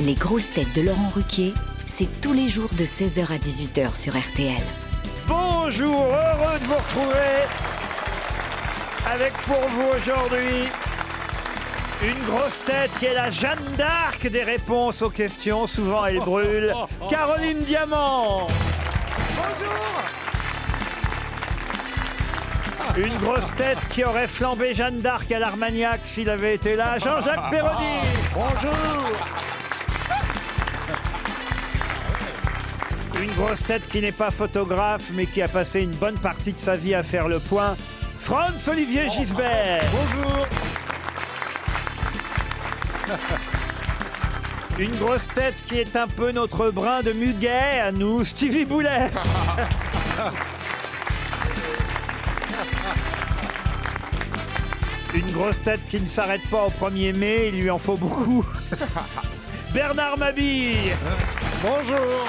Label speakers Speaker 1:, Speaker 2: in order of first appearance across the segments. Speaker 1: Les grosses têtes de Laurent Ruquier, c'est tous les jours de 16h à 18h sur RTL.
Speaker 2: Bonjour, heureux de vous retrouver avec pour vous aujourd'hui une grosse tête qui est la Jeanne d'Arc des réponses aux questions. Souvent elle brûle. Caroline Diamant. Bonjour. Une grosse tête qui aurait flambé Jeanne d'Arc à l'Armagnac s'il avait été là. Jean-Jacques Perroni. Bonjour. Une grosse tête qui n'est pas photographe, mais qui a passé une bonne partie de sa vie à faire le point. Franz Olivier Gisbert. Bonjour. Une grosse tête qui est un peu notre brin de muguet à nous, Stevie Boulet. Une grosse tête qui ne s'arrête pas au 1er mai, il lui en faut beaucoup. Bernard Mabille. Bonjour.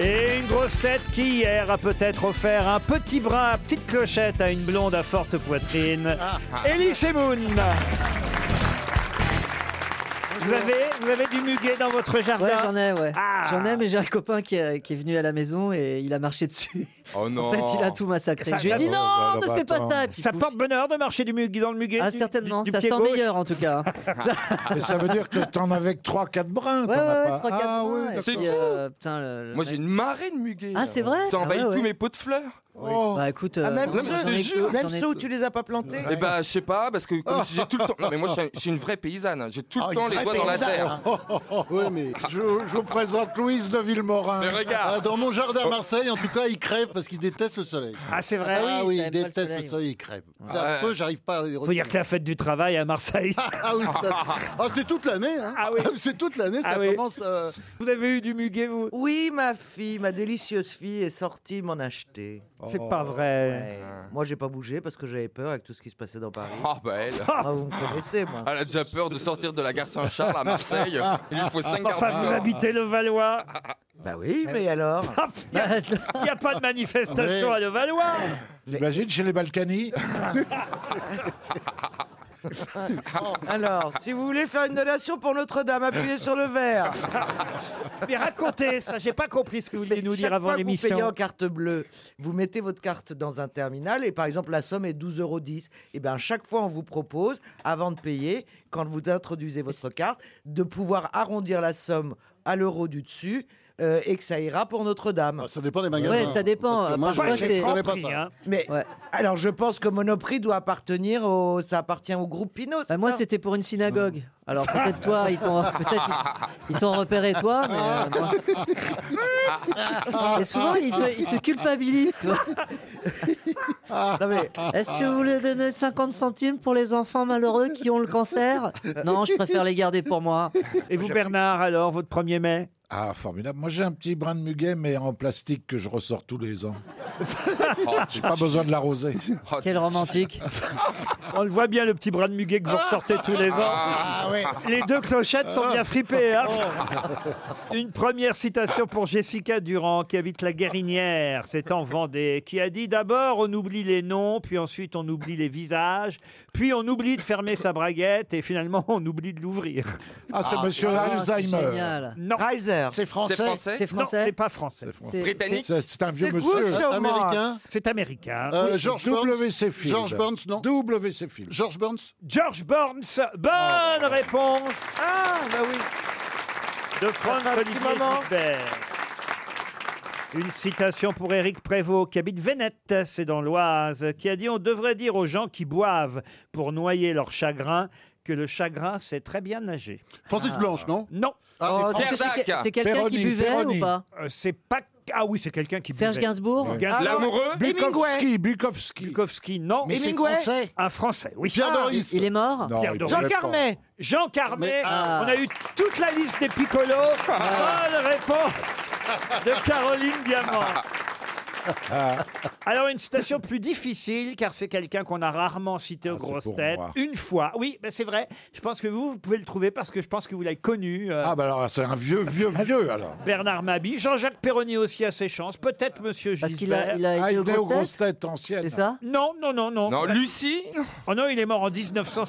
Speaker 2: Et une grosse tête qui hier a peut-être offert un petit brin à petite clochette à une blonde à forte poitrine. Elie Semoun. Vous avez, vous avez du muguet dans votre jardin
Speaker 3: Ouais, j'en ai, ouais.
Speaker 2: Ah.
Speaker 3: J'en ai, mais j'ai un copain qui, a- qui est venu à la maison et il a marché dessus.
Speaker 4: Oh non.
Speaker 3: En fait, il a tout massacré.
Speaker 2: Ça-
Speaker 3: je lui ai
Speaker 2: ça-
Speaker 3: dit non,
Speaker 4: bah,
Speaker 3: ne
Speaker 4: bah,
Speaker 3: fais pas
Speaker 4: attends.
Speaker 3: ça. Et puis,
Speaker 2: Ça porte bonheur de marcher du muguet dans le muguet
Speaker 3: ah,
Speaker 2: du-
Speaker 3: certainement,
Speaker 2: du- du
Speaker 3: ça
Speaker 2: pied
Speaker 3: sent
Speaker 2: gauche
Speaker 3: meilleur en tout cas. hein.
Speaker 5: Mais ça veut dire que t'en avais que 3-4 brins,
Speaker 3: Ouais, ouais,
Speaker 5: t'en as
Speaker 3: ouais,
Speaker 5: pas.
Speaker 3: 3, 4
Speaker 5: ah oui, d'accord.
Speaker 4: C'est tout.
Speaker 3: euh, putain, le- le
Speaker 4: Moi,
Speaker 3: mec-
Speaker 4: j'ai une marée de muguet.
Speaker 3: Ah, c'est vrai
Speaker 4: Ça
Speaker 3: Ah,
Speaker 4: envahit
Speaker 3: ouais, ouais.
Speaker 4: tous mes pots de fleurs.
Speaker 5: Oh.
Speaker 3: Bah écoute, euh,
Speaker 6: Ah, même
Speaker 3: j'en ai-
Speaker 4: ceux,
Speaker 3: j'en ai
Speaker 4: des
Speaker 3: que-
Speaker 4: jeux,
Speaker 3: j'en
Speaker 6: Même
Speaker 3: ai
Speaker 6: ceux où
Speaker 3: que-
Speaker 6: tu les as pas plantés
Speaker 4: Eh ben, je sais pas, parce que comme j'ai tout le temps. Non, mais moi, je suis- je suis une vraie paysanne. J'ai tout
Speaker 5: Ah,
Speaker 4: le
Speaker 5: une
Speaker 4: temps les
Speaker 5: vraie
Speaker 4: doigts dans la
Speaker 5: paysanne.
Speaker 4: terre.
Speaker 5: Oh, oh, oh, oui, mais je, je vous présente Louise de Villemorin.
Speaker 4: Mais regarde.
Speaker 7: Ah,
Speaker 4: Oh.
Speaker 5: Euh, Dans mon jardin à Marseille, en tout cas, il crève parce qu'il déteste le soleil.
Speaker 2: Ah, c'est vrai.
Speaker 3: Ah oui,
Speaker 5: Ah
Speaker 3: il
Speaker 5: oui, il
Speaker 3: aime pas le
Speaker 5: déteste le
Speaker 3: soleil.
Speaker 5: soleil, il crève. C'est
Speaker 4: Ah.
Speaker 5: affreux, j'arrive pas à les
Speaker 2: Faut dire que la fête du travail à Marseille.
Speaker 5: Ah oui, ça- ah, c'est toute l'année. Hein.
Speaker 2: Ah oui.
Speaker 5: C'est toute l'année, ça
Speaker 2: Ah oui.
Speaker 5: commence. euh,
Speaker 2: Vous avez eu du muguet, vous
Speaker 6: Oui, ma fille, ma délicieuse fille est sortie m'en acheter.
Speaker 2: C'est pas
Speaker 5: Oh.
Speaker 2: vrai.
Speaker 6: Ouais. Moi, j'ai pas bougé parce que j'avais peur avec tout ce qui se passait dans Paris.
Speaker 4: Ah, bah, elle.
Speaker 6: Ah, vous me connaissez, moi.
Speaker 4: Elle a déjà peur de sortir de la gare Saint-Charles à Marseille. Il lui faut 5
Speaker 2: Enfin, vous habitez le Valois.
Speaker 6: Bah oui, mais alors
Speaker 5: Ah,
Speaker 2: Bah, Il n'y a pas de manifestation
Speaker 5: Oui.
Speaker 2: à le Valois.
Speaker 5: T'imagines chez les Balkany
Speaker 6: Alors, si vous voulez faire une donation pour Notre-Dame, appuyez sur le vert.
Speaker 2: Mais racontez ça, j'ai pas compris ce que vous vouliez nous dire
Speaker 6: Chaque
Speaker 2: avant
Speaker 6: fois que vous payez en
Speaker 2: l'émission.
Speaker 6: carte bleue, vous mettez votre carte dans un terminal et par exemple la somme est 12,10 euros. Et bien chaque fois on vous propose, avant de payer, quand vous introduisez votre carte, de pouvoir arrondir la somme à l'euro du dessus euh, et que ça ira pour Notre-Dame.
Speaker 5: Ah, Ça dépend des magasins.
Speaker 3: Ouais, ça dépend.
Speaker 5: Parce que moi,
Speaker 3: Parfois,
Speaker 5: je-
Speaker 2: Pas chez
Speaker 3: Ouais, c'est-
Speaker 5: je connais pas
Speaker 2: Franprix,
Speaker 5: ça.
Speaker 2: hein.
Speaker 6: Mais
Speaker 3: Ouais.
Speaker 6: alors je pense que Monoprix doit appartenir au... Ça appartient au groupe Pinot.
Speaker 3: Bah, moi,
Speaker 6: ça
Speaker 3: c'était pour une synagogue. Alors peut-être toi, ils t'ont peut-être ils t'ont repéré toi, mais euh, moi- Et souvent, ils te, ils te culpabilisent. tu vois.
Speaker 6: Non, mais-
Speaker 3: Est-ce que vous voulez donner 50 centimes pour les enfants malheureux qui ont le cancer Non, je préfère les garder pour moi.
Speaker 2: Et vous, Bernard, alors, votre 1er mai
Speaker 5: Ah, formidable. Moi, j'ai un petit brin de muguet, mais en plastique que je ressors tous les ans. Oh, J'ai pas besoin de l'arroser.
Speaker 3: Quel romantique.
Speaker 2: On le voit bien, le petit bras de muguet que vous ressortez tous les ans.
Speaker 5: Ah oui.
Speaker 2: Les deux clochettes sont bien fripées. hein.
Speaker 5: Oh.
Speaker 2: Une première citation pour Jessica Durand, qui habite la Guérinière, c'est en Vendée, qui a dit D'abord, on oublie les noms, puis ensuite, on oublie les visages, puis on oublie de fermer sa braguette, et finalement, on oublie de l'ouvrir.
Speaker 5: Ah, c'est monsieur
Speaker 3: Ah, c'est
Speaker 5: Alzheimer.
Speaker 3: Génial.
Speaker 2: Non,
Speaker 6: Reiser.
Speaker 5: C'est
Speaker 4: C'est
Speaker 5: français.
Speaker 4: français
Speaker 3: C'est
Speaker 2: non
Speaker 3: français.
Speaker 2: c'est pas français.
Speaker 5: C'est français.
Speaker 3: C'est-
Speaker 4: Britannique
Speaker 5: C'est c'est un vieux
Speaker 6: C'est
Speaker 5: monsieur
Speaker 6: Groucho Marx.
Speaker 5: américain.
Speaker 2: C'est américain. Ah
Speaker 5: Euh,
Speaker 2: Oui.
Speaker 5: George
Speaker 4: W.C.
Speaker 5: Burns.
Speaker 4: Fields.
Speaker 5: George Burns, non. W.C. Fields. George Burns.
Speaker 2: George Burns, bonne réponse
Speaker 6: Ah, bah oui.
Speaker 2: de Franck
Speaker 6: Ah,
Speaker 2: Olivier
Speaker 6: petit moment.
Speaker 2: Gisbert. Une citation pour Éric Prévost, qui habite Vénette, c'est dans l'Oise, qui a dit On devrait dire aux gens qui boivent pour noyer leur chagrin que le chagrin sait très bien nager.
Speaker 5: Francis Blanche, non
Speaker 2: Non,
Speaker 5: Ah,
Speaker 3: Oh,
Speaker 5: c'est
Speaker 4: Pierre
Speaker 3: c'est- c'est-
Speaker 4: Dac.
Speaker 3: C'est quelqu'un qui
Speaker 5: Péroni,
Speaker 3: buvait
Speaker 5: Péroni.
Speaker 3: ou pas
Speaker 2: euh, c'est pas Ah oui, c'est quelqu'un qui
Speaker 3: Serge
Speaker 2: buvait.
Speaker 3: Gainsbourg Ah,
Speaker 2: Ouais.
Speaker 3: Gainsbourg. L'amoureux
Speaker 5: Bukowski,
Speaker 2: Hemingway.
Speaker 5: Bukowski.
Speaker 2: Bukowski, non.
Speaker 5: Mais c'est Hemingway français
Speaker 2: Un français, oui.
Speaker 5: Pierre Ah, Doris.
Speaker 3: Il est mort
Speaker 5: Non, il
Speaker 2: Doris.
Speaker 5: pouvait pas.
Speaker 2: Jean Carmet.
Speaker 5: Mais- Ah.
Speaker 2: On a eu toute la liste des picolos. Bonne réponse de Caroline Diamant. Alors une citation plus difficile car c'est quelqu'un qu'on a rarement cité aux grosses
Speaker 5: Ah, pour
Speaker 2: têtes.
Speaker 5: moi.
Speaker 2: Une fois, oui, ben c'est vrai. Je pense que vous, vous pouvez le trouver parce que je pense que vous l'avez connu. euh,
Speaker 5: Ah bah alors c'est un vieux, vieux,
Speaker 2: Ah,
Speaker 5: vieux alors.
Speaker 2: Bernard Mabi, Jean-Jacques Perroni aussi à ses chances, peut-être Monsieur Gisbert.
Speaker 3: Parce qu'il a, il a
Speaker 5: Ah,
Speaker 3: été
Speaker 5: il
Speaker 3: au
Speaker 5: est aux
Speaker 3: grosses
Speaker 5: grosses
Speaker 3: têtes,
Speaker 5: têtes anciennes.
Speaker 3: c'est ça
Speaker 2: Non, non, non, non.
Speaker 4: Non, Lucie
Speaker 2: Oh non, il est mort en 1900.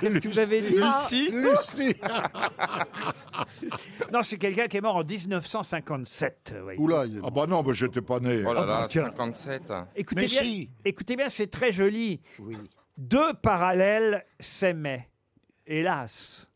Speaker 2: Qu'est-ce que vous avez dit Ah,
Speaker 4: Lucie
Speaker 5: Lucie
Speaker 2: Non, c'est quelqu'un qui est mort en 1957. euh, voyez.
Speaker 5: Oula, il est- Ah bah non, mais j'étais pas né.
Speaker 4: Oh là là,
Speaker 2: Ah, bah tiens.
Speaker 4: 57.
Speaker 2: Écoutez
Speaker 5: Mais
Speaker 2: bien,
Speaker 5: si.
Speaker 2: écoutez bien, c'est très joli. Deux parallèles s'aimaient. Hélas.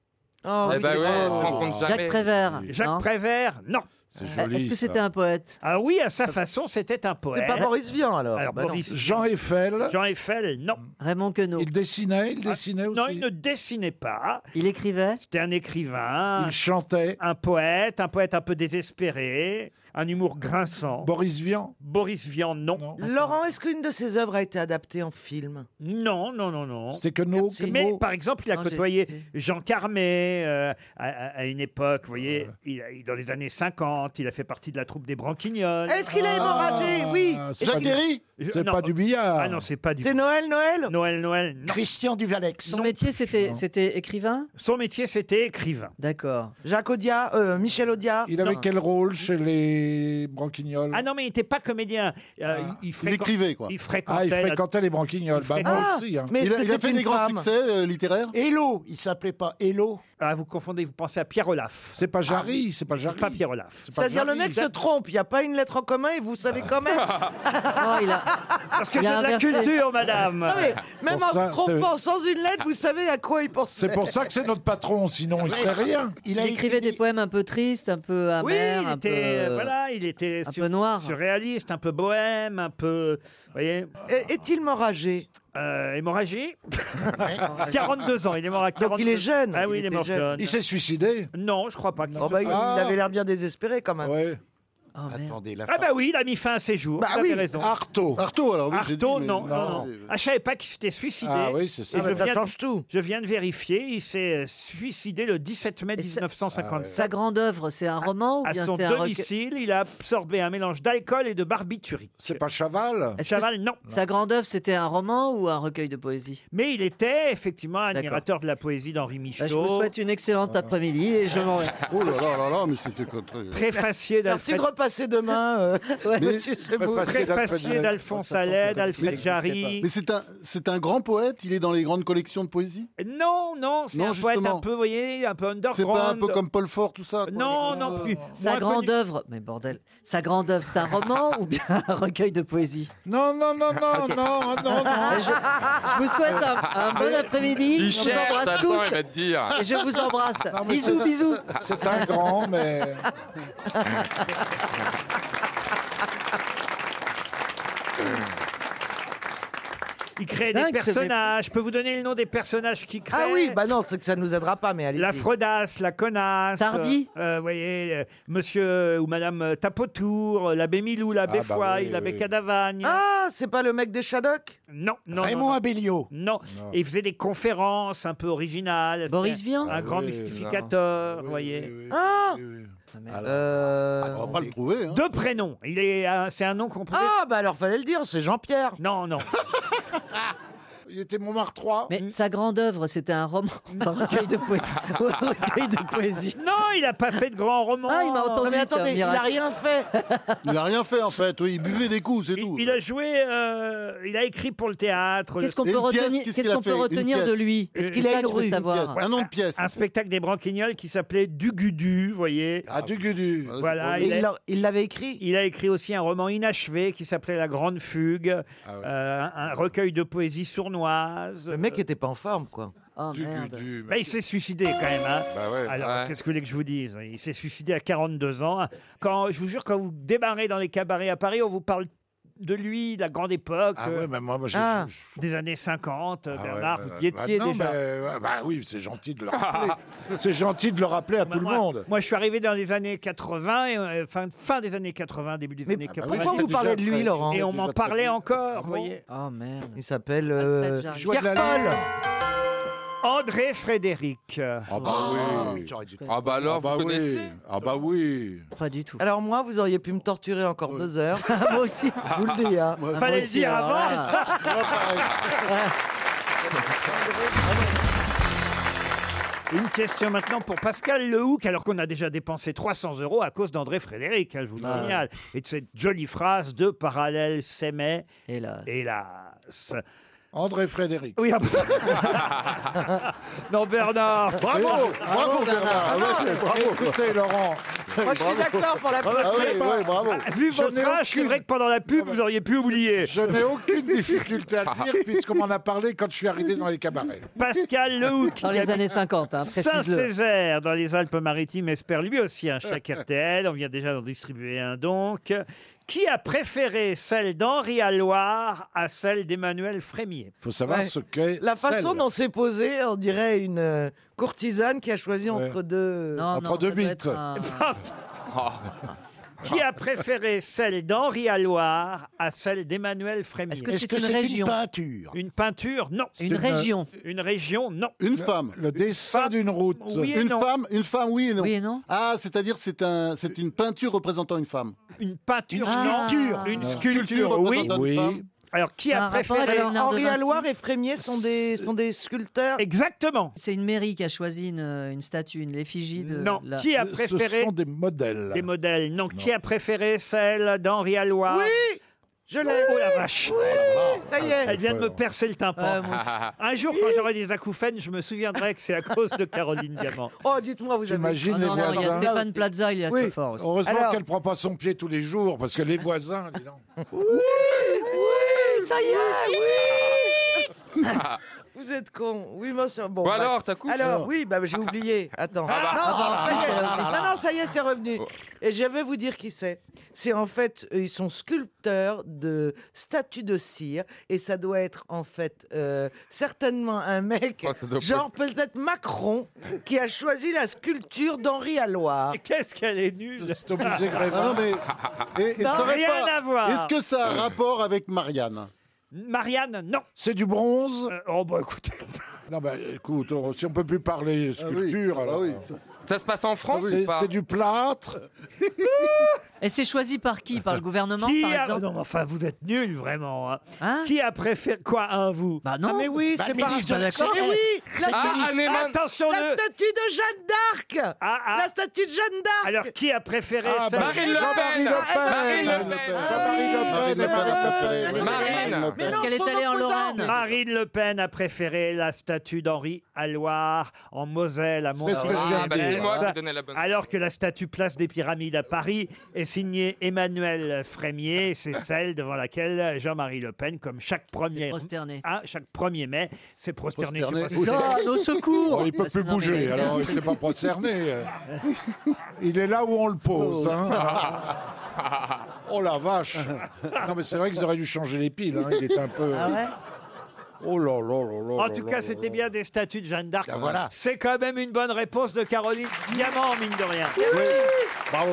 Speaker 3: Oh,
Speaker 4: Eh
Speaker 3: oui,
Speaker 4: ben
Speaker 3: c'est-
Speaker 4: ouais, on se
Speaker 3: oh.
Speaker 4: rend compte jamais.
Speaker 3: Jacques Prévert.
Speaker 5: Oui.
Speaker 2: Jacques
Speaker 3: non
Speaker 2: Prévert, non.
Speaker 5: C'est
Speaker 3: Est-ce
Speaker 5: joli.
Speaker 3: que
Speaker 5: ça.
Speaker 3: c'était un poète
Speaker 2: Ah oui, à sa façon, c'était un poète.
Speaker 6: C'est pas Boris Vian alors.
Speaker 2: Alors,
Speaker 6: Bah non.
Speaker 2: Boris
Speaker 5: Jean Eiffel,
Speaker 2: Jean Eiffel, non. Ah.
Speaker 3: Raymond Queneau.
Speaker 5: il
Speaker 3: Il,
Speaker 5: dessinait, il dessinait aussi.
Speaker 2: Non, il ne dessinait pas.
Speaker 3: écrivait
Speaker 2: C'était un écrivain,
Speaker 5: Il chantait.
Speaker 2: un poète, un poète un peu désespéré, un humour grinçant.
Speaker 5: Boris Vian.
Speaker 2: Boris Vian, non.
Speaker 5: Non.
Speaker 6: Laurent, est-ce qu'une de ses œuvres a été adaptée en film
Speaker 2: Non, non, non, non.
Speaker 5: C'était que nos
Speaker 6: Merci.
Speaker 5: que
Speaker 2: Mais
Speaker 5: nos-
Speaker 2: par exemple, il a
Speaker 3: Non, j'ai
Speaker 2: côtoyé
Speaker 3: hésité.
Speaker 2: Jean Carmé euh, à, à- à une époque, vous voyez, il a- il- dans les années 50, il a fait partie de la troupe des Branquignols.
Speaker 6: Est-ce qu'il a hémorragé Oui.
Speaker 5: Ah, c'est
Speaker 6: Est-ce
Speaker 5: pas
Speaker 6: qu'il-
Speaker 7: Derry,
Speaker 2: Je-
Speaker 5: C'est
Speaker 2: non,
Speaker 5: pas du billard.
Speaker 2: Ah non, c'est pas du
Speaker 6: C'est Noël, Noël
Speaker 2: Noël, Noël. non.
Speaker 7: Christian Duvalex.
Speaker 3: Son métier, c'était c'était écrivain
Speaker 2: Son métier, c'était écrivain.
Speaker 3: D'accord.
Speaker 6: Jacques Audiard, euh, Michel Audiard.
Speaker 5: Il avait
Speaker 3: Non.
Speaker 5: quel rôle chez les branquignols
Speaker 2: Ah non, mais il n'était pas comédien. Euh, il, il
Speaker 7: Il
Speaker 2: fréquent-
Speaker 7: écrivait, quoi.
Speaker 2: il
Speaker 5: Ah,
Speaker 2: fréquentait.
Speaker 5: il
Speaker 2: la-
Speaker 5: fréquentait les branquignols.
Speaker 2: Il
Speaker 5: Bah,
Speaker 2: fréquentait- Ah,
Speaker 5: moi aussi. hein.
Speaker 6: Mais
Speaker 7: Il a,
Speaker 6: est-ce
Speaker 7: il a
Speaker 6: que c'est
Speaker 7: fait des
Speaker 6: une
Speaker 7: grands
Speaker 6: femme
Speaker 7: succès euh, littéraires. Hello, il s'appelait pas Hello.
Speaker 2: Ah, vous confondez, vous pensez à Pierre Olaf. Ah,
Speaker 5: C'est pas Jarry, c'est pas Jarry.
Speaker 2: Pas Pierre Olaf.
Speaker 5: pas
Speaker 6: C'est-à-dire le
Speaker 5: Jarry.
Speaker 6: mec se trompe, il n'y a pas une lettre en commun et vous savez quand même.
Speaker 3: Oh, il a...
Speaker 2: Parce que
Speaker 3: Il
Speaker 2: j'ai
Speaker 3: a
Speaker 2: de la
Speaker 3: inversé.
Speaker 2: culture, madame.
Speaker 6: Non, mais même
Speaker 5: Pour ça,
Speaker 6: en se
Speaker 2: Euh.
Speaker 6: trompant sans une lettre, vous savez à quoi il pensait.
Speaker 5: C'est pour ça que c'est notre patron, sinon il serait rien.
Speaker 7: Il
Speaker 3: il
Speaker 7: a
Speaker 3: écrivait
Speaker 7: écrit-
Speaker 3: des poèmes un peu tristes, un peu
Speaker 6: Ah,
Speaker 2: Oui,
Speaker 3: amers,
Speaker 2: il
Speaker 3: un
Speaker 2: était,
Speaker 3: peu...
Speaker 2: euh, voilà, il était
Speaker 3: un
Speaker 2: sur-
Speaker 3: peu noir.
Speaker 2: surréaliste, un peu bohème, un peu, vous voyez,
Speaker 6: Est- Est-il moragé
Speaker 2: euh, hémorragie. 42 ans, il est mort à 42
Speaker 6: Donc il est jeune,
Speaker 2: Ah oui, il,
Speaker 6: il
Speaker 2: est
Speaker 6: était
Speaker 2: mort
Speaker 6: jeune.
Speaker 2: jeune.
Speaker 5: Il s'est suicidé.
Speaker 2: Non, je crois pas. qu'il
Speaker 6: Oh,
Speaker 2: se-
Speaker 6: bah, il-
Speaker 5: Ah.
Speaker 6: Il avait l'air bien désespéré quand même.
Speaker 5: Ouais.
Speaker 3: Oh, merde.
Speaker 7: Attendez, la
Speaker 2: Ah bah oui, il a mis fin à ses jours.
Speaker 6: Bah
Speaker 2: vous avez
Speaker 6: oui,
Speaker 2: raison.
Speaker 5: Artaud.
Speaker 7: Artaud, alors oui, j'ai dit,
Speaker 2: Artaud,
Speaker 7: mais-
Speaker 2: non, non, non. Ah, je savais pas qu'il s'était suicidé.
Speaker 5: Ah oui, c'est ça.
Speaker 2: Et
Speaker 6: Ah, mais
Speaker 2: je,
Speaker 6: ça
Speaker 2: viens,
Speaker 6: change tout.
Speaker 2: je viens de vérifier, il s'est euh, suicidé le 17 mai
Speaker 3: Et ça-
Speaker 6: Ah
Speaker 2: 1957.
Speaker 3: Sa grande œuvre, c'est un roman ou
Speaker 2: À
Speaker 3: bien
Speaker 2: son
Speaker 3: c'est un recueil
Speaker 2: domicile, il a absorbé un mélange d'alcool et de barbiturique.
Speaker 5: C'est pas Chaval.
Speaker 3: Est-ce que
Speaker 2: Chaval, non.
Speaker 3: Sa grande œuvre, c'était un roman ou un recueil de poésie
Speaker 2: Mais il était effectivement admirateur de la poésie d'Henri
Speaker 3: Bah,
Speaker 2: Michaud.
Speaker 3: Je vous souhaite une excellente après-midi et je m'en vais.
Speaker 7: Oh là là là là, mais c'était contre.
Speaker 2: Préfacier
Speaker 6: Merci
Speaker 2: d'Alfred
Speaker 6: de repasser demain, euh, monsieur Sebou.
Speaker 2: Préfacier
Speaker 5: Préfacier d'Alfred
Speaker 2: d'Alphonse Allais, d'Alfred Jarry.
Speaker 7: Mais c'est un, c'est un grand poète. Il est dans les grandes collections de poésie.
Speaker 2: Euh, Non, non, c'est
Speaker 7: Non,
Speaker 2: un poète
Speaker 7: justement.
Speaker 2: un peu, vous voyez, un peu underground.
Speaker 7: C'est pas un peu comme Paul Fort, tout ça. quoi.
Speaker 2: Non, non plus.
Speaker 3: Euh, Sa
Speaker 2: Moins
Speaker 3: grande
Speaker 2: connu.
Speaker 3: œuvre, mais bordel, sa grande œuvre, c'est un roman ou bien un recueil de poésie
Speaker 5: Non, non, non, non, non, non, non.
Speaker 3: Je vous souhaite un, un bon après-midi.
Speaker 4: Il
Speaker 3: Je vous
Speaker 4: cherche,
Speaker 3: embrasse
Speaker 4: attends, il
Speaker 3: tous
Speaker 4: va te dire.
Speaker 3: et je vous embrasse.
Speaker 5: Non, mais
Speaker 3: bisous,
Speaker 5: c'est-
Speaker 3: bisous.
Speaker 5: C'est un grand, mais.
Speaker 2: Il crée des
Speaker 3: Dingue, ce
Speaker 2: personnages. Je peux vous donner le nom des personnages qu'il crée
Speaker 6: Ah oui, bah non, c'est que ça nous aidera pas, mais allez.
Speaker 2: La Frodasse, la Connasse.
Speaker 3: Tardy.
Speaker 2: euh, euh, vous voyez, euh, monsieur ou madame euh, Tapotour, euh, l'abbé Milou, l'abbé
Speaker 5: Ah, bah
Speaker 2: Foy,
Speaker 5: oui,
Speaker 2: l'abbé
Speaker 5: oui.
Speaker 2: Cadavagne.
Speaker 6: Ah, c'est pas le mec des Shadok
Speaker 2: Non, non, non.
Speaker 7: Raymond
Speaker 2: non.
Speaker 7: Abellio.
Speaker 2: Non. Et il faisait des conférences un peu originales.
Speaker 3: Boris
Speaker 2: C'était Ah,
Speaker 3: Vian
Speaker 2: Un grand
Speaker 5: Ah oui,
Speaker 2: mystificateur, vous voyez.
Speaker 6: Ah
Speaker 7: Ah,
Speaker 6: Euh,
Speaker 7: on va pas le trouver. Hein.
Speaker 2: Deux prénoms. Il est, euh, c'est un nom qu'on pouvait.
Speaker 6: Ah, bah alors fallait le dire, c'est Jean-Pierre.
Speaker 2: Non, non.
Speaker 5: Il était Montmartre 3.
Speaker 3: Mais sa grande œuvre, c'était un roman ou un recueil de poésie ou un recueil de poésie
Speaker 2: Non, il n'a pas fait de grands romans.
Speaker 3: Ah, il m'a
Speaker 6: Non,
Speaker 3: entendu.
Speaker 6: mais
Speaker 3: c'est un
Speaker 6: attendez, il a
Speaker 3: miracle.
Speaker 6: rien fait.
Speaker 7: Il a rien fait en fait. Oui, il buvait des coups, c'est tout.
Speaker 2: Il, il a joué, euh, il a écrit pour le théâtre
Speaker 3: Qu'est-ce qu'on
Speaker 7: Une
Speaker 3: peut
Speaker 7: pièce,
Speaker 3: retenir,
Speaker 7: qu'est-ce
Speaker 3: qu'est-ce
Speaker 7: qu'il a
Speaker 3: qu'on peut
Speaker 7: fait Une
Speaker 3: retenir de
Speaker 7: pièce.
Speaker 3: lui
Speaker 6: Est-ce
Speaker 3: C'est
Speaker 6: qu'il a
Speaker 3: ça que
Speaker 6: une
Speaker 3: je veux
Speaker 6: rue, une
Speaker 3: savoir.
Speaker 7: Un nom de pièce.
Speaker 2: un spectacle des Branquignols qui s'appelait Dugudu, vous voyez.
Speaker 5: Ah, du gudu.
Speaker 7: Ah, c'est
Speaker 2: Voilà,
Speaker 6: Et
Speaker 2: il,
Speaker 6: il
Speaker 2: a,
Speaker 6: l'a- il l'avait écrit.
Speaker 2: il a écrit aussi un roman inachevé qui s'appelait La Grande Fugue,
Speaker 7: Ah,
Speaker 2: euh, un, un recueil de poésie sournoise.
Speaker 6: Le mec était pas en forme, quoi. Ah,
Speaker 3: Oh
Speaker 5: Du
Speaker 3: merde.
Speaker 5: gudu.
Speaker 2: Bah, il s'est suicidé quand même. hein.
Speaker 5: Bah ouais.
Speaker 2: Alors,
Speaker 4: Ouais.
Speaker 2: qu'est-ce que vous voulez que je vous dise Il s'est suicidé à 42 ans. Quand, je vous jure, quand vous démarrez dans les cabarets à Paris, on vous parle de lui, la grande époque.
Speaker 5: Ah ouais,
Speaker 2: euh,
Speaker 5: mais moi, moi, j'ai-
Speaker 2: Des années 50, euh,
Speaker 5: Ah ouais,
Speaker 2: Bernard,
Speaker 5: bah,
Speaker 2: vous y étiez
Speaker 5: maintenant,
Speaker 2: déjà.
Speaker 5: mais, euh, bah oui, c'est gentil de le rappeler. c'est gentil de le rappeler à tout le
Speaker 2: Bah, Moi-
Speaker 5: monde.
Speaker 2: Moi, je suis arrivé dans les années 80, et, euh, fin, fin des années 80, début des années
Speaker 6: Ah bah oui,
Speaker 2: 90.
Speaker 6: pourquoi vous parlez de lui, Laurent
Speaker 2: Et on m'en parlait encore, vous voyez.
Speaker 6: Oh merde. Il s'appelle.
Speaker 2: Jarry.
Speaker 6: euh, Pierre
Speaker 2: Joie de la
Speaker 6: Paul.
Speaker 2: André Frédéric.
Speaker 5: Ah bah oui.
Speaker 4: Ah bah alors,
Speaker 5: bah
Speaker 4: vous
Speaker 5: oui.
Speaker 4: connaissez
Speaker 5: Ah bah oui.
Speaker 3: Pas du tout. Ah,
Speaker 6: Alors moi, vous auriez pu me torturer encore deux heures. moi aussi. Vous le dis, hein.
Speaker 3: Moi Ah.
Speaker 2: Fallait le
Speaker 6: aussi,
Speaker 2: dire
Speaker 6: alors
Speaker 2: avant.
Speaker 6: là.
Speaker 2: Une question maintenant pour Pascal Lehoucq, alors qu'on a déjà dépensé 300 euros à cause d'André Frédéric, hein, je vous le
Speaker 3: Ah.
Speaker 2: signale. Et de cette jolie phrase de parallèle s'aimaient.
Speaker 3: Hélas.
Speaker 2: Hélas.
Speaker 5: André Frédéric.
Speaker 2: Oui, ah bon. non, Bernard.
Speaker 5: Bravo, bravo, Bernard.
Speaker 2: bah,
Speaker 5: Ah ouais, c'est- bravo. Écoutez, Laurent.
Speaker 6: Moi, je suis d'accord pour la
Speaker 2: Ah bah,
Speaker 5: Ah
Speaker 2: c'est
Speaker 5: oui,
Speaker 2: pas-
Speaker 5: oui, bravo.
Speaker 2: Vu
Speaker 5: Je
Speaker 2: votre
Speaker 5: n'ai
Speaker 2: âge, c'est
Speaker 5: aucune- Ah, bah.
Speaker 2: vrai que pendant la pub, vous auriez pu oublier.
Speaker 5: Je n'ai aucune difficulté à le dire puisqu'on m'en a parlé quand je suis arrivé dans les cabarets.
Speaker 2: Pascal Lehoucq.
Speaker 3: Dans
Speaker 2: qui
Speaker 3: les
Speaker 2: habite
Speaker 3: années 50, hein, précise-le.
Speaker 2: Saint-Césaire, dans les Alpes-Maritimes, espère lui aussi hein, un chèque RTL. On vient déjà d'en distribuer un donc. Qui a préféré celle d'Henri Alloire à celle d'Emmanuel Frémier
Speaker 5: faut savoir
Speaker 6: Ouais.
Speaker 5: ce qu'est.
Speaker 6: La façon
Speaker 5: celle.
Speaker 6: dont c'est posé, on dirait une euh, courtisane qui a choisi entre deux.
Speaker 5: On prend deux
Speaker 3: ça doit
Speaker 5: bites.
Speaker 3: être un-
Speaker 2: Ah. Qui a préféré celle d'Henri Alloire à celle d'Emmanuel Frémier
Speaker 3: Est-ce que c'est une région
Speaker 7: peinture
Speaker 2: Une peinture Non.
Speaker 3: Une région
Speaker 2: Une région Non.
Speaker 7: Une femme
Speaker 5: Le dessin d'une route.
Speaker 2: Oui et
Speaker 7: une
Speaker 2: non.
Speaker 7: femme, une femme, oui et non.
Speaker 3: Oui et non
Speaker 7: Ah, c'est-à-dire c'est un, c'est une peinture représentant une femme.
Speaker 2: Une peinture
Speaker 3: Une
Speaker 2: non.
Speaker 3: sculpture.
Speaker 2: Une
Speaker 7: Sculpture
Speaker 2: sculpture, oui.
Speaker 7: représentant
Speaker 5: Oui.
Speaker 7: une femme.
Speaker 2: Alors, qui
Speaker 3: Ça a
Speaker 2: a
Speaker 3: un rapport
Speaker 2: préféré
Speaker 3: avec Léonard de
Speaker 6: Henri
Speaker 3: Vinci.
Speaker 6: Alloire et Frémier sont des, sont des sculpteurs.
Speaker 2: Exactement.
Speaker 3: C'est une mairie qui a choisi une, une statue, une l'effigie
Speaker 6: euh,
Speaker 3: de.
Speaker 2: Non.
Speaker 3: la-
Speaker 2: Qui a
Speaker 5: Ce-
Speaker 2: préféré
Speaker 5: Ce sont des modèles.
Speaker 2: Des modèles, non. Qui a préféré celle d'Henri Alloire
Speaker 6: Oui, je l'ai.
Speaker 2: Oh la vache
Speaker 6: Ça y
Speaker 2: Elle
Speaker 6: est. Ah,
Speaker 2: vient de me percer le tympan.
Speaker 3: Ouais, moi aussi.
Speaker 2: Un jour, quand j'aurai des acouphènes, je me souviendrai que c'est à cause de Caroline Diamant.
Speaker 6: Oh, dites-moi, vous avez.
Speaker 5: J'imagine
Speaker 3: Ah
Speaker 5: les
Speaker 3: non, non, il y a
Speaker 5: voisins.
Speaker 3: Stéphane Plaza, il est assez
Speaker 6: Oui.
Speaker 3: fort aussi.
Speaker 5: Heureusement
Speaker 6: Alors-
Speaker 5: qu'elle prend pas son pied tous les jours parce que les voisins. dis donc.
Speaker 3: Ça y est
Speaker 6: Vous êtes con. Oui, moi, c'est bon.
Speaker 4: Bon
Speaker 6: bah,
Speaker 4: alors, t'as coupé
Speaker 6: Alors, oui, bah, j'ai oublié. Attends.
Speaker 4: bah. Oh.
Speaker 6: non, ça y est. Non, non, ça y est, c'est revenu. Et je vais vous dire qui c'est. C'est en fait, euh, ils sont sculpteurs de statues de cire. Et ça doit être en fait euh, certainement un mec,
Speaker 4: Oh, ça doit
Speaker 6: genre peut-être Macron, qui a choisi la sculpture d'Henri Alloire.
Speaker 2: Et Qu'est-ce qu'elle est nulle
Speaker 5: C'est au musée
Speaker 7: Ah non
Speaker 5: Grévin.
Speaker 7: mais et- et
Speaker 2: Non,
Speaker 7: ça aurait
Speaker 2: rien
Speaker 7: pas-
Speaker 2: à voir.
Speaker 7: Est-ce que ça a
Speaker 5: Euh.
Speaker 7: un rapport avec Marianne
Speaker 2: Marianne, non.
Speaker 5: C'est du bronze.
Speaker 2: Euh, oh bah écoutez,
Speaker 5: Non, bah écoute, on- si on peut plus parler sculpture,
Speaker 7: Ah
Speaker 5: alors.
Speaker 7: oui, ça-
Speaker 4: Ça se passe en France
Speaker 5: C'est-
Speaker 4: ou pas
Speaker 5: Ah C'est du plâtre.
Speaker 3: Et c'est choisi par qui Par le gouvernement,
Speaker 2: qui
Speaker 3: par
Speaker 2: a...
Speaker 3: exemple
Speaker 2: Non mais enfin, vous êtes nuls, vraiment. hein.
Speaker 3: Hein
Speaker 2: Qui a préféré... Quoi, un vous
Speaker 3: Bah non
Speaker 6: Ah mais oui, c'est pas.
Speaker 3: suis pas d'accord.
Speaker 6: Mais oui, la,
Speaker 4: Ah, Hahnemann
Speaker 2: Attention
Speaker 6: la
Speaker 2: de...
Speaker 6: statue de Jeanne d'Arc.
Speaker 2: Ah, ah.
Speaker 6: La statue de Jeanne d'Arc.
Speaker 2: Alors, qui a préféré
Speaker 5: Ah,
Speaker 2: celle...
Speaker 5: bah,
Speaker 4: Marine Le
Speaker 5: Jean-Marie
Speaker 4: Pen Marine
Speaker 5: Le
Speaker 4: Le Pen
Speaker 6: Ah,
Speaker 5: Jean-Marie Le Pen, Marine Le
Speaker 3: Elle est
Speaker 5: Pen.
Speaker 4: Marine.
Speaker 3: allée-
Speaker 6: Mais
Speaker 3: Parce
Speaker 6: non,
Speaker 3: qu'elle
Speaker 6: son
Speaker 3: est allée en
Speaker 6: opposant.
Speaker 3: Lorraine.
Speaker 2: Marine Le Pen a préféré la statue d'Henri à Loire, en Moselle, à mont
Speaker 5: ce que je viens de
Speaker 4: bah,
Speaker 5: dire.
Speaker 4: c'est moi qui donnais la bonne.
Speaker 2: Alors que la statue Place des Pyramides à Paris est signée Emmanuel Frémier, c'est celle devant laquelle Jean-Marie Le Pen, comme chaque premier,
Speaker 3: Prosterné.
Speaker 2: Hein, chaque 1er mai, s'est prosterné. Je
Speaker 7: Prosterné.
Speaker 2: sais pas ce que c'est.
Speaker 3: Jeanne, au secours
Speaker 5: Oh, il peut
Speaker 3: Parce que
Speaker 5: plus
Speaker 3: non, mais
Speaker 5: bouger,
Speaker 3: elle-
Speaker 5: alors il s'est pas concerné. Il est là où on le
Speaker 3: Ah
Speaker 5: pose. hein. Oh la vache Non mais c'est vrai qu'ils auraient dû changer les piles. hein, Il est un peu.
Speaker 3: Ah ouais
Speaker 5: Oh là là là là.
Speaker 2: En
Speaker 5: là
Speaker 2: tout
Speaker 5: là
Speaker 2: cas,
Speaker 5: là
Speaker 2: c'était
Speaker 5: là.
Speaker 2: bien des statues de Jeanne d'Arc.
Speaker 5: Ah, voilà.
Speaker 2: C'est quand même une bonne réponse de Caroline Diamant, mine de rien.
Speaker 5: Oui. Bravo.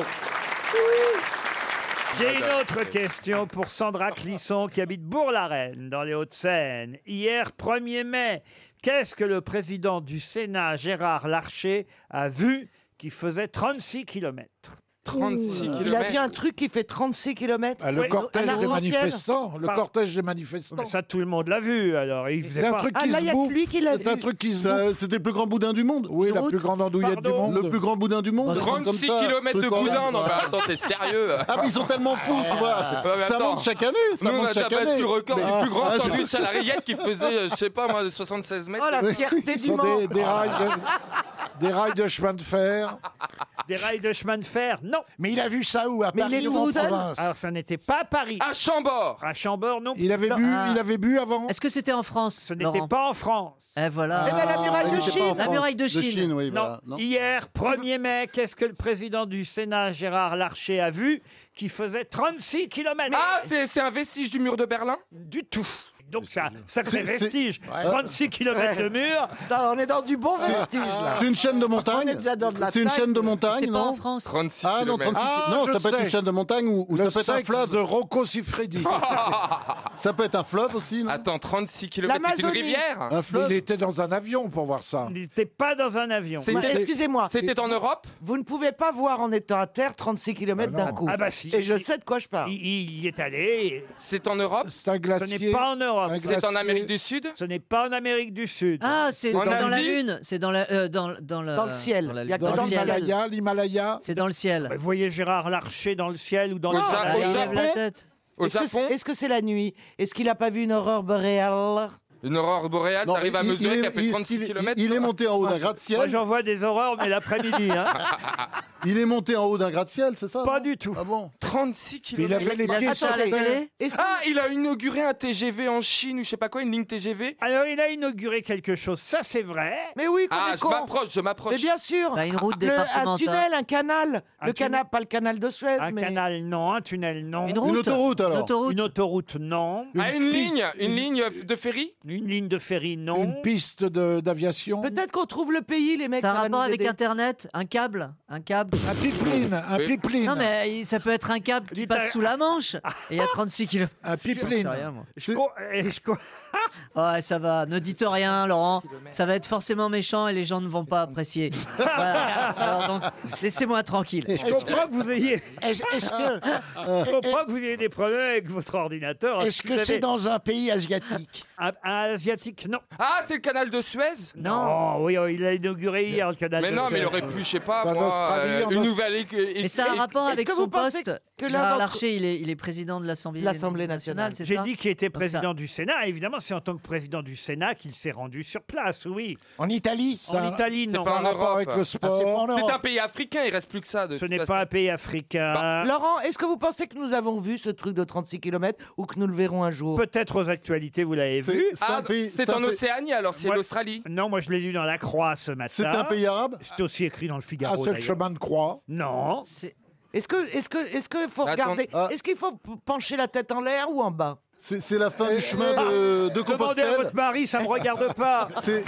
Speaker 2: J'ai une autre question pour Sandra Clisson qui habite Bourg-la-Reine dans les Hauts-de-Seine. Hier 1er mai, qu'est-ce que le président du Sénat Gérard Larcher a vu qui faisait 36 kilomètres
Speaker 4: 36
Speaker 6: Il a vu un
Speaker 4: km.
Speaker 6: truc qui fait 36 km.
Speaker 5: Ah, le
Speaker 2: Oui,
Speaker 5: cortège
Speaker 6: à la
Speaker 5: des
Speaker 6: Rosienne.
Speaker 5: manifestants. Le
Speaker 2: Par-
Speaker 5: cortège des manifestants.
Speaker 2: Ça tout le monde l'a vu alors, il faisait
Speaker 5: C'est un
Speaker 2: pas-
Speaker 5: truc
Speaker 6: Ah,
Speaker 5: qui
Speaker 6: là, il y
Speaker 5: se
Speaker 6: a que
Speaker 5: bouffe.
Speaker 6: lui qui l'a vu.
Speaker 5: C'est un truc qui se.
Speaker 7: Ça- C'était le plus grand boudin du monde.
Speaker 5: Oui, la
Speaker 3: route.
Speaker 5: plus grande andouillette du
Speaker 2: Pardon.
Speaker 5: monde.
Speaker 7: Le plus grand boudin du monde. comme
Speaker 4: 36
Speaker 7: ça,
Speaker 4: km de
Speaker 7: truc en
Speaker 4: boudin.
Speaker 7: l'air.
Speaker 4: Non, mais attends, t'es sérieux
Speaker 7: Ah, mais ils sont tellement fous, tu vois.
Speaker 4: Ouais, mais
Speaker 7: ça
Speaker 4: attends.
Speaker 7: monte chaque année. Ça
Speaker 4: Nous, on
Speaker 7: monte
Speaker 4: a
Speaker 7: chaque année.
Speaker 4: abattu le record
Speaker 7: Mais-
Speaker 4: du plus grand
Speaker 7: Ah, je-
Speaker 4: sandwich à la rillette qui faisait, euh, je sais pas moi, 76 mètres.
Speaker 6: Oh la fierté
Speaker 5: Ils
Speaker 6: du
Speaker 5: sont
Speaker 6: monde.
Speaker 5: des, des rails de, Des rails de chemin de fer.
Speaker 2: Des rails de chemin de fer, non.
Speaker 5: Mais il a vu ça où À
Speaker 2: Mais il
Speaker 5: Paris
Speaker 2: est
Speaker 5: ou
Speaker 2: où,
Speaker 5: en
Speaker 2: Houdel
Speaker 5: province
Speaker 2: Alors, ça n'était pas à Paris. À Chambord. À Chambord, non.
Speaker 5: Il avait
Speaker 2: Non.
Speaker 5: bu,
Speaker 2: Ah.
Speaker 5: il avait bu avant.
Speaker 3: Est-ce que c'était en France Ce
Speaker 2: n'était pas en France.
Speaker 3: Eh voilà.
Speaker 2: Eh ben, la muraille
Speaker 3: Ah,
Speaker 2: de
Speaker 3: il était pas
Speaker 2: Chine.
Speaker 3: en France. La muraille de Chine.
Speaker 2: Non. Hier, 1er mai, qu'est-ce que le président du Sénat, Gérard Larcher, a vu qui faisait 36 km Ah, c'est un vestige du mur de Berlin Du tout. Donc ça, sacré
Speaker 7: C'est- c'est-
Speaker 2: vestige.
Speaker 7: Ouais.
Speaker 2: 36 km de mur.
Speaker 6: ah, on est dans du bon vestige, là.
Speaker 7: C'est une chaîne de montagne.
Speaker 6: On est déjà dans de la
Speaker 7: C'est une
Speaker 6: taille.
Speaker 7: chaîne de montagne,
Speaker 6: C'est pas
Speaker 7: non
Speaker 6: en France.
Speaker 7: 36 ah, non,
Speaker 5: kilomètres.
Speaker 7: 36
Speaker 5: Ah,
Speaker 7: non,
Speaker 5: je
Speaker 7: ça peut être
Speaker 5: sais.
Speaker 7: une chaîne de montagne ou, ou ça
Speaker 5: Le
Speaker 7: peut être un
Speaker 5: sexe
Speaker 7: fleuve.
Speaker 5: de Rocco Siffredi.
Speaker 7: Ça peut être un fleuve aussi, non Attends, 36
Speaker 5: kilomètres, c'est une L'Amazonie. rivière
Speaker 7: Un fleuve
Speaker 5: Il était dans un avion pour voir ça.
Speaker 2: Il n'était pas dans un avion.
Speaker 6: Ouais, Excusez-moi.
Speaker 4: C'était en Europe
Speaker 6: Vous ne pouvez pas voir en étant à terre 36 km d'un coup.
Speaker 2: Ah bah si.
Speaker 6: Et je sais de quoi je parle.
Speaker 2: Il, il y est allé.
Speaker 4: C'est en Europe
Speaker 5: C'est un
Speaker 2: Ce n'est pas en Europe.
Speaker 4: C'est en Amérique du Sud
Speaker 2: Ce n'est pas en Amérique du Sud.
Speaker 3: Ah, c'est
Speaker 2: En
Speaker 3: dans, dans la
Speaker 2: Asie
Speaker 3: lune. C'est dans, la, euh, dans, dans, la- dans la lune. Dans le ciel.
Speaker 5: l'Himalaya.
Speaker 3: C'est dans le ciel.
Speaker 2: Vous voyez Gérard Larcher dans le ciel ou dans le
Speaker 6: bah,
Speaker 3: Ah, il lève la tête.
Speaker 6: Est-ce que c'est- Est-ce que c'est la nuit Est-ce qu'il n'a pas vu une aurore boréale
Speaker 4: Une aurore boréale, t'arrives à
Speaker 7: il- il
Speaker 4: mesurer
Speaker 7: est-
Speaker 4: qu'elle fait
Speaker 7: il-
Speaker 4: 36
Speaker 7: il-
Speaker 4: km.
Speaker 7: il est monté en haut d'un
Speaker 2: Moi,
Speaker 7: gratte-ciel.
Speaker 2: j'en vois des horreurs, mais l'après-midi. hein.
Speaker 7: Il est monté en haut d'un gratte-ciel, c'est ça
Speaker 2: Pas du tout.
Speaker 7: Ah bon
Speaker 4: 36 km.
Speaker 7: Il avait les pieds sur la terre.
Speaker 4: Ah, il a inauguré un TGV en Chine ou je sais pas quoi, une ligne TGV.
Speaker 2: Alors, il a inauguré quelque chose, ça c'est vrai.
Speaker 6: Mais oui, comme
Speaker 4: Ah,
Speaker 6: des
Speaker 4: je
Speaker 6: cons.
Speaker 4: m'approche, je m'approche.
Speaker 6: Mais bien sûr Ah,
Speaker 2: Bah, une route
Speaker 6: Le- Un
Speaker 2: départementale.
Speaker 6: tunnel, un canal
Speaker 2: Un
Speaker 6: Le
Speaker 2: tunnel.
Speaker 6: canal, pas le canal de Suez,
Speaker 2: Un
Speaker 6: mais...
Speaker 2: canal, non. Un tunnel, non.
Speaker 6: Une Une route. autoroute, alors. Une autoroute.
Speaker 2: Une autoroute, non.
Speaker 4: Ah, une ligne, une ligne de ferry
Speaker 2: Une ligne de ferry, non.
Speaker 5: Une piste de- d'aviation.
Speaker 6: Peut-être qu'on trouve le pays, les mecs.
Speaker 3: Ça a
Speaker 6: ça va
Speaker 3: rapport
Speaker 6: nous
Speaker 3: avec
Speaker 6: aider.
Speaker 3: Internet Un câble Un câble
Speaker 5: Un pipeline Un
Speaker 3: Oui.
Speaker 5: pipeline.
Speaker 3: Non, mais il- ça peut être un câble qui passe sous la Manche et à 36 km.
Speaker 5: Un
Speaker 3: pipeline.
Speaker 2: Je co- eh, je co-
Speaker 3: Ouais, ça va. Ne dites rien, Laurent. Ça va être forcément méchant et les gens ne vont pas apprécier. Voilà. Alors donc, laissez-moi tranquille.
Speaker 2: Je comprends que vous ayez.
Speaker 8: Est-ce- est-ce que-
Speaker 2: Je comprends que vous ayez des problèmes avec votre ordinateur.
Speaker 8: Est-ce que c'est dans un pays asiatique
Speaker 2: un... Ah, asiatique Non.
Speaker 4: Ah, c'est le canal de Suez
Speaker 2: Non. oui, oh, il a inauguré hier le canal.
Speaker 4: Mais
Speaker 2: de
Speaker 4: non, mais il
Speaker 2: Suez.
Speaker 4: aurait pu, je sais pas, moi, euh, une nouvelle équipe.
Speaker 3: Mais ça a un rapport
Speaker 6: Est-ce
Speaker 3: avec
Speaker 6: que vous
Speaker 3: son
Speaker 6: pensez
Speaker 3: poste.
Speaker 6: que l'un
Speaker 3: Gérard
Speaker 6: d'entre-
Speaker 3: Larcher, il est, il est président de l'Assemblée
Speaker 6: L'Assemblée nationale.
Speaker 3: c'est
Speaker 2: J'ai
Speaker 3: ça
Speaker 2: dit qu'il était
Speaker 3: Donc ça-
Speaker 2: président du Sénat. Évidemment, c'est en tant que président du Sénat qu'il s'est rendu sur place, oui.
Speaker 8: En Italie
Speaker 2: En Italie,
Speaker 4: C'est
Speaker 2: non.
Speaker 4: pas en Europe. Ah,
Speaker 8: c'est pas en
Speaker 4: C'est
Speaker 8: Europe.
Speaker 4: un pays africain, il reste plus que ça. De
Speaker 2: Ce n'est pas un pays africain.
Speaker 6: Hein Laurent, est-ce que vous pensez que nous avons vu ce truc de 36 km ou que nous le verrons un jour
Speaker 2: Peut-être aux actualités, vous l'avez vu.
Speaker 4: Ah, c'est en Océanie alors, c'est
Speaker 2: Moi-
Speaker 4: l'Australie.
Speaker 2: Non, moi je l'ai lu dans La Croix ce matin.
Speaker 7: C'est un pays arabe
Speaker 2: C'est aussi écrit dans le
Speaker 5: Un
Speaker 2: Figaro.
Speaker 5: seul
Speaker 2: d'ailleurs.
Speaker 5: chemin de croix.
Speaker 2: Non.
Speaker 3: C'est-
Speaker 6: Est-ce que, est-ce que, est-ce que faut
Speaker 2: Attends,
Speaker 6: regarder
Speaker 2: ah.
Speaker 6: Est-ce qu'il faut p- pencher la tête en l'air ou en bas
Speaker 7: C'est c'est la fin du chemin
Speaker 2: Eh,
Speaker 7: de, de
Speaker 2: Demandez à
Speaker 7: Compostelle.
Speaker 2: votre mari, ça me regarde pas.
Speaker 7: C'est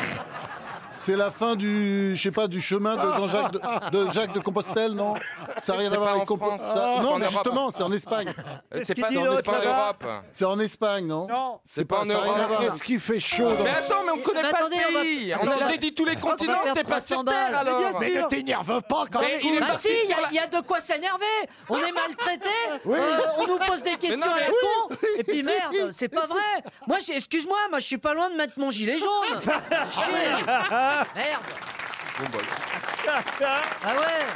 Speaker 7: c'est la fin du, je sais pas, du chemin de Jean-Jacques de, de Jacques de Compostelle, non Ça n'a rien
Speaker 4: C'est
Speaker 7: à voir
Speaker 4: pas
Speaker 7: avec
Speaker 4: en France,
Speaker 7: Compostelle.
Speaker 4: ça, c'est en
Speaker 7: non, mais
Speaker 4: Europe.
Speaker 7: justement, c'est en Espagne.
Speaker 4: Euh,
Speaker 2: Qu'est-ce
Speaker 4: C'est
Speaker 2: qu'il
Speaker 4: pas
Speaker 2: dit,
Speaker 4: dans
Speaker 2: l'autre,
Speaker 4: c'est pas en
Speaker 2: là-bas
Speaker 4: Europe.
Speaker 7: C'est en Espagne, non
Speaker 2: Non.
Speaker 7: C'est pas,
Speaker 4: en
Speaker 7: ça a rien à
Speaker 4: Europe.
Speaker 7: voir.
Speaker 5: Qu'est-ce qui fait chaud dans
Speaker 4: Mais attends, mais on connaît
Speaker 3: Mais
Speaker 4: pas
Speaker 3: Bah, attendez, on va-
Speaker 4: le pays.
Speaker 3: on
Speaker 4: On
Speaker 3: va-
Speaker 4: a dit tous les continents,
Speaker 3: faire
Speaker 4: c'est pas
Speaker 3: 300
Speaker 4: sur Terre
Speaker 3: balles.
Speaker 4: alors.
Speaker 6: Mais bien
Speaker 8: Mais
Speaker 6: sûr.
Speaker 8: ne t'énerve pas quand
Speaker 4: Mais il est
Speaker 3: Ah
Speaker 4: parti
Speaker 3: si, il y
Speaker 4: sur
Speaker 3: a-
Speaker 4: la-
Speaker 3: il y, a de quoi s'énerver On est maltraité euh, On nous pose des questions
Speaker 4: non,
Speaker 3: à la
Speaker 4: mais-
Speaker 3: con Et puis merde, c'est pas vrai Moi, j'ai- excuse-moi, moi je suis pas loin de mettre mon gilet jaune Chier. Merde Ah ouais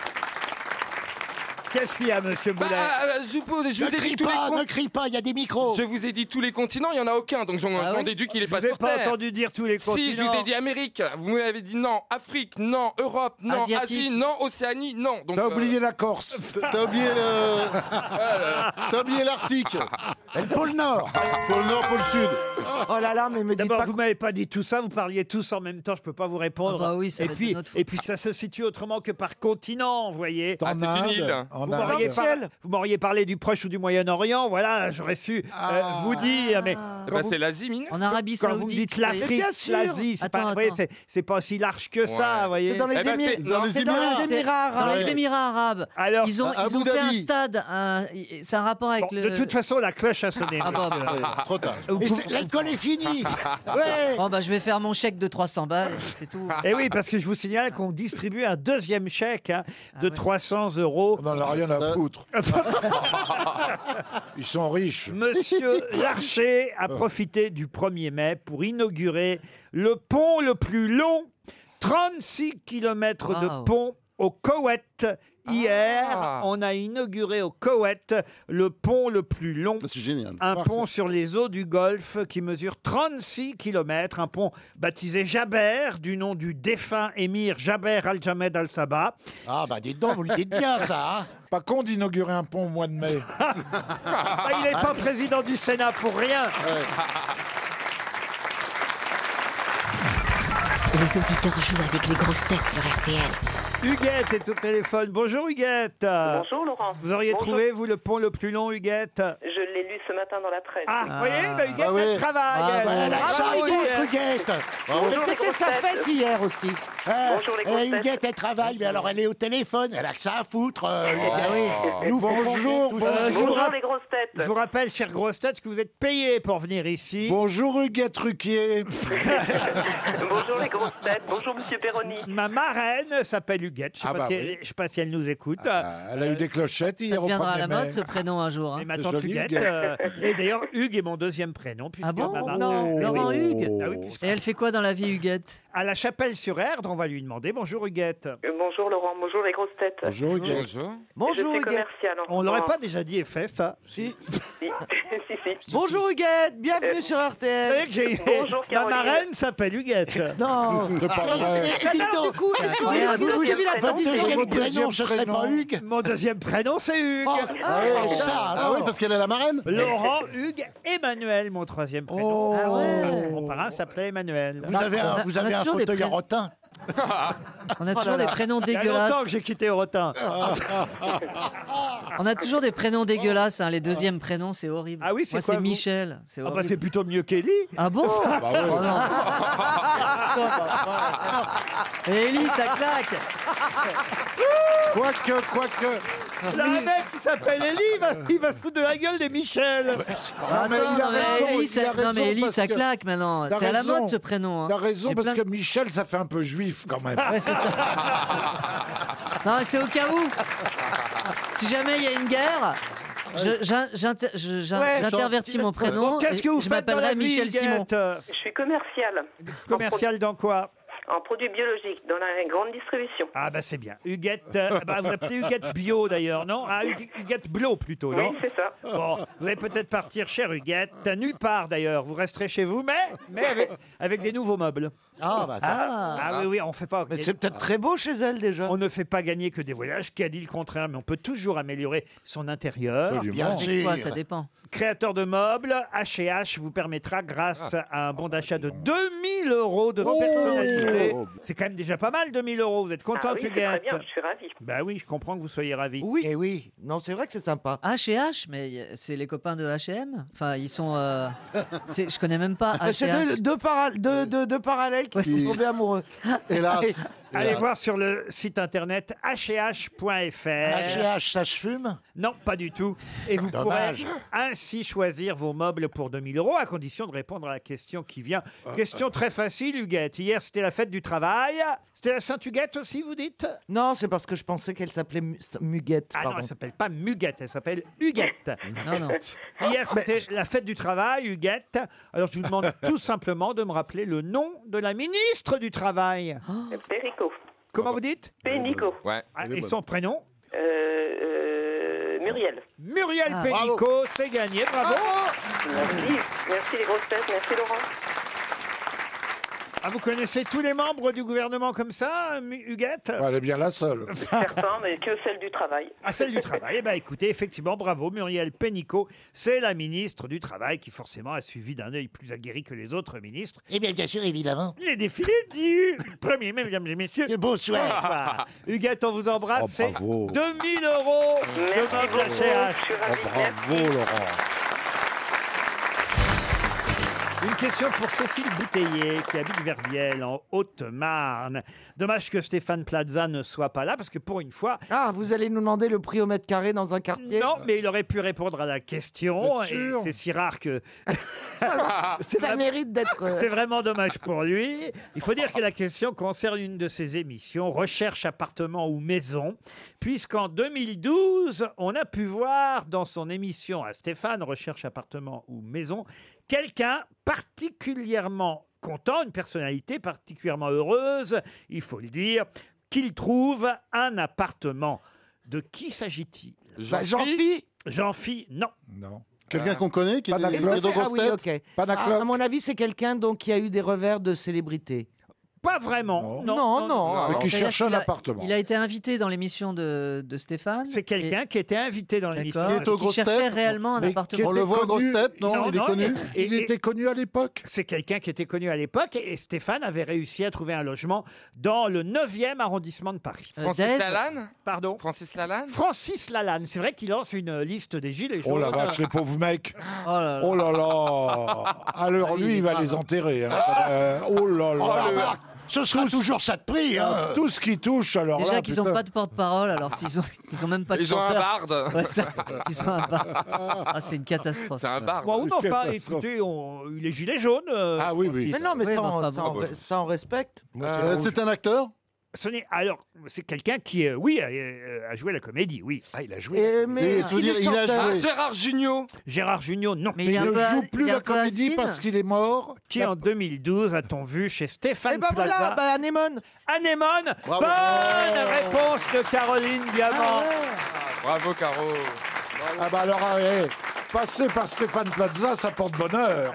Speaker 2: Qu'est-ce qu'il y a, monsieur
Speaker 4: Bah,
Speaker 2: Boulet
Speaker 4: ah, ah, je vous je
Speaker 8: Ne
Speaker 4: vous ai dit
Speaker 8: crie
Speaker 4: tous les
Speaker 8: pas,
Speaker 4: con-
Speaker 8: ne crie pas, il y a des micros.
Speaker 4: Je vous ai dit tous les continents, il y en a aucun. Donc j'en
Speaker 3: Ah
Speaker 4: j'en
Speaker 3: ouais
Speaker 4: déduis qu'il est
Speaker 2: Je
Speaker 4: pas
Speaker 2: vous ai
Speaker 4: sur
Speaker 2: pas
Speaker 4: Terre.
Speaker 2: entendu dire tous les continents.
Speaker 4: Si, je vous ai dit Amérique, vous m'avez dit non. Afrique, non. Europe, non.
Speaker 3: Asiatique.
Speaker 4: Asie, non. Océanie, non. Donc,
Speaker 5: T'as
Speaker 4: euh,
Speaker 5: oublié la Corse.
Speaker 7: T'as oublié le- T'as oublié l'Arctique.
Speaker 8: Et le pôle Nord.
Speaker 7: Pôle Nord, pôle Sud.
Speaker 6: Oh là là, mais me dites
Speaker 2: D'abord,
Speaker 6: pas.
Speaker 2: vous m'avez pas dit tout ça, vous parliez tous en même temps, je peux pas vous répondre.
Speaker 3: Ah bah oui, ça
Speaker 2: et
Speaker 3: va être
Speaker 2: puis,
Speaker 3: de notre faute.
Speaker 2: et puis ça se situe autrement que par continent, vous voyez.
Speaker 5: En
Speaker 4: Ah, c'est une
Speaker 5: Inde,
Speaker 4: île.
Speaker 5: En
Speaker 2: Vous
Speaker 5: Inde.
Speaker 2: m'auriez,
Speaker 6: Dans
Speaker 2: par-
Speaker 6: le ciel.
Speaker 2: vous m'auriez parlé du Proche ou du Moyen-Orient, voilà, j'aurais su euh, vous dire, mais
Speaker 4: eh ben, c'est l'Asie, mine.
Speaker 3: En Arabie
Speaker 2: quand
Speaker 3: Saoudite.
Speaker 2: vous me dites
Speaker 6: Mais
Speaker 2: l'Afrique,
Speaker 6: bien sûr.
Speaker 2: l'Asie, c'est pas,
Speaker 3: Attends,
Speaker 2: vous voyez,
Speaker 3: attends.
Speaker 2: c'est- c'est pas aussi large que ça,
Speaker 4: Ouais.
Speaker 2: vous voyez.
Speaker 6: C'est dans les
Speaker 4: Eh ben,
Speaker 6: Émirats.
Speaker 4: c'est- non,
Speaker 6: C'est dans les
Speaker 3: C'est-
Speaker 6: Émirats
Speaker 3: Dans
Speaker 6: arabes.
Speaker 3: les Émirats arabes.
Speaker 2: Alors,
Speaker 3: ils ont,
Speaker 7: à
Speaker 3: ils
Speaker 7: Abu
Speaker 3: ont fait un
Speaker 7: Dhabi.
Speaker 3: stade. un- y- C'est un rapport avec
Speaker 2: Bon,
Speaker 3: le.
Speaker 2: De toute façon, la cloche a sonné. euh,
Speaker 3: Ah bon,
Speaker 2: monsieur.
Speaker 7: Ouais, c'est Trop tard.
Speaker 2: Vous
Speaker 8: Et
Speaker 2: pouvez-
Speaker 8: c'est- L'école est finie. Ouais.
Speaker 3: Bon, bah, je vais faire mon chèque de 300 balles, et c'est tout.
Speaker 2: Eh oui, parce que je vous signale qu'on distribue un deuxième chèque hein, de
Speaker 3: Ah ouais.
Speaker 2: 300 euros. Euh,
Speaker 5: On n'en a rien à foutre. Ils sont riches.
Speaker 2: Monsieur Larcher a profité du 1er mai pour inaugurer le pont le plus long, 36 km de
Speaker 3: Wow.
Speaker 2: pont au Koweït. Hier,
Speaker 5: Ah.
Speaker 2: on a inauguré au Koweït le pont le plus long. Un pont sur les eaux du Golfe qui mesure 36 km. Un pont baptisé Jaber, du nom du défunt émir Jaber Al-Jamed Al-Sabah. Ah, bah dites donc, vous le
Speaker 5: dites bien, ça, hein.
Speaker 2: Pas con d'inaugurer un pont au mois de mai. il n'est
Speaker 5: Ah.
Speaker 2: pas président du Sénat pour rien.
Speaker 1: Les auditeurs jouent avec les grosses têtes sur RTL.
Speaker 2: Huguette est au téléphone. Bonjour Huguette.
Speaker 9: Bonjour Laurent.
Speaker 2: Vous auriez
Speaker 9: Bonjour.
Speaker 2: trouvé, vous, le pont le plus long, Huguette
Speaker 9: Je l'ai lu ce matin dans la presse.
Speaker 2: Ah, vous voyez, bah, Huguette, elle travaille.
Speaker 9: Ah,
Speaker 2: elle.
Speaker 9: bah, elle a
Speaker 2: Bravo, Bah,
Speaker 9: ça, Huguette,
Speaker 8: Huguette.
Speaker 2: Bravo.
Speaker 9: Mais c'était sa fête
Speaker 6: hier aussi.
Speaker 2: Ah,
Speaker 9: Bonjour, les grosses
Speaker 8: eh,
Speaker 9: têtes.
Speaker 8: Huguette, elle travaille, mais alors elle est au téléphone, elle a que ça à foutre. euh, Huguette.
Speaker 2: Et
Speaker 8: Nous fait
Speaker 2: Ah bonjour,
Speaker 8: compter tout ça.
Speaker 2: bonjour,
Speaker 9: grosses têtes.
Speaker 2: Je vous rappelle, chère grosse tête, que vous êtes payé pour venir ici.
Speaker 5: Bonjour Huguette Ruquier.
Speaker 9: Bonjour les grosses têtes. Bonjour Monsieur Perroni.
Speaker 2: Ma marraine s'appelle Huguette. Je ne sais,
Speaker 5: Ah
Speaker 2: pas
Speaker 5: bah
Speaker 2: si
Speaker 5: oui.
Speaker 2: elle- je sais pas si elle nous écoute.
Speaker 5: elle a eu des clochettes
Speaker 3: Ça
Speaker 5: hier au
Speaker 3: deviendra à la
Speaker 5: 1er mai.
Speaker 3: mode ce prénom un jour. hein.
Speaker 2: euh, Ma tante
Speaker 5: joli,
Speaker 2: Huguette.
Speaker 5: Huguette.
Speaker 2: euh, et d'ailleurs, Hugues est mon deuxième prénom. puisque
Speaker 3: Ah bon
Speaker 2: ma marraine-
Speaker 3: Non,
Speaker 5: Oh.
Speaker 2: Oui,
Speaker 3: Laurent
Speaker 2: oui.
Speaker 3: Hugues.
Speaker 2: Ah oui, puisque-
Speaker 3: Et elle fait quoi dans la vie, Huguette
Speaker 2: À la chapelle sur Erdre, on va lui demander. Bonjour Huguette.
Speaker 9: Euh, Bonjour Laurent. Bonjour les grosses têtes.
Speaker 2: Bonjour, Huguette. Bonjour. Bonjour,
Speaker 9: Je suis
Speaker 2: Huguette.
Speaker 9: commercial.
Speaker 2: On l'aurait pas déjà dit et fait ça.
Speaker 6: Si.
Speaker 9: si, si, si.
Speaker 6: Bonjour Huguette, bienvenue sur
Speaker 2: Vous savez
Speaker 6: RTL.
Speaker 2: Euh, que j'ai- Ma marraine s'appelle Huguette.
Speaker 6: Non.
Speaker 2: C'est pas vrai.
Speaker 6: Et- et dites donc,
Speaker 8: Du coup,
Speaker 6: est-ce que vous-
Speaker 8: Incroyable.
Speaker 6: vous- vous-
Speaker 8: Deuxième
Speaker 6: vous- vous-
Speaker 8: prénom,
Speaker 6: vous-
Speaker 8: deuxième
Speaker 6: vous- vous-
Speaker 8: prénom, ce serait pas Hugues
Speaker 2: Mon deuxième prénom, c'est Hugues.
Speaker 8: Oh, ah ouais, Ah, ça, ça, alors. ah ouais, parce
Speaker 2: qu'elle est la marraine Laurent, Hugues, Emmanuel, mon troisième prénom. Parce que Mon parrain s'appelait Emmanuel.
Speaker 8: Oh. Vous avez un, vous avez un fauteuil à rotin.
Speaker 3: On a toujours
Speaker 2: Oh là
Speaker 3: des
Speaker 2: là.
Speaker 3: prénoms
Speaker 2: Il y a longtemps
Speaker 3: dégueulasses.
Speaker 2: que j'ai quitté Rotin.
Speaker 3: On a toujours des prénoms dégueulasses. hein. Les deuxièmes prénoms, c'est horrible.
Speaker 2: Ah oui, c'est
Speaker 3: Moi,
Speaker 2: quoi,
Speaker 3: c'est
Speaker 2: vous
Speaker 3: Michel. C'est
Speaker 2: Ah bah,
Speaker 3: horrible.
Speaker 2: c'est bah plutôt mieux qu'Elie. bah
Speaker 3: Ah bon
Speaker 5: Bah
Speaker 3: Oh non. Et Ellie, ça claque.
Speaker 5: Quoique, quoique.
Speaker 2: Là, un mec qui s'appelle Ellie, il va, il va se foutre de la gueule des Michel.
Speaker 3: Ah,
Speaker 5: mais
Speaker 3: attends,
Speaker 5: il a
Speaker 3: non, mais
Speaker 5: raison,
Speaker 3: Ellie,
Speaker 5: il
Speaker 3: ça-
Speaker 5: a raison
Speaker 3: non, mais Ellie,
Speaker 5: parce
Speaker 3: ça
Speaker 5: que-
Speaker 3: claque maintenant.
Speaker 5: T'as
Speaker 3: C'est à la
Speaker 5: raison.
Speaker 3: mode ce prénom. hein.
Speaker 5: T'as
Speaker 3: Il y
Speaker 5: raison,
Speaker 3: a
Speaker 5: parce
Speaker 3: plein de-
Speaker 5: que Michel, ça fait un peu juif quand même.
Speaker 3: Ouais, c'est Non, mais c'est au cas où. Si jamais il y a une guerre. je- j'in- j'inter- je- j'in-
Speaker 2: Ouais.
Speaker 3: J'intervertis mon prénom.
Speaker 2: Bon, qu'est-ce que
Speaker 3: et
Speaker 2: vous
Speaker 3: je
Speaker 2: faites dans la
Speaker 3: m'appellerai
Speaker 2: vie,
Speaker 3: Michel Simon.
Speaker 2: Huguette Euh,
Speaker 9: Je suis commercial
Speaker 2: Commercial dans quoi
Speaker 9: en produits biologiques dans la grande distribution.
Speaker 2: Ah bah c'est bien. Huguette, euh, bah, vous appelez Huguette Bio d'ailleurs, non Ah, Hugu- Huguette Blo plutôt, non
Speaker 9: Oui, c'est ça.
Speaker 2: Bon, vous allez peut-être partir, chère Huguette, nulle part d'ailleurs. Vous resterez chez vous, mais, mais avec, avec des nouveaux meubles.
Speaker 8: Ah, bah,
Speaker 2: ah,
Speaker 8: Ah.
Speaker 2: oui, oui, on fait pas.
Speaker 6: Mais c'est peut-être très beau chez elle déjà.
Speaker 2: On ne fait pas gagner que des voyages. Qui a dit le contraire Mais on peut toujours améliorer son intérieur.
Speaker 8: Absolument. Bien
Speaker 3: Avec quoi, ça dépend.
Speaker 2: Créateur de meubles, H&H vous permettra, grâce
Speaker 9: Ah.
Speaker 2: à un bon
Speaker 9: bah,
Speaker 2: d'achat de 2000 euros de personnalité. C'est quand même déjà pas mal, 2000 euros. Vous êtes
Speaker 9: Oh, Ah
Speaker 2: contente,
Speaker 9: oui, c'est très
Speaker 2: Huguette
Speaker 9: bien. Je suis ravie.
Speaker 2: Bah oui, je comprends que vous soyez ravis. Eh
Speaker 6: Oui. Et oui. Non, c'est vrai que c'est sympa.
Speaker 3: H&H, mais y- c'est les copains de H&M. Enfin, ils sont. euh, c'est- Je connais même pas
Speaker 8: Ah,
Speaker 6: Mais Bah, C'est deux,
Speaker 3: H&H.
Speaker 6: deux, para- deux- deux- deux parallèles qui sont tombés amoureux.
Speaker 8: Hélas.
Speaker 2: Allez voir sur le site internet hh.fr.
Speaker 8: HH, ça se fume
Speaker 2: Non, pas du tout. Et vous
Speaker 8: Dommage.
Speaker 2: pourrez ainsi choisir vos meubles pour 2000 euros, à condition de répondre à la question qui vient.
Speaker 8: Ah.
Speaker 2: Question très facile, Huguette. Hier, c'était la fête du travail. C'était la Sainte-Huguette aussi, vous dites
Speaker 6: Non, c'est parce que je pensais qu'elle s'appelait Mu- Muguette.
Speaker 2: Ah non,
Speaker 6: pardon.
Speaker 2: elle s'appelle pas Muguette, elle s'appelle Huguette.
Speaker 3: Non, non.
Speaker 2: Hier, c'était la fête du travail, Huguette. Alors, je vous demande tout simplement de me rappeler le nom de la ministre du Travail.
Speaker 9: Perico.
Speaker 2: Comment vous dites
Speaker 9: Pénico.
Speaker 4: Ouais.
Speaker 2: Ah, Et son prénom
Speaker 9: Euh, euh, Muriel.
Speaker 2: Muriel
Speaker 9: Ah.
Speaker 2: Pénicaud, c'est gagné, bravo
Speaker 10: Ah,
Speaker 9: Merci. Merci les grosses têtes. Merci Laurent.
Speaker 2: Ah, vous connaissez tous les membres du gouvernement comme ça, Mu- Huguette
Speaker 5: Bah, elle est bien la seule.
Speaker 9: Certains, mais que hein, celle du travail.
Speaker 2: À celle du travail. Eh bien, écoutez, effectivement, bravo, Muriel Pénicaud. C'est la ministre du Travail qui, forcément, a suivi d'un œil plus aguerri que les autres ministres.
Speaker 8: Eh bien, bien sûr, évidemment.
Speaker 2: Les défilés du premier, mai, mesdames et messieurs.
Speaker 8: Bonsoir.
Speaker 2: Bonsoir. Huguette, on vous embrasse.
Speaker 8: Oh,
Speaker 2: C'est 2000
Speaker 8: bravo.
Speaker 2: euros de
Speaker 9: Merci
Speaker 2: meubles
Speaker 9: beaucoup.
Speaker 2: HH.
Speaker 9: Je suis ravie.
Speaker 5: Bravo, Laurent.
Speaker 2: Une question pour Cécile Bouteiller, qui habite Verbiel, en Haute-Marne. Dommage que Stéphane Plaza ne soit pas là, parce que pour une fois,
Speaker 6: Ah, vous allez nous demander le prix au mètre carré dans un quartier
Speaker 2: non, mais il aurait pu répondre à la question.
Speaker 6: Bien sûr.
Speaker 2: et C'est si rare que. C'est
Speaker 6: Ça
Speaker 2: vraiment-
Speaker 6: mérite d'être. euh,
Speaker 2: C'est vraiment dommage pour lui. Il faut dire que la question concerne une de ses émissions, Recherche appartement ou maison, puisqu'en 2012, on a pu voir dans son émission à Stéphane, Recherche appartement ou maison, quelqu'un particulièrement content, une personnalité particulièrement heureuse, il faut le dire, qu'il trouve un appartement. De qui s'agit-il
Speaker 5: Bah, Jean-Phi
Speaker 2: Jean-Phi, non.
Speaker 5: Non.
Speaker 3: Ah.
Speaker 7: Quelqu'un qu'on connaît, qui est
Speaker 6: Panacloc.
Speaker 7: des- des grosses
Speaker 6: Ah oui,
Speaker 7: têtes
Speaker 6: ok.
Speaker 7: Panacloc.
Speaker 6: Ah, à mon avis, c'est quelqu'un donc qui a eu des revers de célébrité.
Speaker 2: Pas vraiment.
Speaker 6: Non, non.
Speaker 3: Alors,
Speaker 6: qui
Speaker 3: c'est-à-dire
Speaker 6: cherche un
Speaker 3: qu'il a-
Speaker 6: appartement.
Speaker 3: Il a été invité dans l'émission de, de Stéphane.
Speaker 2: C'est quelqu'un qui était invité dans
Speaker 3: l'émission.
Speaker 2: Qui est aux
Speaker 3: Qui
Speaker 2: grosses
Speaker 3: cherchait
Speaker 2: têtes.
Speaker 3: réellement un
Speaker 2: Mais qui
Speaker 3: appartement.
Speaker 2: était connu-
Speaker 3: Et,
Speaker 2: il était connu à l'époque. C'est quelqu'un qui était connu à l'époque et et Stéphane avait réussi à trouver un logement dans le 9e arrondissement de Paris.
Speaker 3: Euh,
Speaker 4: Francis Lalanne
Speaker 2: Pardon
Speaker 4: Francis Lalanne
Speaker 2: Francis Lalanne, c'est vrai qu'il lance une euh, liste des gilets jaunes.
Speaker 5: Oh la vache, les pauvres mecs.
Speaker 3: Oh là
Speaker 5: Oh là là.
Speaker 3: Ah,
Speaker 5: Alors lui, il va les enterrer. hein. Euh, oh là
Speaker 8: Oh, le-
Speaker 5: là.
Speaker 8: Ce
Speaker 3: Ah,
Speaker 8: sera toujours ça de prix. hein.
Speaker 5: Tout ce qui touche, alors
Speaker 3: Déjà
Speaker 5: là,
Speaker 3: qu'ils n'ont
Speaker 5: putain.
Speaker 3: pas de porte-parole, alors s'ils ont, ils ont même pas de
Speaker 4: Ils ont un
Speaker 3: chanteur.
Speaker 4: barde.
Speaker 3: Ouais, ça, ils ont un barde. Ah, c'est une catastrophe.
Speaker 4: C'est un barde.
Speaker 2: Bon, ou non, enfin, écoutez, on... les gilets jaunes. ah oui, oui.
Speaker 6: Mais non, mais ça, on, ça, on-
Speaker 2: bon.
Speaker 6: ça, on respecte.
Speaker 2: Euh, c'est
Speaker 7: un acteur
Speaker 2: Ce n'est alors c'est quelqu'un qui euh, oui a, euh, a joué à la comédie oui ah il a joué Ah,
Speaker 6: Et- mais Et est-ce qu'il est dire, il a chanteur joué
Speaker 2: Gérard Jugnot Gérard Jugnot non
Speaker 5: Mais il il est un ne peu- joue plus il est un la peu comédie aspin. parce
Speaker 2: qu'il est mort qui en 2012 a-t-on vu chez Stéphane
Speaker 6: Eh ben voilà,
Speaker 2: Plaza
Speaker 6: bah, Anémone
Speaker 2: Anémone bonne réponse de Caroline Diamant
Speaker 6: Ah
Speaker 4: Bravo, Caro.
Speaker 5: Ah bah alors, euh, eh, passer par Stéphane Plaza, ça porte bonheur.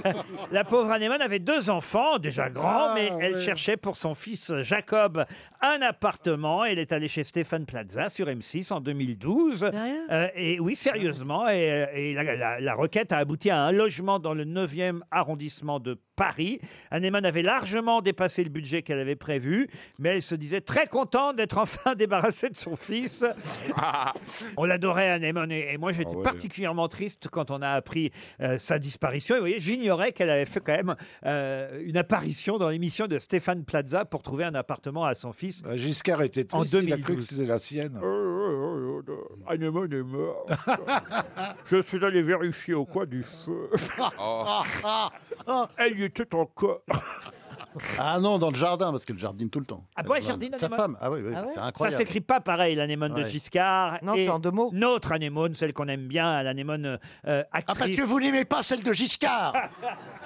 Speaker 2: La pauvre Anémone avait deux enfants, déjà grands,
Speaker 5: Ah,
Speaker 2: mais elle
Speaker 5: ouais.
Speaker 2: cherchait pour son fils Jacob un appartement. Elle est allée chez Stéphane Plaza sur M6 en 2012. Euh, et oui, sérieusement. Et, euh, et la, la- la requête a abouti à un logement dans le 9e arrondissement de Paris. Anémone avait largement dépassé le budget qu'elle avait prévu, mais elle se disait très contente d'être enfin débarrassée de son fils. On l'adorait, Anémone. Et et moi, j'étais particulièrement triste quand on a appris euh, sa disparition. Et vous voyez, j'ignorais qu'elle avait fait quand même euh, une apparition dans l'émission de Stéphane Plaza pour trouver un appartement à son fils.
Speaker 5: Bah, Giscard était
Speaker 2: En
Speaker 5: triste, il a cru que
Speaker 2: 2012.
Speaker 5: c'était la sienne.
Speaker 2: Anémone est mort. Je suis allé vérifier au coin du feu.
Speaker 8: Ah,
Speaker 2: Elle y était encore.
Speaker 7: Ah non, dans le jardin, parce qu'elle jardine tout le temps.
Speaker 2: Ah bon, elle
Speaker 7: Euh,
Speaker 2: jardine,
Speaker 7: Sa
Speaker 2: Anémone
Speaker 7: femme, ah oui, oui, c'est
Speaker 2: Ça
Speaker 7: incroyable.
Speaker 2: s'écrit pas pareil, l'anémone de
Speaker 7: Ouais.
Speaker 2: Giscard.
Speaker 7: Non,
Speaker 2: et
Speaker 7: c'est en deux mots.
Speaker 2: Notre anémone, celle qu'on aime bien, l'anémone euh, actrice.
Speaker 8: Ah, parce que vous n'aimez pas celle de Giscard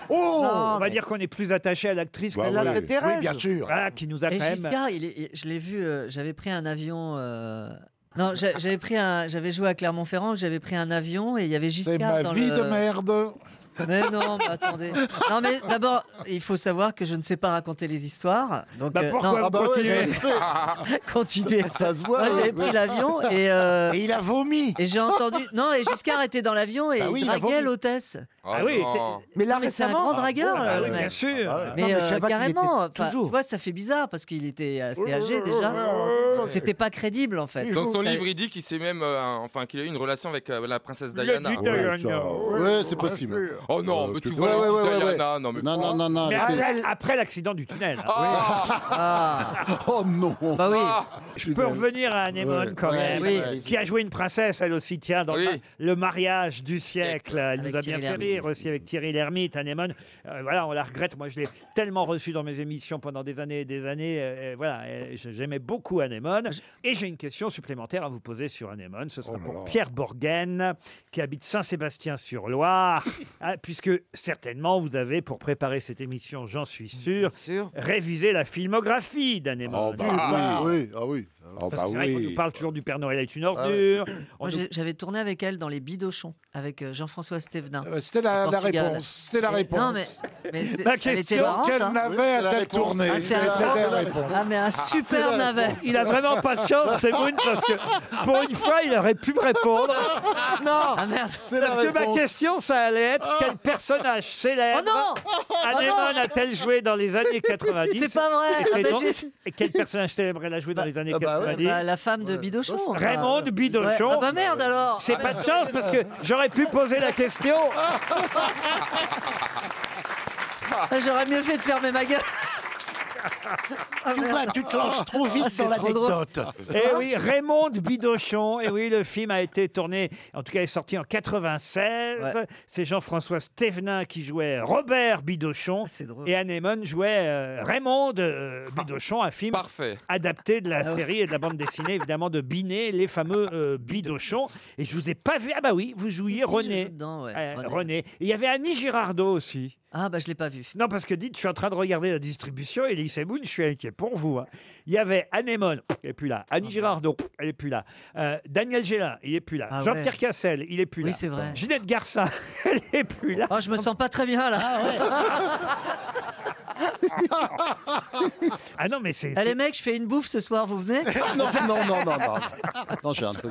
Speaker 8: Oh
Speaker 2: on va dire qu'on est plus attaché à l'actrice
Speaker 8: Bah
Speaker 2: que
Speaker 8: oui.
Speaker 2: la-
Speaker 8: Oui, Thérèse. bien sûr.
Speaker 2: Voilà, qui nous a quand même.
Speaker 3: Giscard, il est- il- je l'ai vu, euh, j'avais pris un avion. euh, Non, j'a- j'avais pris un, j'avais joué à Clermont-Ferrand, j'avais pris un avion et il y avait Giscard.
Speaker 5: C'est ma
Speaker 3: dans
Speaker 5: vie
Speaker 3: le-
Speaker 5: de merde.
Speaker 3: Mais non, mais attendez. Non, mais d'abord, il faut savoir que je ne sais pas raconter les histoires. Donc, euh,
Speaker 8: Bah, pourquoi
Speaker 3: non.
Speaker 8: vous Ah bah ouais, continuez
Speaker 3: j'avais- Continuez.
Speaker 8: Ça se voit,
Speaker 3: Moi,
Speaker 8: ouais.
Speaker 3: j'avais pris l'avion et, euh,
Speaker 8: Et il a vomi.
Speaker 3: Et j'ai entendu. Non, et Giscard était dans l'avion et
Speaker 8: Bah oui,
Speaker 3: il
Speaker 8: il a
Speaker 3: draguait
Speaker 8: vomi.
Speaker 3: l'hôtesse.
Speaker 8: Ah oui,
Speaker 3: c'est-
Speaker 8: non.
Speaker 3: Mais là, c'est un
Speaker 8: récemment
Speaker 3: grand
Speaker 8: Ah,
Speaker 3: dragueur.
Speaker 8: ah
Speaker 3: le
Speaker 8: oui,
Speaker 3: mec.
Speaker 8: bien sûr. Ah ouais.
Speaker 3: Mais,
Speaker 8: Non, mais je
Speaker 3: euh,
Speaker 8: savais pas qu'il
Speaker 3: carrément.
Speaker 8: était
Speaker 3: enfin, Tu vois, ça fait bizarre parce qu'il était
Speaker 8: Oh
Speaker 3: assez âgé déjà. C'était pas crédible en fait.
Speaker 4: Dans son
Speaker 3: Ça-
Speaker 4: livre, il dit qu'il s'est même, euh, un- enfin, qu'il a eu une relation avec euh, la princesse
Speaker 2: Le
Speaker 4: Diana.
Speaker 2: dit Ouais, Diana. ça-
Speaker 7: Ouais, c'est possible.
Speaker 4: Oh
Speaker 8: Euh,
Speaker 4: non, mais tu
Speaker 7: tu-
Speaker 4: vois,
Speaker 7: ouais,
Speaker 4: le
Speaker 7: ouais,
Speaker 4: dit
Speaker 7: ouais, ouais.
Speaker 4: Diana, non mais.
Speaker 7: Non, non, non, non.
Speaker 2: Mais
Speaker 7: elle était-
Speaker 2: après, après l'accident du tunnel. hein.
Speaker 7: Oh non Ah.
Speaker 3: Bah oui.
Speaker 2: Je peux revenir à Anémone
Speaker 7: Ouais.
Speaker 2: quand
Speaker 7: Ouais,
Speaker 2: même,
Speaker 7: ouais, ouais.
Speaker 2: qui a joué une princesse elle aussi, tiens, dans
Speaker 7: Oui.
Speaker 2: Le mariage du siècle. Elle nous a bien
Speaker 7: Thierry
Speaker 2: fait
Speaker 7: Lhermitte.
Speaker 2: rire aussi avec Thierry Lhermitte, Anémone. Euh, voilà, on la regrette. Moi, je l'ai tellement reçue dans mes émissions pendant des années et des années. Euh, euh, voilà, euh, je- j'aimais beaucoup Anémone. Et j'ai une question supplémentaire à vous poser sur Anémone. Ce
Speaker 7: Oh
Speaker 2: sera pour Pierre Borghen, qui habite Saint-Sébastien-sur-Loire, Ah, puisque certainement vous avez, pour préparer cette émission, j'en suis sûr, révisé la filmographie d'Anémone.
Speaker 7: Oh bah oui, oui, ah oui. Oh
Speaker 2: Parce
Speaker 7: bah
Speaker 2: que c'est vrai qu'on nous
Speaker 7: oui. Ah
Speaker 2: parle toujours du Père Noël est une ordure. On
Speaker 3: Ah Moi,
Speaker 2: nous-
Speaker 3: j'ai- j'avais tourné avec elle dans les Bidochons avec euh, Jean-François Stévenin.
Speaker 5: Euh, c'était la-
Speaker 3: au
Speaker 5: la
Speaker 3: Portugal.
Speaker 5: réponse, c'était la
Speaker 3: Et-
Speaker 5: réponse.
Speaker 3: Non, mais, mais c'est-
Speaker 5: La
Speaker 3: elle était
Speaker 5: question,
Speaker 3: marrante,
Speaker 5: quel
Speaker 3: hein.
Speaker 5: navet Oui, c'est la a-t-elle réponse. tourné
Speaker 3: Ah, c'est
Speaker 5: C'est
Speaker 3: un-
Speaker 5: la réponse.
Speaker 3: Ah, mais un
Speaker 5: C'est
Speaker 3: super
Speaker 5: la
Speaker 3: navet.
Speaker 5: réponse.
Speaker 2: Il a vraiment pas de chance, Semoun, parce que pour une fois, il aurait pu me répondre. Ah,
Speaker 3: Non Ah, merde.
Speaker 2: Parce que ma question, ça allait être quel personnage célèbre
Speaker 3: Ah. Oh non
Speaker 2: Anémone a-t-elle joué dans les années 90
Speaker 3: C'est pas vrai.
Speaker 2: Et,
Speaker 3: Ah
Speaker 2: c'est
Speaker 3: bah,
Speaker 2: donc-
Speaker 3: j'ai-
Speaker 2: et quel personnage célèbre elle a joué dans les années
Speaker 3: Bah ouais,
Speaker 2: 90
Speaker 3: bah, la femme de Bidochon. enfin.
Speaker 2: Raymond de Bidochon.
Speaker 3: Ouais. Ah bah merde alors
Speaker 2: C'est pas de chance parce que j'aurais pu poser la question.
Speaker 3: Ah, J'aurais mieux fait de fermer ma gueule.
Speaker 2: Ah,
Speaker 8: Tu vois, tu te lances trop vite
Speaker 3: Ah, c'est
Speaker 8: dans
Speaker 3: trop drôle. Ah,
Speaker 8: l'anecdote.
Speaker 2: Eh oui, Raymond de Bidochon. Et oui, le film a été tourné, en tout cas, est sorti en 96. C'est Jean-François Stévenin qui jouait Robert Bidochon. Et Anémone jouait euh, Raymond de euh, Bidochon, un film adapté de la
Speaker 3: Ah
Speaker 2: série et de la bande dessinée, évidemment, de Binet, les fameux euh, Bidochons. Et je vous ai pas vu. Ah bah oui, vous jouiez
Speaker 3: Si, je
Speaker 2: René.
Speaker 3: joue dedans, ouais.
Speaker 2: Euh,
Speaker 3: René.
Speaker 2: René. Et Il y avait Annie Girardot aussi.
Speaker 3: Ah, bah, je l'ai pas vu.
Speaker 2: Non, parce que dites, je suis en train de regarder la distribution. Elie Semoun, je suis inquiet pour vous. hein. Il y avait Anémone, pff, elle est plus là.
Speaker 3: Ah
Speaker 2: Annie Girardot, pff, elle est plus là. Euh, Daniel Gélin, il est plus là.
Speaker 3: Ah ouais.
Speaker 2: Jean-Pierre Cassel, il est plus
Speaker 3: Oui,
Speaker 2: là.
Speaker 3: c'est vrai.
Speaker 2: Ginette Garça, elle est plus là.
Speaker 3: Oh, je me sens pas très bien là.
Speaker 2: Ah non, mais c'est.
Speaker 3: Eh, les mecs, je fais une bouffe ce soir, vous venez
Speaker 2: Non, non, non, non, non.
Speaker 7: Non, j'ai un peu.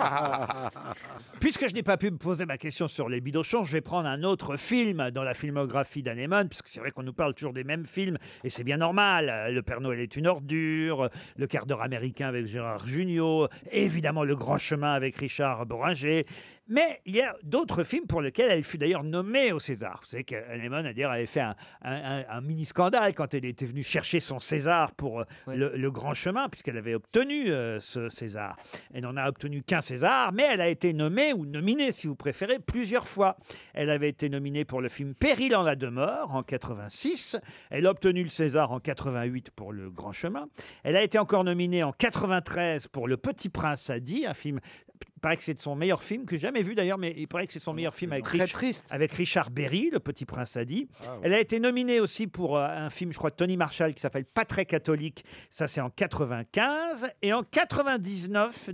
Speaker 2: Puisque je n'ai pas pu me poser ma question sur les bidochons, je vais prendre un autre film dans la filmographie d'Anémone, parce que c'est vrai qu'on nous parle toujours des mêmes films, et c'est bien normal. Euh, Le Père Noël est une ordure, euh, Le quart d'heure américain avec Gérard Jugnot, évidemment Le Grand Chemin avec Richard Boringer. Mais il y a d'autres films pour lesquels elle fut d'ailleurs nommée au César. Vous savez qu'Anémone a avait fait un, un- un- un mini-scandale quand elle était venue chercher son César pour euh, le, le Grand Chemin, puisqu'elle avait obtenu euh, ce César. Elle n'en a obtenu qu'un César, mais elle a été nommée, ou nominée si vous préférez, plusieurs fois. Elle avait été nominée pour le film Péril en la demeure en 86. Elle a obtenu le César en 88 pour Le Grand Chemin. Elle a été encore nominée en 93 pour Le Petit Prince Sadie, un film il paraît que c'est de son meilleur film que j'ai jamais vu d'ailleurs, mais il paraît que c'est son meilleur film avec, Rich- avec Richard Berry, Le Petit Prince Hadi.
Speaker 7: Ah ouais.
Speaker 2: Elle a été nominée aussi pour euh, un film, je crois, de Tony Marshall qui s'appelle Pas très catholique. Ça, c'est en 95 et en 99,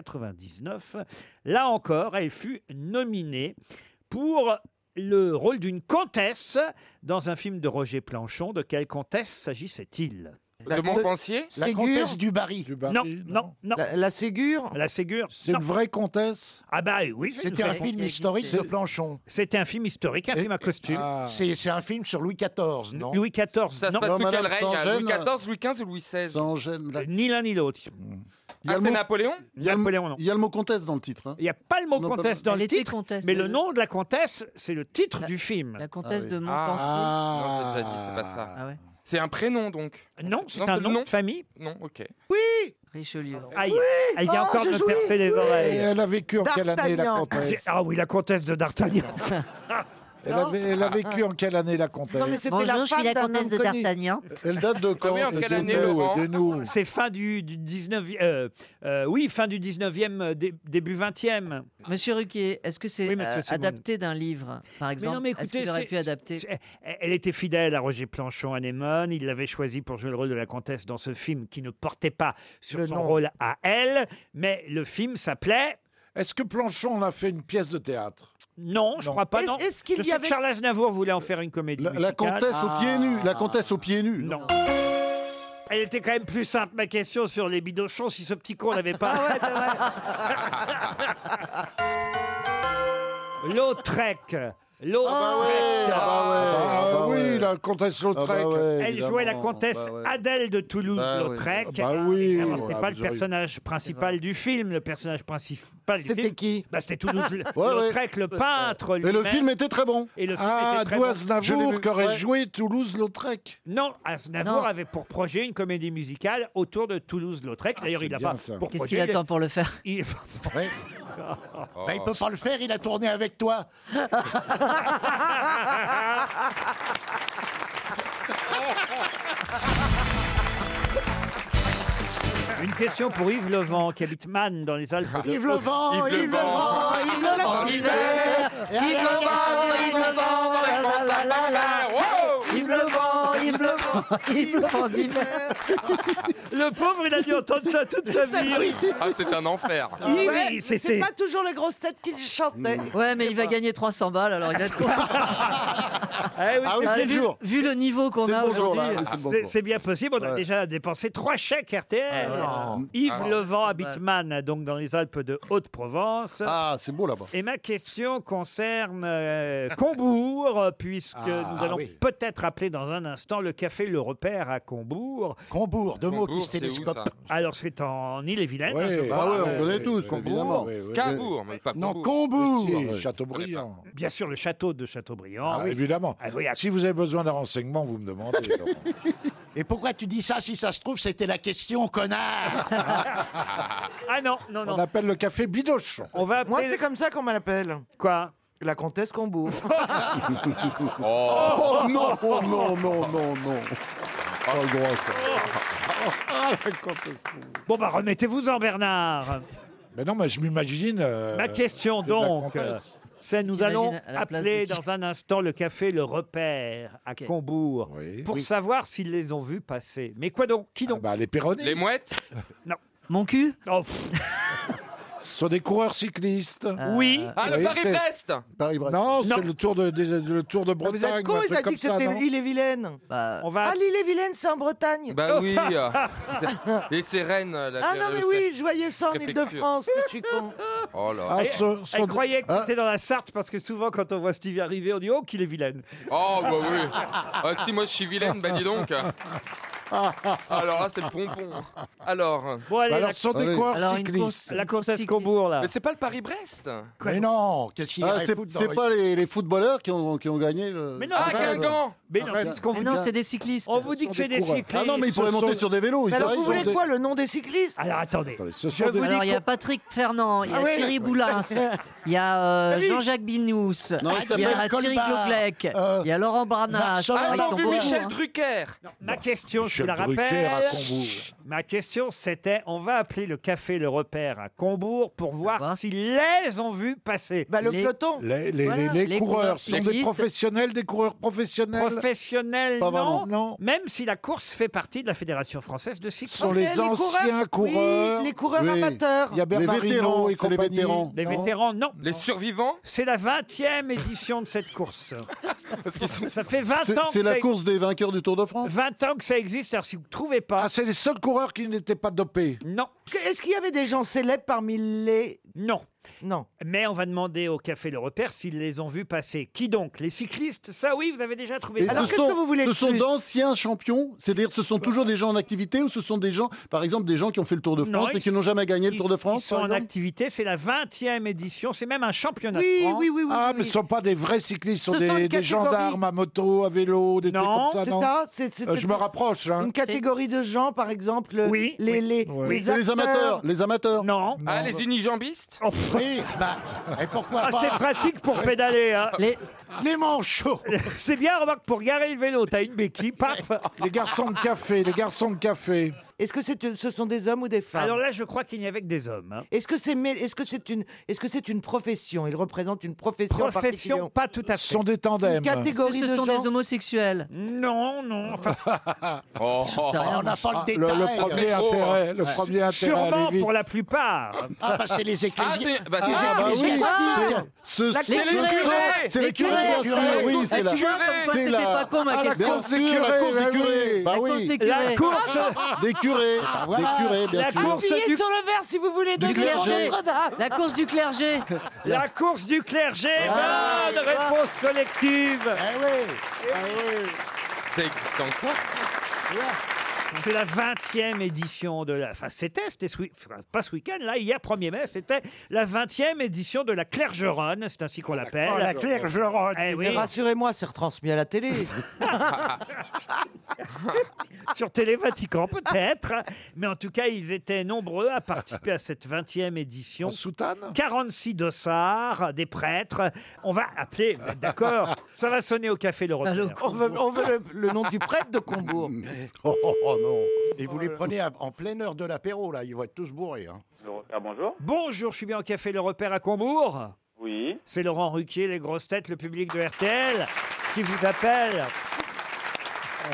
Speaker 2: 1999. Là encore, elle fut nominée pour le rôle d'une comtesse dans un film de Roger Planchon. De quelle comtesse s'agissait-il
Speaker 4: De Montpensier
Speaker 2: La comtesse du
Speaker 8: Barry.
Speaker 2: non, non, non. La,
Speaker 6: Ségure
Speaker 2: La Ségure.
Speaker 7: C'est une vraie comtesse
Speaker 2: Ah bah oui. c'est une
Speaker 8: C'était un
Speaker 2: vraie
Speaker 8: film
Speaker 2: comtesse.
Speaker 8: historique de Planchon. ah.
Speaker 2: C'était un film historique, un film à costume.
Speaker 8: C'est c'est un film sur Louis XIV, non
Speaker 2: Louis XIV.
Speaker 4: Ça se
Speaker 2: non.
Speaker 4: passe sous quel règne hein
Speaker 8: Sangène,
Speaker 4: Louis XIV, Louis XV ou Louis XVI
Speaker 2: Ni l'un ni l'autre.
Speaker 4: Ah, c'est Napoléon
Speaker 2: Il y a le Napoléon, non.
Speaker 7: Il y a le mot comtesse dans le titre. hein.
Speaker 2: Il n'y a pas le mot
Speaker 7: Non, pas
Speaker 2: comtesse
Speaker 7: le-
Speaker 2: dans le
Speaker 7: Elle était
Speaker 2: titre,
Speaker 7: comtesse,
Speaker 2: mais
Speaker 7: elle.
Speaker 2: le nom de la comtesse, c'est le titre du film. Ah La
Speaker 3: comtesse de Montpensier.
Speaker 4: Ah. Non, j'ai déjà dit, c'est pas ça.
Speaker 3: Ah ouais.
Speaker 4: C'est un prénom donc
Speaker 2: Non, c'est un
Speaker 4: le
Speaker 2: nom de famille.
Speaker 4: Non, ok.
Speaker 6: Oui
Speaker 3: Richelieu.
Speaker 2: Aïe, aïe, il y a encore de percer les oreilles.
Speaker 7: Et elle a vécu en quelle année, la
Speaker 2: D'Artagnan.
Speaker 7: comtesse
Speaker 2: Ah oui, la comtesse de D'Artagnan.
Speaker 7: elle, avait- elle a vécu en quelle année, la comtesse
Speaker 2: Non, mais c'était Bonjour, la je suis femme la d'un comtesse homme de connu.
Speaker 3: D'Artagnan.
Speaker 7: Elle date de quand de nous, de nous.
Speaker 2: C'est fin du, du 19 euh, euh, oui, fin du 19e, euh, dé- début 20e.
Speaker 3: Monsieur Ruquier, est-ce que c'est
Speaker 2: Oui, monsieur
Speaker 3: euh,
Speaker 2: Simon.
Speaker 3: adapté d'un livre, par exemple
Speaker 2: non, mais
Speaker 3: Est-ce
Speaker 2: écoutez,
Speaker 3: qu'il aurait
Speaker 2: c'est-
Speaker 3: pu adapter
Speaker 2: c'est- eh, Elle était fidèle à Roger Planchon, Anémone. Il l'avait choisi pour jouer le rôle de la comtesse dans ce film qui ne portait pas sur
Speaker 7: Le
Speaker 2: son
Speaker 7: nom.
Speaker 2: rôle à elle, mais le film s'appelait.
Speaker 7: Est-ce que Planchon a fait une pièce de théâtre
Speaker 2: Non, je crois pas.
Speaker 7: Est-
Speaker 2: Non.
Speaker 7: est-ce qu'il
Speaker 2: Je
Speaker 7: y
Speaker 2: sais que
Speaker 7: avait-
Speaker 2: Charles Aznavour voulait en faire une comédie
Speaker 7: La, la
Speaker 2: musicale.
Speaker 7: comtesse aux pieds nus.
Speaker 2: Ah.
Speaker 7: La comtesse aux pieds nus.
Speaker 2: Non. Elle était quand même plus simple, ma question sur les bidochons, si ce petit con n'avait pas.
Speaker 3: Ah
Speaker 2: Lautrec.
Speaker 7: bah
Speaker 2: Lautrec.
Speaker 7: Ah bah Ah oui, la comtesse Lautrec.
Speaker 2: Elle jouait la
Speaker 7: Ah
Speaker 2: comtesse Adèle de Toulouse,
Speaker 7: Bah ouais.
Speaker 2: Lautrec.
Speaker 7: Ah bah oui.
Speaker 2: Évidemment, c'était
Speaker 7: Ah,
Speaker 2: pas
Speaker 7: vous
Speaker 2: le
Speaker 7: auriez-
Speaker 2: personnage principal du film. Le personnage principal du
Speaker 7: C'était
Speaker 2: film.
Speaker 7: qui
Speaker 2: bah, C'était Toulouse,
Speaker 7: Ouais, ouais.
Speaker 2: Lautrec, le peintre.
Speaker 7: Et le
Speaker 2: lui-même.
Speaker 7: film était très bon.
Speaker 2: Et le film
Speaker 7: ah,
Speaker 2: était très
Speaker 7: d'où
Speaker 2: bon. Je l'ai vu.
Speaker 7: Aznavour qui aurait
Speaker 2: Ouais.
Speaker 7: joué Toulouse-Lautrec.
Speaker 2: Non, Aznavour
Speaker 7: Non.
Speaker 2: avait pour projet une comédie musicale autour de Toulouse-Lautrec. D'ailleurs,
Speaker 7: Ah, c'est
Speaker 2: il n'a
Speaker 7: bien
Speaker 2: pas
Speaker 7: ça.
Speaker 2: pour
Speaker 7: Qu'est-ce
Speaker 2: projet,
Speaker 3: qu'il
Speaker 2: il-
Speaker 3: attend pour le faire
Speaker 2: il...
Speaker 8: Bah, il peut pas le faire, il a tourné avec toi.
Speaker 2: Une question pour Yves Levent, qui habite Man dans les Alpes. de-
Speaker 8: Yves Levent,
Speaker 2: Haute-
Speaker 8: Yves Levent, Yves Levent,
Speaker 2: En
Speaker 8: Yves
Speaker 2: hiver.
Speaker 8: Yves Levent, Yves Levent, dans les France à la mer. Wow
Speaker 2: Yves Levent, Yves
Speaker 3: Levent, Yves Levent d'hiver.
Speaker 2: Le pauvre, il a dû entendre ça toute sa vie.
Speaker 4: Ah, c'est un enfer.
Speaker 2: Oui,
Speaker 6: Ouais,
Speaker 2: oui, c'est-
Speaker 6: c'est
Speaker 2: c'est-
Speaker 6: pas toujours les grosses têtes qui chantaient.
Speaker 7: Mm.
Speaker 3: Ouais, mais il va gagner 300 balles, alors il va être
Speaker 2: oui, Ah, c'est c'est le
Speaker 3: vu,
Speaker 2: jour.
Speaker 3: vu le niveau qu'on
Speaker 2: C'est
Speaker 3: a
Speaker 2: le bon jour,
Speaker 3: aujourd'hui.
Speaker 2: là. Ah, C'est- C'est bien possible, on a déjà dépensé trois chèques RTL.
Speaker 7: Ah, non.
Speaker 2: Yves
Speaker 7: Ah, non.
Speaker 2: Levent habite Man, donc dans les Alpes de Haute-Provence.
Speaker 7: Ah, c'est beau là-bas.
Speaker 2: Et ma question concerne euh, Combourg, euh, puisque
Speaker 7: Ah,
Speaker 2: nous allons
Speaker 7: oui.
Speaker 2: peut-être appeler dans un instant le café Le Repère à Combourg.
Speaker 8: Combourg, deux
Speaker 4: mots qui se Combourg, c'est télescopent. où, ça
Speaker 2: Alors c'est en Ille-et-Vilaine.
Speaker 7: Ouais,
Speaker 2: je
Speaker 7: bah
Speaker 2: crois.
Speaker 7: ouais, on
Speaker 2: Euh,
Speaker 7: connaît tous, évidemment,
Speaker 2: Combourg.
Speaker 7: oui, oui.
Speaker 4: Cabourg, mais
Speaker 5: Euh,
Speaker 4: pas Ah bah
Speaker 7: Non,
Speaker 4: Combourg.
Speaker 7: Combourg.
Speaker 4: Mais si,
Speaker 7: Châteaubriand.
Speaker 2: Bien sûr, le château de Châteaubriand.
Speaker 7: Ah,
Speaker 2: Oui.
Speaker 7: Évidemment.
Speaker 2: Ah oui, à-
Speaker 7: Si vous avez besoin d'un renseignement, vous me demandez. Laurent.
Speaker 8: Et pourquoi tu dis ça si ça se trouve c'était la question, connard
Speaker 2: Ah non, non,
Speaker 7: On appelle le café Bidochon.
Speaker 2: On va
Speaker 6: Moi, c'est comme ça qu'on m'appelle.
Speaker 2: Quoi
Speaker 6: La comtesse Ah, Combourg.
Speaker 7: Oh, non, non, non, non, non. Pas Oh, le droit, ça. Ah, la comtesse Combourg.
Speaker 2: Bon, bah remettez-vous en, Bernard.
Speaker 7: Mais non, mais je m'imagine. euh,
Speaker 2: Ma question
Speaker 7: de la
Speaker 2: donc,
Speaker 7: comtesse.
Speaker 2: euh, Ça, nous
Speaker 3: T'imagines
Speaker 2: allons
Speaker 3: à la place
Speaker 2: appeler
Speaker 3: de qui
Speaker 2: dans un instant le café Le Repère à Combourg pour
Speaker 3: Oui.
Speaker 2: savoir s'ils les ont vus passer. Mais quoi donc
Speaker 7: Ah
Speaker 2: Qui donc
Speaker 7: bah,
Speaker 5: Les Péronnés.
Speaker 4: Les mouettes
Speaker 2: Non. Oh.
Speaker 3: Mon cul
Speaker 5: Ce sont des coureurs cyclistes.
Speaker 2: Oui.
Speaker 4: Ah, le
Speaker 5: Oui,
Speaker 4: Paris-Brest
Speaker 5: c'est- Non, c'est le tour de, des- le tour de Bretagne.
Speaker 6: Vous êtes
Speaker 5: ou
Speaker 6: con,
Speaker 5: un
Speaker 6: il
Speaker 5: truc
Speaker 6: a
Speaker 5: comme
Speaker 6: dit que
Speaker 5: ça,
Speaker 6: c'était
Speaker 5: non
Speaker 6: l'île-et-vilaine. Ah, l'île-et-vilaine, c'est en Bretagne.
Speaker 4: Bah oui. Et c'est Rennes. La,
Speaker 6: Ah non, mais oui, je voyais ça en
Speaker 4: Préfecture.
Speaker 6: Ile-de-France, que tu con.
Speaker 4: Oh là.
Speaker 2: elle, Eh, elle croyait
Speaker 4: Hein
Speaker 2: que c'était dans la Sarthe parce que souvent quand on voit Stevie arriver, on dit oh qu'il est vilaine.
Speaker 4: Oh bah oui. Ah si moi je suis vilaine, bah dis donc. Alors là c'est le pompon. Alors.
Speaker 2: Bon allez,
Speaker 5: Bah, alors, ce sont des coureurs cyclistes.
Speaker 2: la course à Scombourg là.
Speaker 4: Mais c'est pas le Paris-Brest.
Speaker 7: Mais non, qu'est-ce
Speaker 4: qu'il irait
Speaker 7: Ah, C'est
Speaker 4: foutre dans
Speaker 7: c'est
Speaker 4: le-
Speaker 7: pas les, les footballeurs qui ont, qui ont gagné le.
Speaker 2: Mais non,
Speaker 4: Ah,
Speaker 7: Arrête.
Speaker 4: Guingamp
Speaker 2: Mais non,
Speaker 7: Arrête.
Speaker 2: puisqu'on vous
Speaker 3: Mais non, c'est des cyclistes. On
Speaker 2: vous dit que
Speaker 7: sont
Speaker 2: c'est des
Speaker 7: coureurs.
Speaker 2: cyclistes.
Speaker 7: Ah non, mais ils pourraient monter sur des vélos. ils
Speaker 6: alors,
Speaker 7: auraient-
Speaker 6: vous
Speaker 7: ils ont
Speaker 6: voulez
Speaker 7: des-
Speaker 6: quoi, le nom des cyclistes
Speaker 2: Alors attendez.
Speaker 7: ce
Speaker 3: Je
Speaker 7: sont des-
Speaker 3: vous Alors, il y a
Speaker 7: qu'on-
Speaker 3: Patrick Fernand, il y a
Speaker 6: Ah oui.
Speaker 3: Thierry Boulins, il y a euh,
Speaker 6: Oui.
Speaker 3: Jean-Jacques Bilnous,
Speaker 7: Non, il
Speaker 3: il y a
Speaker 7: s'appelle
Speaker 3: Thierry
Speaker 7: Colbert, Euh,
Speaker 3: Gloglec, il y a Laurent Barnache.
Speaker 7: Marcel
Speaker 3: Ah, ils
Speaker 4: Ah,
Speaker 3: sont
Speaker 4: vu
Speaker 3: beaucoup,
Speaker 4: Michel
Speaker 3: hein.
Speaker 4: Drucker.
Speaker 2: Ma question, je vous
Speaker 7: Michel
Speaker 2: la
Speaker 7: Drucker
Speaker 2: rappelle.
Speaker 7: à Combourg.
Speaker 2: Chut. Ma question, c'était on va appeler le café Le Repère à Combourg pour voir s'ils les ont vus passer.
Speaker 6: Bah, le
Speaker 3: Les-
Speaker 6: peloton.
Speaker 5: Les, les-
Speaker 3: Voilà,
Speaker 5: les
Speaker 3: les coureurs
Speaker 5: coureurs ce sont des
Speaker 3: cyclistes.
Speaker 5: professionnels, des coureurs professionnels.
Speaker 2: Professionnels,
Speaker 5: Pas
Speaker 2: non,
Speaker 5: vraiment, non.
Speaker 2: Même si la course fait partie de la Fédération française de
Speaker 5: Ce
Speaker 2: cyclisme.
Speaker 5: sont
Speaker 6: Ok,
Speaker 5: les,
Speaker 6: Eh, les coureurs.
Speaker 5: anciens
Speaker 6: Oui,
Speaker 5: coureurs.
Speaker 6: les coureurs
Speaker 7: Oui.
Speaker 6: amateurs.
Speaker 5: Il y a
Speaker 7: Les
Speaker 5: Bernard
Speaker 7: vétérans,
Speaker 5: Hinault et
Speaker 7: c'est les
Speaker 5: compagnie.
Speaker 7: vétérans.
Speaker 2: Les
Speaker 5: Non.
Speaker 2: vétérans, non.
Speaker 4: Les survivants
Speaker 2: C'est la 20e édition de cette course.
Speaker 4: Parce qu'ils sont-
Speaker 2: Ça fait 20
Speaker 7: C'est
Speaker 2: ans, que
Speaker 7: c'est
Speaker 2: ça-
Speaker 7: la course des vainqueurs du Tour de France.
Speaker 2: 20 ans que ça existe. Alors, si vous ne trouvez pas,
Speaker 5: Ah, c'est les seuls coureurs qui n'étaient pas dopés.
Speaker 2: non,
Speaker 6: Est-ce qu'il y avait des gens célèbres parmi les.
Speaker 2: non.
Speaker 6: Non.
Speaker 2: Mais on va demander au café Le Repère s'ils les ont vus passer. Qui donc Les cyclistes Ça, oui, vous avez déjà trouvé.
Speaker 7: Et
Speaker 6: Alors,
Speaker 7: ce
Speaker 6: qu'est-ce
Speaker 7: sont,
Speaker 6: que vous voulez
Speaker 7: ce
Speaker 6: de
Speaker 7: sont
Speaker 6: plus
Speaker 7: d'anciens champions, c'est-à-dire ce sont toujours des gens en activité ou ce sont des gens, par exemple, des gens qui ont fait le Tour de
Speaker 2: Non,
Speaker 7: France et
Speaker 2: ils-
Speaker 7: qui n'ont jamais gagné le
Speaker 2: Ils-
Speaker 7: Tour de France
Speaker 2: Ils sont
Speaker 7: par
Speaker 2: en
Speaker 7: exemple
Speaker 2: activité, c'est la 20e édition, c'est même un championnat de
Speaker 6: Oui,
Speaker 2: France.
Speaker 6: oui, oui, oui.
Speaker 5: Ah,
Speaker 6: oui,
Speaker 5: mais ce
Speaker 6: oui.
Speaker 5: ne sont pas des vrais cyclistes, ce sont
Speaker 6: Ce
Speaker 5: des,
Speaker 6: sont une
Speaker 5: des
Speaker 6: catégorie.
Speaker 5: gendarmes à moto, à vélo, des
Speaker 2: Non,
Speaker 5: trucs comme ça,
Speaker 6: C'est
Speaker 5: non
Speaker 6: ça c'est- c'est-
Speaker 5: Euh, Je me rapproche, hein.
Speaker 6: Une catégorie de gens, par exemple.
Speaker 2: Oui.
Speaker 6: Les, les,
Speaker 5: Oui.
Speaker 6: les,
Speaker 7: C'est les amateurs,
Speaker 6: acteurs.
Speaker 7: les amateurs.
Speaker 2: Non.
Speaker 4: Ah, les unijambistes
Speaker 2: Oh,
Speaker 8: Oui, bah, et pourquoi
Speaker 2: ah, c'est
Speaker 8: pas
Speaker 2: pratique pour pédaler. hein.
Speaker 3: Les-
Speaker 8: Les manchots
Speaker 2: C'est bien, remarque, pour garer le vélo, t'as une béquille, paf.
Speaker 5: Les garçons de café, les garçons de café.
Speaker 6: Est-ce que c'est- ce sont des hommes ou des femmes
Speaker 2: Alors là, je crois qu'il n'y avait que des hommes. hein.
Speaker 6: Est-ce que c'est est -ce c'est une, est -ce une profession Il représente une profession, en
Speaker 2: Profession,
Speaker 6: particulier.
Speaker 2: pas tout à
Speaker 5: Ce
Speaker 2: fait.
Speaker 5: sont des tandems.
Speaker 6: Une catégorie
Speaker 3: ce
Speaker 6: de
Speaker 3: sont
Speaker 6: gens.
Speaker 3: des homosexuels.
Speaker 2: Non, non. enfin,
Speaker 4: Oh, oh,
Speaker 3: Ça,
Speaker 4: oh.
Speaker 3: rien,
Speaker 8: On n'a pas le
Speaker 5: Le, le
Speaker 8: détail
Speaker 5: premier
Speaker 4: Oh,
Speaker 5: intérêt, le premier intérêt,
Speaker 2: sûrement
Speaker 5: allez vite.
Speaker 2: pour la plupart.
Speaker 8: Ah, bah, c'est les
Speaker 4: Ah,
Speaker 8: ecclésiens.
Speaker 4: mais- bah,
Speaker 8: Les
Speaker 4: tiens,
Speaker 7: Ah bah oui,
Speaker 8: ecclésiastes.
Speaker 7: c'est- ce- ce-
Speaker 4: les curés
Speaker 7: c'est les curés, bien sûr, oui, c'est la,
Speaker 3: Tu vois, comme quoi,
Speaker 7: c'est
Speaker 3: c'était
Speaker 7: la-
Speaker 3: pas con, ma
Speaker 7: ah, la
Speaker 3: question.
Speaker 7: course des curés, la course Ah,
Speaker 5: bah
Speaker 7: des
Speaker 5: oui.
Speaker 7: curés, bah
Speaker 3: La course
Speaker 7: oui,
Speaker 3: des
Speaker 2: La
Speaker 3: curés.
Speaker 2: course,
Speaker 7: des curés,
Speaker 8: voilà.
Speaker 7: des
Speaker 2: Ah. La
Speaker 7: curés, bien sûr.
Speaker 2: course-
Speaker 6: Appuyez
Speaker 2: du-
Speaker 6: sur le verre si vous voulez.
Speaker 7: Du
Speaker 6: de
Speaker 7: clergé.
Speaker 6: Notre-Dame.
Speaker 3: La course du clergé.
Speaker 2: la course du clergé. Bonne
Speaker 3: ah.
Speaker 2: réponse collective.
Speaker 8: Eh oui.
Speaker 5: Ah,
Speaker 4: C'est existe encore
Speaker 2: C'est la 20e édition de la. Enfin, c'était, c'était ce week- enfin, pas ce week-end, là, hier 1er mai, c'était la 20e édition de la Clergeronne, c'est ainsi qu'on l'appelle. Eh la Clergeronne
Speaker 6: Mais rassurez-moi, c'est retransmis à la télé.
Speaker 2: Sur Télé-Vatican, peut-être. Mais en tout cas, ils étaient nombreux à participer à cette 20e édition.
Speaker 5: En soutane
Speaker 2: 46 dossards, des prêtres. On va appeler, vous êtes d'accord Ça va sonner au café le
Speaker 3: Allô.
Speaker 2: repère.
Speaker 6: Bah, on veut, on veut le, le nom du prêtre de Combourg.
Speaker 7: Oh, oh, oh, non.
Speaker 8: Et vous les prenez à- en pleine heure de l'apéro, là, ils vont être tous bourrés. hein.
Speaker 9: Le repère, bonjour.
Speaker 2: Bonjour, je suis bien au café le repère à Combourg.
Speaker 9: Oui.
Speaker 2: C'est Laurent Ruquier, les grosses têtes, le public de RTL, qui vous appelle. Euh,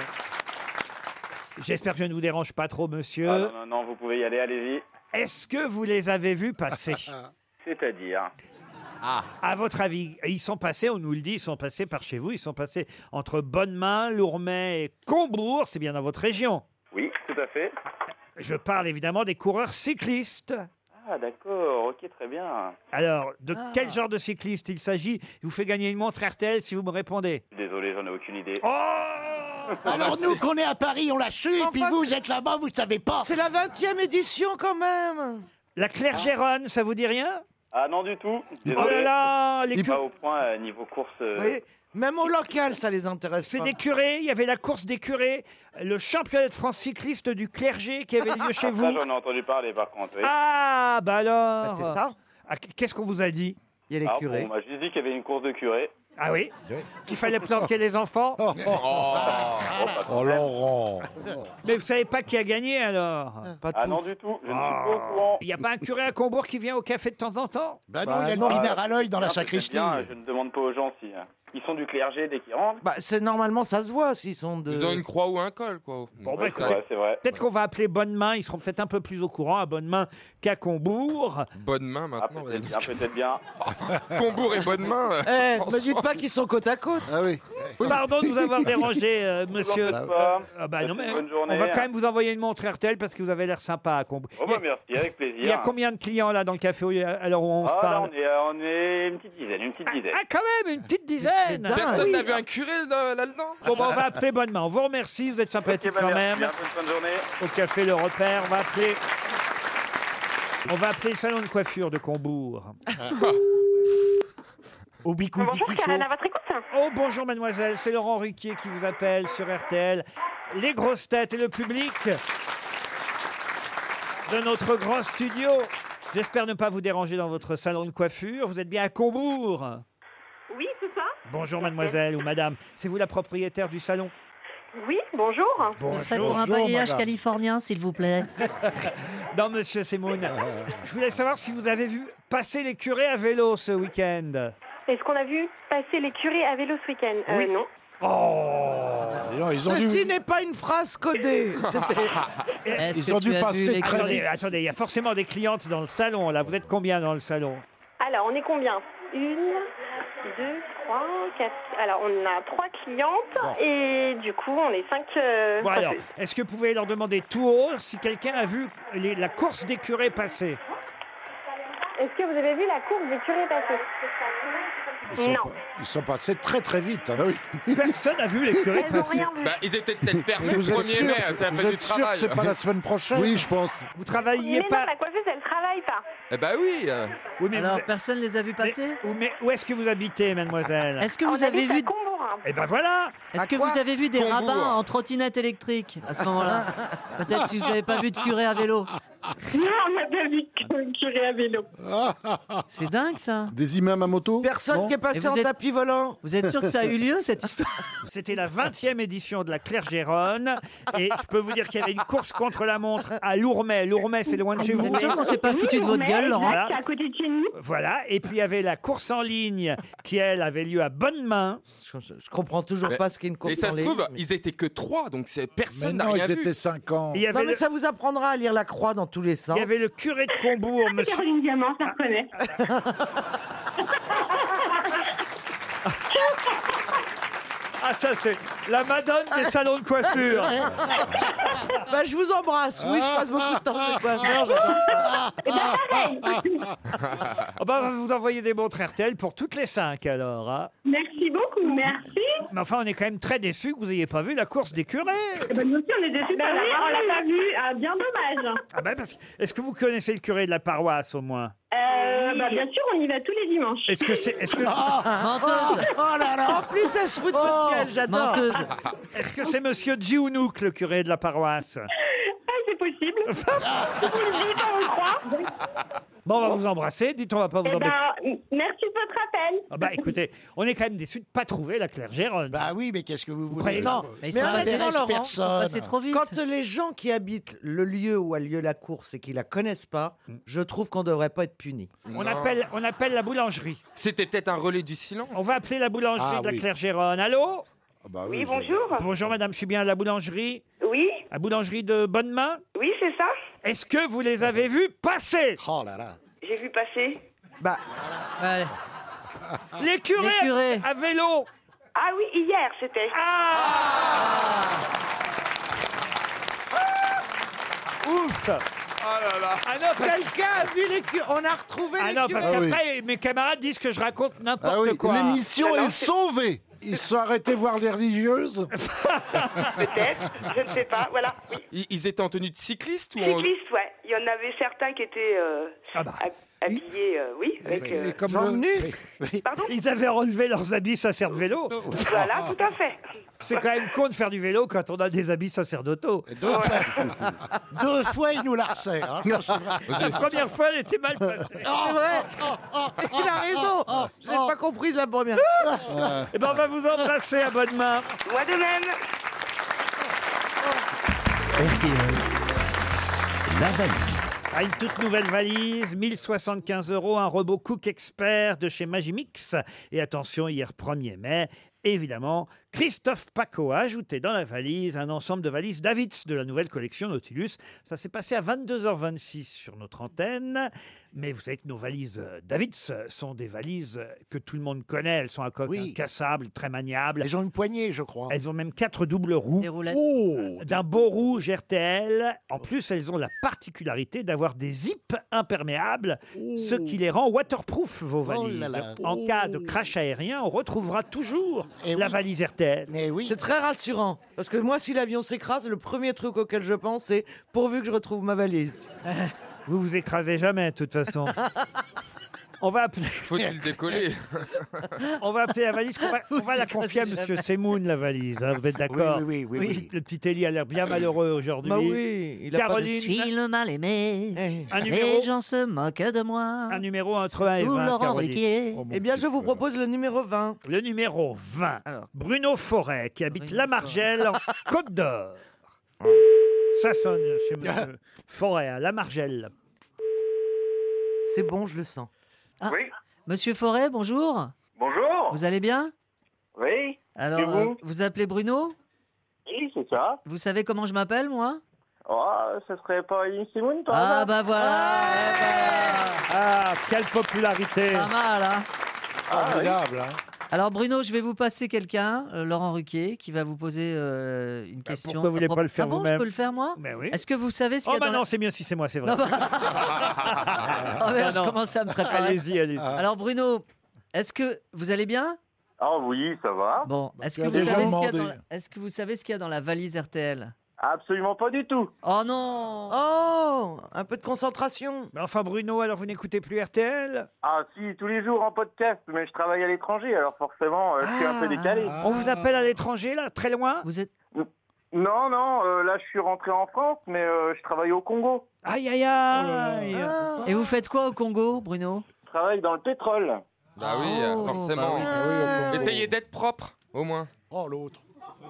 Speaker 2: J'espère que je ne vous dérange pas trop,
Speaker 9: Ah,
Speaker 2: monsieur.
Speaker 9: non, non, non, vous pouvez y aller, allez-y.
Speaker 2: Est-ce que vous les avez vus passer
Speaker 9: C'est-à-dire Ah.
Speaker 2: À votre avis, ils sont passés, on nous le dit, ils sont passés par chez vous, ils sont passés entre Bonnemain, Lourmet et Combourg, c'est bien dans votre région.
Speaker 9: Oui, tout à fait.
Speaker 2: Je parle évidemment des coureurs cyclistes.
Speaker 9: Ah, d'accord, ok, très bien.
Speaker 2: Alors, de quel genre de cycliste il s'agit Je vous fais gagner une montre RTL si vous me répondez.
Speaker 9: Désolé, j'en ai aucune idée.
Speaker 2: Oh
Speaker 8: Alors nous qu'on est à Paris, on la suit, et puis
Speaker 6: Ah, Enfin,
Speaker 8: vous, vous êtes là-bas, vous savez pas.
Speaker 6: C'est la 20e édition quand même.
Speaker 2: La Claire Géronne, ça vous dit rien
Speaker 9: Ah non, du tout.
Speaker 2: Oh là
Speaker 9: Désolé.
Speaker 2: là les
Speaker 9: Je suis
Speaker 2: cur-
Speaker 9: Pas au point euh, niveau course. euh,
Speaker 6: Vous voyez, même au local, ça les intéresse.
Speaker 2: C'est
Speaker 6: pas.
Speaker 2: des curés, il y avait la course des curés, le championnat de France cycliste du clergé qui avait lieu chez
Speaker 9: Ça,
Speaker 2: vous.
Speaker 9: j'en ai entendu parler, par contre. oui.
Speaker 2: Ah, bah
Speaker 6: Ah, c'est
Speaker 2: alors
Speaker 6: ça.
Speaker 2: Ah, Qu'est-ce qu'on vous a dit
Speaker 6: Il y a les
Speaker 9: Ah, bon,
Speaker 6: curés.
Speaker 9: on m'a juste dit qu'il y avait une course de curé.
Speaker 2: Ah oui Qu'il fallait planquer les enfants
Speaker 6: oh,
Speaker 5: Oh, Laurent
Speaker 2: Mais vous savez pas qui a gagné alors
Speaker 9: Ah non du tout, je ne suis
Speaker 2: Ah.
Speaker 9: pas au courant.
Speaker 2: Il n'y a pas un curé à Combourg qui vient au café de temps en temps
Speaker 9: Bah
Speaker 6: non, il y a le pinard à l'œil dans la
Speaker 9: non, mais Ah, c'est
Speaker 6: sacristie.
Speaker 9: bien, Je ne demande pas aux gens si... euh, Ils sont du clergé dès qu'ils rentrent.
Speaker 6: Bah, c'est normalement, ça se voit s'ils sont de.
Speaker 9: Ils ont une
Speaker 4: croix ou un col, quoi.
Speaker 2: Bon, bah,
Speaker 9: Ouais, c'est
Speaker 2: écoutez,
Speaker 9: vrai, c'est vrai.
Speaker 2: Peut-être qu'on va appeler Bonne Main, ils seront peut-être un peu plus au courant à Bonne Main qu'à Combourg.
Speaker 4: Bonne Main
Speaker 9: Ah,
Speaker 4: maintenant.
Speaker 9: peut-être bien, peut-être bien.
Speaker 4: Combourg et Bonne Main. euh,
Speaker 6: Eh, me dites pas qu'ils sont côte à côte.
Speaker 7: Ah oui.
Speaker 2: Pardon de vous avoir dérangé, euh,
Speaker 9: Je vous en
Speaker 2: monsieur.
Speaker 9: prie pas.
Speaker 2: Ah bah, non, mais
Speaker 9: Bonne
Speaker 2: on
Speaker 9: journée. hein.
Speaker 2: va quand même vous envoyer une montre RTL parce que vous avez l'air sympa à Combourg.
Speaker 9: Oh bah merci, avec plaisir.
Speaker 2: Il y a combien de clients là dans le café où il y a- à l'heure où on se
Speaker 9: Ah là,
Speaker 2: parle
Speaker 9: on est, euh, on est une petite dizaine, une petite dizaine.
Speaker 2: Ah, quand même, une petite dizaine
Speaker 9: Ah
Speaker 4: Personne n'a vu un curé là- là-dedans
Speaker 2: Bon, bah, on va appeler Bonne Main. On vous remercie, vous êtes sympathique
Speaker 9: Ok, bah,
Speaker 2: quand
Speaker 9: merci
Speaker 2: même.
Speaker 9: bien, bonne fin de journée.
Speaker 2: Au café Le Repère, on va appeler. On va appeler le salon de coiffure de Combourg. Au
Speaker 10: Bonjour Karen, à votre écoute.
Speaker 2: Oh bonjour mademoiselle, c'est Laurent Ruquier qui vous appelle sur RTL. Les grosses têtes et le public de notre grand studio. J'espère ne pas vous déranger dans votre salon de coiffure. Vous êtes bien à Combourg.
Speaker 10: Oui, c'est ça
Speaker 2: Bonjour mademoiselle ou madame. C'est vous la propriétaire du salon
Speaker 10: Oui, bonjour.
Speaker 2: Bonjour. Ce serait pour un Bonjour, balayage madame.
Speaker 3: californien, s'il vous plaît.
Speaker 2: Non, monsieur Semoun.
Speaker 5: Euh.
Speaker 2: Je voulais savoir si vous avez vu passer les curés à vélo ce week-end.
Speaker 10: Euh, Est-ce qu'on a vu passer les curés à vélo ce week-end Euh,
Speaker 2: Oui. Oh.
Speaker 10: Non.
Speaker 5: ils ont
Speaker 6: Ceci
Speaker 5: dû-
Speaker 6: n'est pas une phrase codée. C'était-
Speaker 5: Est-ce Ils que ont tu dû as vu passer les très
Speaker 2: Attendez,
Speaker 5: vite.
Speaker 2: attendez, il y a forcément des clientes dans le salon. Là, vous êtes combien dans le salon
Speaker 10: Alors, on est combien Une, deux, trois, quatre. Alors, on a trois clientes
Speaker 2: Bon.
Speaker 10: et du coup, on est cinq. euh,
Speaker 2: Bon alors,
Speaker 10: coiffeuses.
Speaker 2: est-ce que vous pouvez leur demander tout haut si quelqu'un a vu les- la course des curés passer
Speaker 10: Est-ce que vous avez vu la course des curés passer
Speaker 5: Ils sont,
Speaker 10: Non.
Speaker 5: pas- ils sont passés très très vite.
Speaker 7: Ah
Speaker 5: hein.
Speaker 2: Personne n'a vu les curés
Speaker 10: Elles ont
Speaker 2: passer.
Speaker 10: rien vu.
Speaker 4: Bah, ils étaient peut-être fermés le
Speaker 5: Vous êtes
Speaker 4: 1er
Speaker 5: sûr,
Speaker 4: mai, c'est la
Speaker 5: vous
Speaker 4: fête du
Speaker 5: êtes sûr
Speaker 4: travail. hein.
Speaker 5: que c'est pas la semaine prochaine
Speaker 4: Oui,
Speaker 7: je pense.
Speaker 2: Vous
Speaker 10: Mais
Speaker 2: travailliez
Speaker 10: non,
Speaker 2: pas
Speaker 10: la coiffeuse, elle travaille pas.
Speaker 4: Eh bah oui. euh.
Speaker 2: Oui, mais
Speaker 3: Alors,
Speaker 2: vous-
Speaker 3: personne les a vus passer
Speaker 2: mais- ou- mais où est-ce que vous habitez, mademoiselle
Speaker 3: Est-ce que
Speaker 10: On
Speaker 3: vous avez
Speaker 10: habite à
Speaker 3: vu
Speaker 10: Combourg. hein.
Speaker 2: Eh ben voilà
Speaker 3: Est-ce que vous avez vu des rabbins en trottinette électrique à ce moment-là Peut-être si vous n'avez pas vu de curé à vélo.
Speaker 10: Non, on n'a pas vu de curé à vélo.
Speaker 3: C'est dingue ça.
Speaker 7: Des imams à moto
Speaker 6: Personne
Speaker 7: Non
Speaker 6: qui est
Speaker 3: Et
Speaker 6: passé
Speaker 3: vous
Speaker 6: en
Speaker 3: êtes-
Speaker 6: tapis volant.
Speaker 3: Vous êtes sûr que ça a eu lieu cette histoire
Speaker 2: C'était la 20e édition de la Clergéronne et je peux vous dire qu'il y avait une course contre la montre à Lourmet. Lourmet, c'est loin de chez vous.
Speaker 3: Vous êtes sûr qu'on s'est pas foutu de votre gueule, Laurent
Speaker 2: Voilà.
Speaker 10: C'est à côté de chez nous.
Speaker 2: Voilà, et puis il y avait la course en ligne qui, elle, avait lieu à bonne main.
Speaker 6: Je, je comprends toujours
Speaker 4: Mais-
Speaker 6: pas ce qu'est une course
Speaker 4: Mais ça
Speaker 6: en
Speaker 4: se
Speaker 6: ligne.
Speaker 4: trouve, ils étaient que trois, donc c'est- personne n'a
Speaker 5: Maintenant,
Speaker 4: rien
Speaker 5: ils
Speaker 4: vu.
Speaker 5: étaient 5 ans.
Speaker 2: Il y avait,
Speaker 6: Non, mais
Speaker 2: le,
Speaker 6: ça vous apprendra à lire la croix dans tous les sens.
Speaker 2: il y avait le curé de Combourg, monsieur.
Speaker 10: Ah, Caroline Diamant, ça reconnaît.
Speaker 2: Ah, ça, c'est la madone des salons de coiffure.
Speaker 6: ah. Bah, je vous embrasse. Oui, je passe beaucoup de temps chez le coiffeur.
Speaker 10: Eh ben, Pareil.
Speaker 2: Ah bah, on va vous envoyer des montres RTL pour toutes les cinq, alors. hein.
Speaker 10: Merci beaucoup, merci.
Speaker 2: Mais enfin, on est quand même très déçus que vous n'ayez pas vu la course des curés.
Speaker 10: Eh ben, nous aussi, on est déçus de la voir, on l'a pas vu. Ah, bien dommage.
Speaker 2: Ah bah, parce que- Est-ce que vous connaissez le curé de la paroisse, au moins
Speaker 10: Euh, bah, bien sûr, on y va tous les dimanches.
Speaker 2: Est-ce que c'est est -ce que,
Speaker 3: Menteuse Oh.
Speaker 6: Oh là là. En plus, elle se
Speaker 10: Oh,
Speaker 6: fout de votre gueule. J'adore.
Speaker 3: Menteuse
Speaker 2: est -ce que c'est monsieur Djihounouk, le curé de la paroisse
Speaker 10: Ah, c'est possible. Si
Speaker 2: Ah.
Speaker 10: vous le dites, on le croit.
Speaker 2: Bon, on va vous embrasser. Dites, on va pas vous
Speaker 10: Eh
Speaker 2: embêter.
Speaker 10: ben, m- merci de votre appel.
Speaker 2: Ah bah écoutez, on est quand même déçus de pas trouver la Claire Géronne.
Speaker 8: Bah oui, mais qu'est-ce que vous voulez
Speaker 2: croyez-
Speaker 6: Non,
Speaker 3: Mais ils
Speaker 6: mais
Speaker 3: sont
Speaker 6: honnêtement,
Speaker 3: passés-
Speaker 6: Laurent,
Speaker 3: ils sont passés
Speaker 8: personne.
Speaker 3: trop vite.
Speaker 6: Quand les gens qui habitent le lieu où a lieu la course et qui la connaissent pas, je trouve qu'on devrait pas être puni.
Speaker 2: on,
Speaker 4: Non.
Speaker 2: appelle, on appelle la boulangerie.
Speaker 4: C'était peut-être un relais du silence.
Speaker 2: On va appeler la boulangerie
Speaker 5: Ah
Speaker 2: de la
Speaker 5: oui.
Speaker 2: Claire Géronne. Allô
Speaker 5: Ah bah
Speaker 10: Oui,
Speaker 5: oui,
Speaker 10: bonjour.
Speaker 2: Bonjour madame, je suis bien à la boulangerie.
Speaker 10: Oui,
Speaker 2: La boulangerie de Bonne Main.
Speaker 10: oui, c'est ça.
Speaker 2: Est-ce que vous les avez vus passer
Speaker 8: Oh là là.
Speaker 10: J'ai vu passer.
Speaker 6: Bah,
Speaker 3: Ouais.
Speaker 2: Les curés,
Speaker 3: Les curés.
Speaker 2: à vélo Ah.
Speaker 10: Ah oui, hier, c'était.
Speaker 2: Ah. Ouf
Speaker 4: Oh là là.
Speaker 2: Ah non, parce,
Speaker 6: quelqu'un a vu les cu- On a retrouvé
Speaker 2: ah
Speaker 6: les
Speaker 2: non,
Speaker 6: cu-
Speaker 2: parce
Speaker 7: Ah oui.
Speaker 2: qu'après, mes camarades disent que je raconte n'importe
Speaker 7: Ah oui,
Speaker 2: quoi.
Speaker 7: l'émission est sauvée.
Speaker 5: Ils se sont arrêtés voir les religieuses.
Speaker 10: Peut-être, je ne sais pas. Voilà, oui.
Speaker 4: Ils, ils étaient en tenue de cycliste ou en...
Speaker 10: Cycliste, ouais. Il y en avait certains qui étaient euh,
Speaker 2: Ah bah.
Speaker 10: hab- habillés, euh, oui,
Speaker 2: Eh
Speaker 10: avec. euh,
Speaker 2: Ils avaient relevé leurs habits sacerdotaux.
Speaker 10: Voilà, tout à fait.
Speaker 2: C'est quand même con de faire du vélo quand on a des habits sacerdotaux.
Speaker 8: Deux fois, deux fois, il nous la resserre. hein, ça, c'est
Speaker 2: La
Speaker 8: vrai.
Speaker 2: première fois, elle était mal passée.
Speaker 6: C'est vrai. Il a
Speaker 8: Oh,
Speaker 6: raison. Je n'ai pas compris de la première.
Speaker 2: Eh ben, on va vous embrasser à bonne main.
Speaker 10: Moi de même.
Speaker 2: La valise. Ah, une toute nouvelle valise, 1075 euros, un robot Cook Expert de chez Magimix. Et attention, hier 1er mai, évidemment, Christophe Paco a ajouté dans la valise un ensemble de valises Davids de la nouvelle collection Nautilus. Ça s'est passé à 22h26 sur notre antenne. Mais vous savez que nos valises euh, Davids euh, sont des valises euh, que tout le monde connaît. Elles sont à coque incassable, très maniable. Elles ont une poignée, je crois. Elles ont même quatre doubles roues. Oh, D'un beau rouge RTL. En plus, elles ont la particularité d'avoir des zips imperméables, ce qui les rend waterproof, vos
Speaker 8: Oh
Speaker 2: valises.
Speaker 8: là là.
Speaker 2: En cas de crash aérien, on retrouvera toujours la valise RTL.
Speaker 8: Mais oui.
Speaker 6: C'est très rassurant. Parce que moi, si l'avion s'écrase, le premier truc auquel je pense, c'est pourvu que je retrouve ma valise.
Speaker 2: Vous vous écrasez jamais, de toute façon. On va appeler.
Speaker 4: Faut-il décoller
Speaker 2: On va appeler la valise. qu'on va- On va,
Speaker 4: Vous
Speaker 2: la
Speaker 4: écrasez
Speaker 2: confier à
Speaker 4: jamais.
Speaker 2: Monsieur Semoun, la valise. hein, vous êtes d'accord
Speaker 8: Oui, oui, oui, oui, oui.
Speaker 2: Le petit Élie a l'air bien malheureux aujourd'hui.
Speaker 8: Bah oui, il a pas de
Speaker 2: Caroline. Eh.
Speaker 8: Je
Speaker 3: suis le mal aimé.
Speaker 2: Un numéro.
Speaker 3: Les gens se moquent de moi.
Speaker 2: Un numéro entre 1 et
Speaker 3: Surtout
Speaker 2: 20.
Speaker 3: Laurent
Speaker 2: Caroline. Oh,
Speaker 3: Ruquier.
Speaker 6: eh bien, je vous propose le numéro 20.
Speaker 2: Le numéro 20. Bruno Forêt, qui habite La Margelle, en Côte d'Or.
Speaker 8: Ah.
Speaker 2: Ça sonne chez Monsieur Forêt, à La Margelle.
Speaker 6: C'est bon, je le sens.
Speaker 9: Ah.
Speaker 3: oui. Monsieur Forêt, bonjour.
Speaker 9: Bonjour.
Speaker 3: Vous allez bien
Speaker 9: Oui.
Speaker 3: Alors,
Speaker 9: Et vous
Speaker 3: euh, vous appelez Bruno
Speaker 9: Oui, c'est ça.
Speaker 3: Vous savez comment je m'appelle, moi
Speaker 9: Oh, ce serait pas Yves Simon, par
Speaker 3: Ah,
Speaker 9: hasard
Speaker 3: bah voilà bah
Speaker 2: Ah, quelle popularité hein.
Speaker 3: Pas mal, hein
Speaker 9: Ah, oui.
Speaker 3: Alors Bruno, je vais vous passer quelqu'un, euh, Laurent Ruquier, qui va vous poser euh, une question.
Speaker 2: pourquoi vous voulez pas le faire
Speaker 3: Ah bon,
Speaker 2: vous-même
Speaker 3: je peux le faire moi
Speaker 2: Mais oui.
Speaker 3: Est-ce que vous savez ce qu'il
Speaker 2: Oh,
Speaker 3: y a
Speaker 2: bah
Speaker 3: dans la-
Speaker 2: non, c'est mieux si c'est moi, c'est vrai.
Speaker 3: Non, bah- Oh
Speaker 2: Ah.
Speaker 3: merde,
Speaker 2: Non, non.
Speaker 3: je commençais à me préparer.
Speaker 2: Allez-y, allez-y.
Speaker 3: Alors Bruno, est-ce que vous allez bien
Speaker 9: Ah oui, ça va. Bah,
Speaker 3: Bon, est-ce que, vous savez ce qu'il y a dans la- est-ce que vous savez ce qu'il y a dans la valise RTL
Speaker 9: Ah, Absolument pas du tout.
Speaker 3: Oh non
Speaker 6: Oh, un peu de concentration.
Speaker 2: Mais enfin, Bruno, alors vous n'écoutez plus RTL
Speaker 9: Ah si, tous les jours en podcast, mais je travaille à l'étranger, alors forcément, euh, je suis un peu décalé.
Speaker 2: On vous appelle à l'étranger, là, très loin
Speaker 3: Vous êtes.
Speaker 9: Non, non, euh, là je suis rentré en France, mais euh, je travaille au Congo.
Speaker 2: Aïe, aïe, aïe
Speaker 3: Et vous faites quoi au Congo, Bruno
Speaker 9: Je travaille dans le pétrole.
Speaker 4: Bah oui,
Speaker 6: Ah,
Speaker 9: Oh,
Speaker 4: forcément.
Speaker 6: bah
Speaker 4: Essayez d'être propre, au moins.
Speaker 7: Oh, l'autre.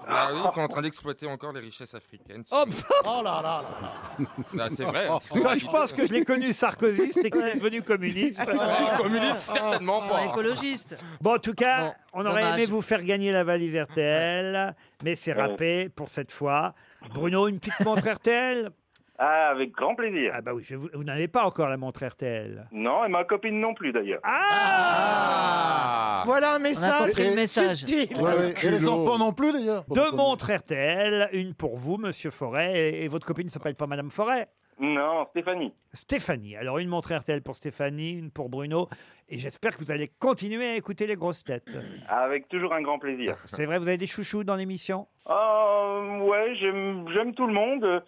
Speaker 4: Ah oui, ils sont en train d'exploiter encore les richesses africaines.
Speaker 2: Oh,
Speaker 7: Oh là là là.
Speaker 4: Là, c'est vrai.
Speaker 2: Moi, je pense que je l'ai connu sarkozyste et qu'il est devenu communiste.
Speaker 4: Ah, communiste, certainement pas.
Speaker 3: ah, Écologiste
Speaker 2: Bon, en tout cas, on aurait
Speaker 3: dommage.
Speaker 2: aimé vous faire gagner la valise RTL, mais
Speaker 9: Oh.
Speaker 2: c'est râpé pour cette fois. Bruno, une petite montre RTL
Speaker 9: Ah, avec grand plaisir.
Speaker 2: Ah bah oui, je vous, vous n'avez pas encore la montre RTL.
Speaker 9: Non, et ma copine non plus d'ailleurs.
Speaker 2: Ah
Speaker 6: Voilà un message.
Speaker 7: compris le
Speaker 2: message.
Speaker 6: subtil.
Speaker 7: Ouais, ouais. Et les enfants non plus, d'ailleurs.
Speaker 2: Deux montres RTL, une pour vous, Monsieur Forêt, et, et votre copine ne s'appelle pas Madame Forêt
Speaker 9: Non, Stéphanie.
Speaker 2: Stéphanie. Alors, une montre RTL pour Stéphanie, une pour Bruno, et j'espère que vous allez continuer à écouter les grosses têtes.
Speaker 9: Avec toujours un grand plaisir.
Speaker 2: C'est vrai, vous avez des chouchous dans l'émission
Speaker 9: Euh, ouais, j'aime j'aime tout le monde, euh,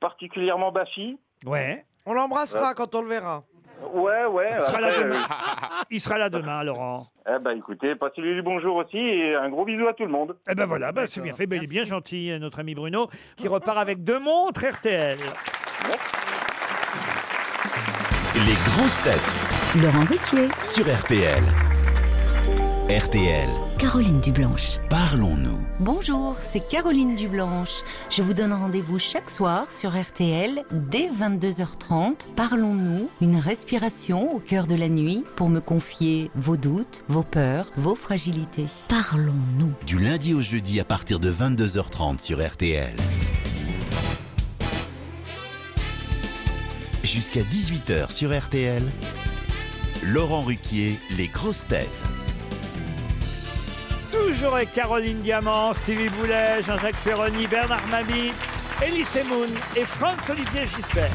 Speaker 9: particulièrement Bafi.
Speaker 2: Ouais.
Speaker 6: On l'embrassera quand on le verra.
Speaker 9: Euh. Ouais, ouais.
Speaker 2: Il sera, là
Speaker 9: après,
Speaker 2: demain. Il sera là demain, Laurent.
Speaker 9: euh, eh ben écoutez, passez-lui du bonjour aussi et un gros bisou à tout le monde.
Speaker 2: Eh ben voilà, bah c'est bien fait. Ben, il est bien gentil, euh, notre ami Bruno, qui repart avec deux montres RTL.
Speaker 11: Les grosses têtes. Laurent Ruquier. Sur RTL. RTL.
Speaker 12: Caroline Dublanche.
Speaker 11: Parlons-nous.
Speaker 12: Bonjour, c'est Caroline Dublanche. Je vous donne rendez-vous chaque soir sur RTL dès 22h30. Parlons-nous, une respiration au cœur de la nuit pour me confier vos doutes, vos peurs, vos fragilités. Parlons-nous.
Speaker 11: Du lundi au jeudi à partir de 22h30 sur RTL. Jusqu'à 18h sur RTL. Laurent Ruquier, les grosses têtes.
Speaker 2: Toujours avec Caroline Diamant, Stevie Boulet, Jean-Jacques Perroni, Bernard Mabi, Elise Moon et Franz-Olivier Gisbert.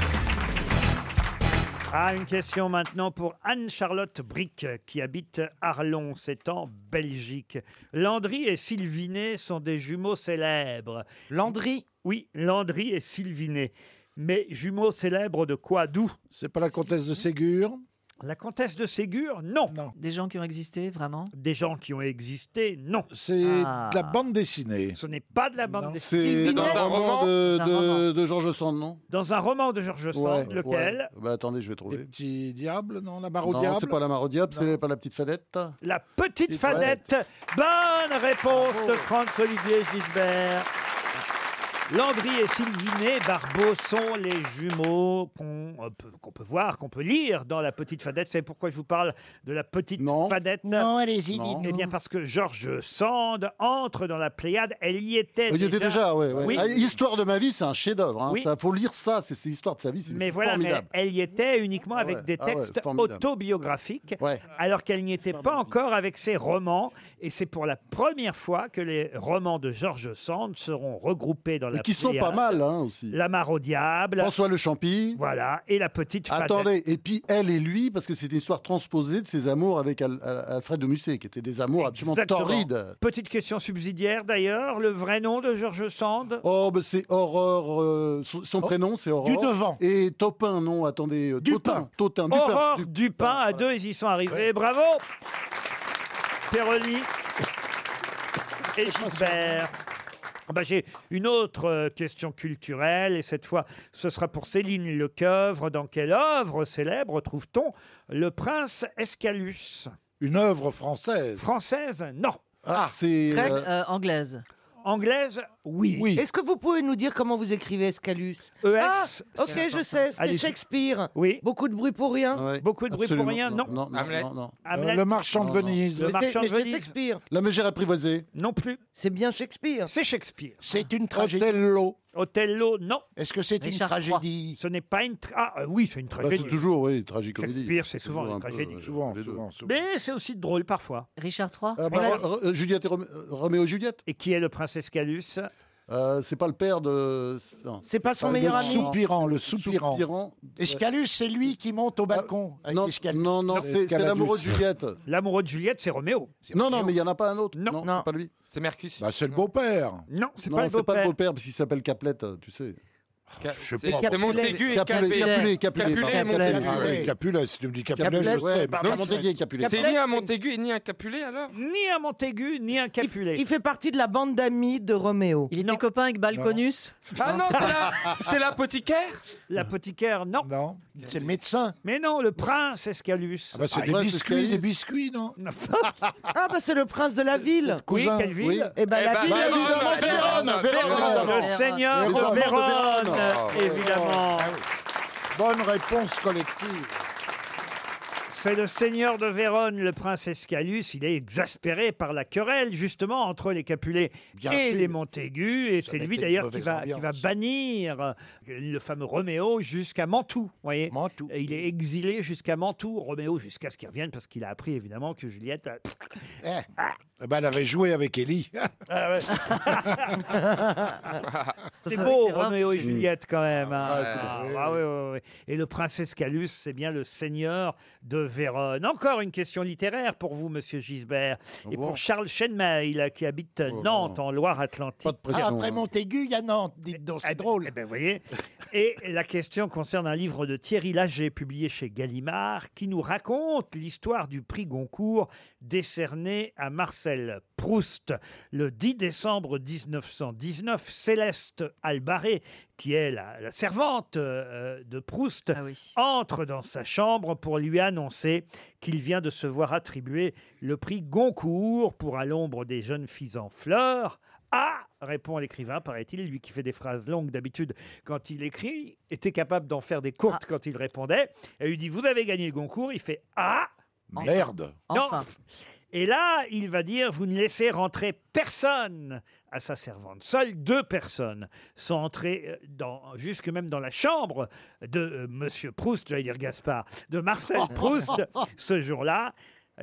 Speaker 2: Ah, une question maintenant pour Anne-Charlotte Brick, qui habite Arlon, c'est en Belgique. Landry et Sylvinet sont des jumeaux célèbres.
Speaker 6: Landry
Speaker 2: Oui, Landry et Sylvinet. Mais jumeau célèbre de quoi D'où C'est pas la comtesse de Ségur La comtesse de Ségur Non.
Speaker 3: Des gens qui ont existé, vraiment
Speaker 2: Des gens qui ont existé Non.
Speaker 7: C'est
Speaker 3: Ah.
Speaker 7: de la bande dessinée.
Speaker 2: Ce n'est pas de la bande dessinée.
Speaker 7: C'est dans un roman de, de, de Georges Sand, non
Speaker 2: Dans un roman de Georges Sand,
Speaker 7: Ouais,
Speaker 2: lequel
Speaker 7: ouais. Bah, attendez, je vais trouver.
Speaker 5: Les petits diables, non La barre au
Speaker 7: Non,
Speaker 5: diable
Speaker 7: c'est pas la mare au diable, Bah, c'est pas la petite fadette. Oh,
Speaker 2: La petite Fanette. Bonne réponse de Franz-Olivier Gisbert. Landry et Sylvinet Barbeau sont les jumeaux qu'on euh, peut, qu'on peut voir, qu'on peut lire dans La Petite Fadette. C'est pourquoi je vous parle de La Petite Fadette. Non, allez-y, Eh bien, parce que Georges Sand entre dans la Pléiade. Elle y était
Speaker 7: Il y
Speaker 2: déjà.
Speaker 7: était déjà, ouais, ouais.
Speaker 2: Oui.
Speaker 7: Ah, Histoire de ma vie, c'est un chef-d'œuvre. Hein.
Speaker 2: Oui.
Speaker 7: Ça, Faut lire ça, c'est c'est l'histoire de sa vie, c'est
Speaker 2: Mais voilà, mais
Speaker 7: formidable.
Speaker 2: elle y était uniquement avec
Speaker 7: ouais,
Speaker 2: des
Speaker 7: ah ouais,
Speaker 2: textes
Speaker 7: formidable.
Speaker 2: autobiographiques, alors qu'elle n'y était pas encore avec ses romans. Et c'est pour la première fois que les romans de Georges Sand seront regroupés dans
Speaker 7: Et
Speaker 2: la
Speaker 7: qui sont pas
Speaker 2: Pléiade.
Speaker 7: mal hein, aussi.
Speaker 2: La mare au diable.
Speaker 7: François Le Champy.
Speaker 2: Voilà, et la petite Fadette.
Speaker 7: Attendez, et puis elle et lui, parce que c'est une histoire transposée de ses amours avec Al- Al- Alfred de Musset, qui étaient des amours absolument
Speaker 2: Exactement.
Speaker 7: torrides.
Speaker 2: Petite question subsidiaire d'ailleurs, le vrai nom de Georges Sand Oh.
Speaker 7: Oh, bah, c'est Aurore. euh, son son prénom, c'est Aurore.
Speaker 2: Dudevant.
Speaker 7: Et Topin, non, attendez. euh, Totin. Totin, Dupin.
Speaker 2: Aurore
Speaker 7: Du-
Speaker 2: Dupin, à deux, ils y sont arrivés. Bravo Péroni et Gisbert. Ah bah, J'ai une autre euh, question culturelle, et cette fois, ce sera pour Céline Lecoeuvre. Dans quelle œuvre célèbre trouve-t-on le prince Escalus Une œuvre française Française Non.
Speaker 7: Ah, c'est.
Speaker 3: Très- euh, anglaise.
Speaker 2: Anglaise, oui.
Speaker 6: Est-ce que vous pouvez nous dire comment vous écrivez Escalus
Speaker 2: ES,
Speaker 6: Ah,
Speaker 2: c'est
Speaker 6: ok, je sais,
Speaker 2: Allez-y.
Speaker 6: c'est Shakespeare.
Speaker 2: Oui.
Speaker 6: Beaucoup de bruit pour rien.
Speaker 2: Beaucoup de bruit pour rien, non. Euh, Hamlet.
Speaker 7: Non, non.
Speaker 6: Le marchand de Venise. Shakespeare.
Speaker 7: La mégère apprivoisée.
Speaker 2: Non plus.
Speaker 6: C'est bien Shakespeare.
Speaker 2: C'est Shakespeare.
Speaker 8: C'est une tragédie.
Speaker 7: Othello.
Speaker 2: Othello, non.
Speaker 8: Est-ce que c'est une tragédie
Speaker 2: Ce n'est pas une tra- Ah euh, oui, c'est une
Speaker 5: bah,
Speaker 2: tragédie.
Speaker 7: c'est toujours, oui, tragicomédie.
Speaker 2: Shakespeare, c'est souvent
Speaker 7: Toujours
Speaker 2: une
Speaker 7: un peu,
Speaker 2: tragédie.
Speaker 7: euh,
Speaker 2: souvent,
Speaker 7: souvent,
Speaker 2: Mais c'est aussi drôle parfois.
Speaker 3: Richard III
Speaker 7: Ah, bah, R- R- Juliette et Romé- Roméo et Juliette. Euh,
Speaker 2: Et qui est le prince Escalus
Speaker 7: C'est pas le père de.
Speaker 8: C'est pas son meilleur ami.
Speaker 7: le
Speaker 8: soupirant. Escalus, c'est lui qui monte au balcon. avec
Speaker 7: Ah, Non,
Speaker 8: Escalus.
Speaker 7: non, non, c'est c'est l'amoureux de Juliette.
Speaker 2: L'amoureux de Juliette, c'est Roméo.
Speaker 7: Non, non, mais il n'y en a pas un autre. Non, c'est pas lui.
Speaker 4: C'est Mercus.
Speaker 7: Bah, c'est le beau-père.
Speaker 2: Non, c'est
Speaker 7: Non,
Speaker 2: pas le
Speaker 7: c'est pas le
Speaker 2: beau-père.
Speaker 7: beau-père, parce qu'il s'appelle Caplette, euh, tu sais.
Speaker 4: Ca-
Speaker 5: Je sais
Speaker 4: c'est-
Speaker 5: pas.
Speaker 4: c'est Montaigu
Speaker 7: Capulet,
Speaker 4: et
Speaker 7: Capulet, Capulet,
Speaker 4: Capulet,
Speaker 7: pardon, Ah, Capulet,
Speaker 4: Montaigu.
Speaker 7: Capulet.
Speaker 5: Capulet, si tu me dis Capulet,
Speaker 7: Capulet,
Speaker 5: je
Speaker 7: ouais,
Speaker 5: sais.
Speaker 7: bah,
Speaker 5: mais
Speaker 7: pas
Speaker 5: non,
Speaker 7: Montaigu et Capulet.
Speaker 4: C'est ni un Montaigu et ni un Capulet alors
Speaker 2: Ni un Montaigu, ni un Capulet.
Speaker 6: Il fait partie de la bande d'amis de Roméo.
Speaker 3: Il était copain avec Balconus
Speaker 4: Ah non, c'est la- c'est l'apothicaire
Speaker 2: L'apothicaire, non.
Speaker 8: C'est le médecin.
Speaker 2: Mais non, le prince Escalus.
Speaker 5: Ah bah, c'est des biscuits, des biscuits, non
Speaker 6: Ah bah c'est le prince de la ville.
Speaker 2: oui, quelle ville
Speaker 6: Eh ben la ville.
Speaker 8: évidemment, Vérone,
Speaker 2: Le
Speaker 8: Vérone, Vérone.
Speaker 2: seigneur
Speaker 8: Les enfants
Speaker 2: de
Speaker 8: de
Speaker 2: Vérone,
Speaker 8: Vérone.
Speaker 5: Ah, ouais.
Speaker 7: Oh,
Speaker 2: évidemment.
Speaker 5: Bonne réponse collective.
Speaker 2: C'est le seigneur de Vérone, le prince Escalus. Il est exaspéré par la querelle, justement, entre les Capulet et les Montaigu. Et c'est lui,
Speaker 8: mettait
Speaker 2: d'ailleurs,
Speaker 8: une
Speaker 2: qui
Speaker 8: mauvaise
Speaker 2: va, qui va
Speaker 8: ambiance.
Speaker 2: bannir euh, le fameux Roméo jusqu'à Mantoue. Voyez Et Il est exilé jusqu'à Mantoue, Roméo, jusqu'à ce qu'il revienne, parce qu'il a appris, évidemment, que Juliette. a-
Speaker 5: Eh ben, elle avait joué avec Ellie.
Speaker 2: Ah C'est
Speaker 5: vrai
Speaker 2: beau,
Speaker 5: que c'est rare.
Speaker 2: Roméo et Juliette, quand même. hein.
Speaker 5: Ah, c'est
Speaker 2: Ah,
Speaker 5: vrai.
Speaker 2: ah, oui, oui, oui. Et le prince Escalus, c'est bien le seigneur de Vérone. Encore une question littéraire pour vous, monsieur Gisbert. Et pour Charles Chenmail, qui habite
Speaker 5: Oh
Speaker 2: Nantes, en Loire-Atlantique.
Speaker 8: Ah, après Montaigu, il y a Nantes. Dites donc, c'est drôle.
Speaker 2: Eh ben, vous voyez. Et la question concerne un livre de Thierry Lager, publié chez Gallimard, qui nous raconte l'histoire du prix Goncourt décerné à Marcel Proust. Le 10 décembre 1919, Céleste Albaré, qui est la, la servante euh, de Proust, entre dans sa chambre pour lui annoncer qu'il vient de se voir attribuer le prix Goncourt pour À l'ombre des jeunes filles en fleurs. Ah répond l'écrivain, paraît-il, lui qui fait des phrases longues d'habitude quand il écrit, était capable d'en faire des courtes quand il répondait. Elle lui dit Vous avez gagné le Goncourt. Il fait Ah
Speaker 5: Merde.
Speaker 2: Non Et là, il va dire Vous ne laissez rentrer personne à sa servante. Seules deux personnes sont entrées euh, dans, jusque même dans la chambre de euh, Monsieur Proust, j'allais dire Gaspard, de Marcel Proust ce jour-là.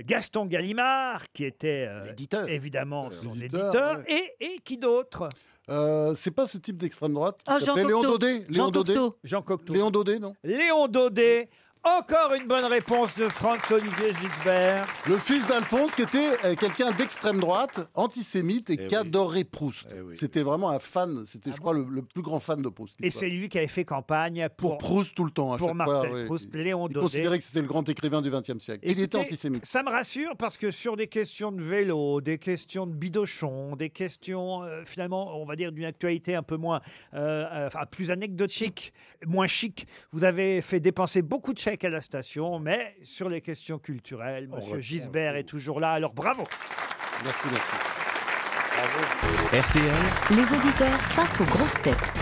Speaker 2: Gaston Gallimard, qui était euh, évidemment son
Speaker 7: l'éditeur,
Speaker 2: éditeur, et, et qui d'autre
Speaker 7: Euh, c'est pas ce type d'extrême droite. qui
Speaker 2: Ah, Jean
Speaker 7: s'appelait Léon
Speaker 2: Cocteau.
Speaker 7: Daudet.
Speaker 2: Jean
Speaker 7: Léon Daudet.
Speaker 2: Cocteau. Jean Cocteau.
Speaker 7: Léon Daudet, non
Speaker 2: Léon Daudet, Encore une bonne réponse de Franck-Olivier Gisbert.
Speaker 7: Le fils d'Alphonse, qui était euh, quelqu'un d'extrême droite, antisémite et qui adorait Proust. C'était vraiment un fan, c'était, je crois, le, le plus grand fan de Proust.
Speaker 2: Ah Et c'est lui qui avait fait campagne pour,
Speaker 7: Proust tout le temps. à
Speaker 2: Pour
Speaker 7: chaque
Speaker 2: Marcel
Speaker 7: fois, oui.
Speaker 2: Proust, Léon
Speaker 7: Il
Speaker 2: Daudet.
Speaker 7: considérait que c'était le grand écrivain du XXe siècle. Et il était
Speaker 2: Écoutez,
Speaker 7: antisémite.
Speaker 2: Ça me rassure parce que sur des questions de vélo, des questions de bidochon, des questions euh, finalement, on va dire d'une actualité un peu moins, euh, euh, enfin plus anecdotique, moins chic, vous avez fait dépenser beaucoup de chèques à la station, mais sur les questions culturelles, Monsieur
Speaker 7: reprend
Speaker 2: Gisbert est toujours là, alors bravo.
Speaker 7: Merci, merci.
Speaker 11: RTL.
Speaker 1: Les auditeurs face aux grosses têtes.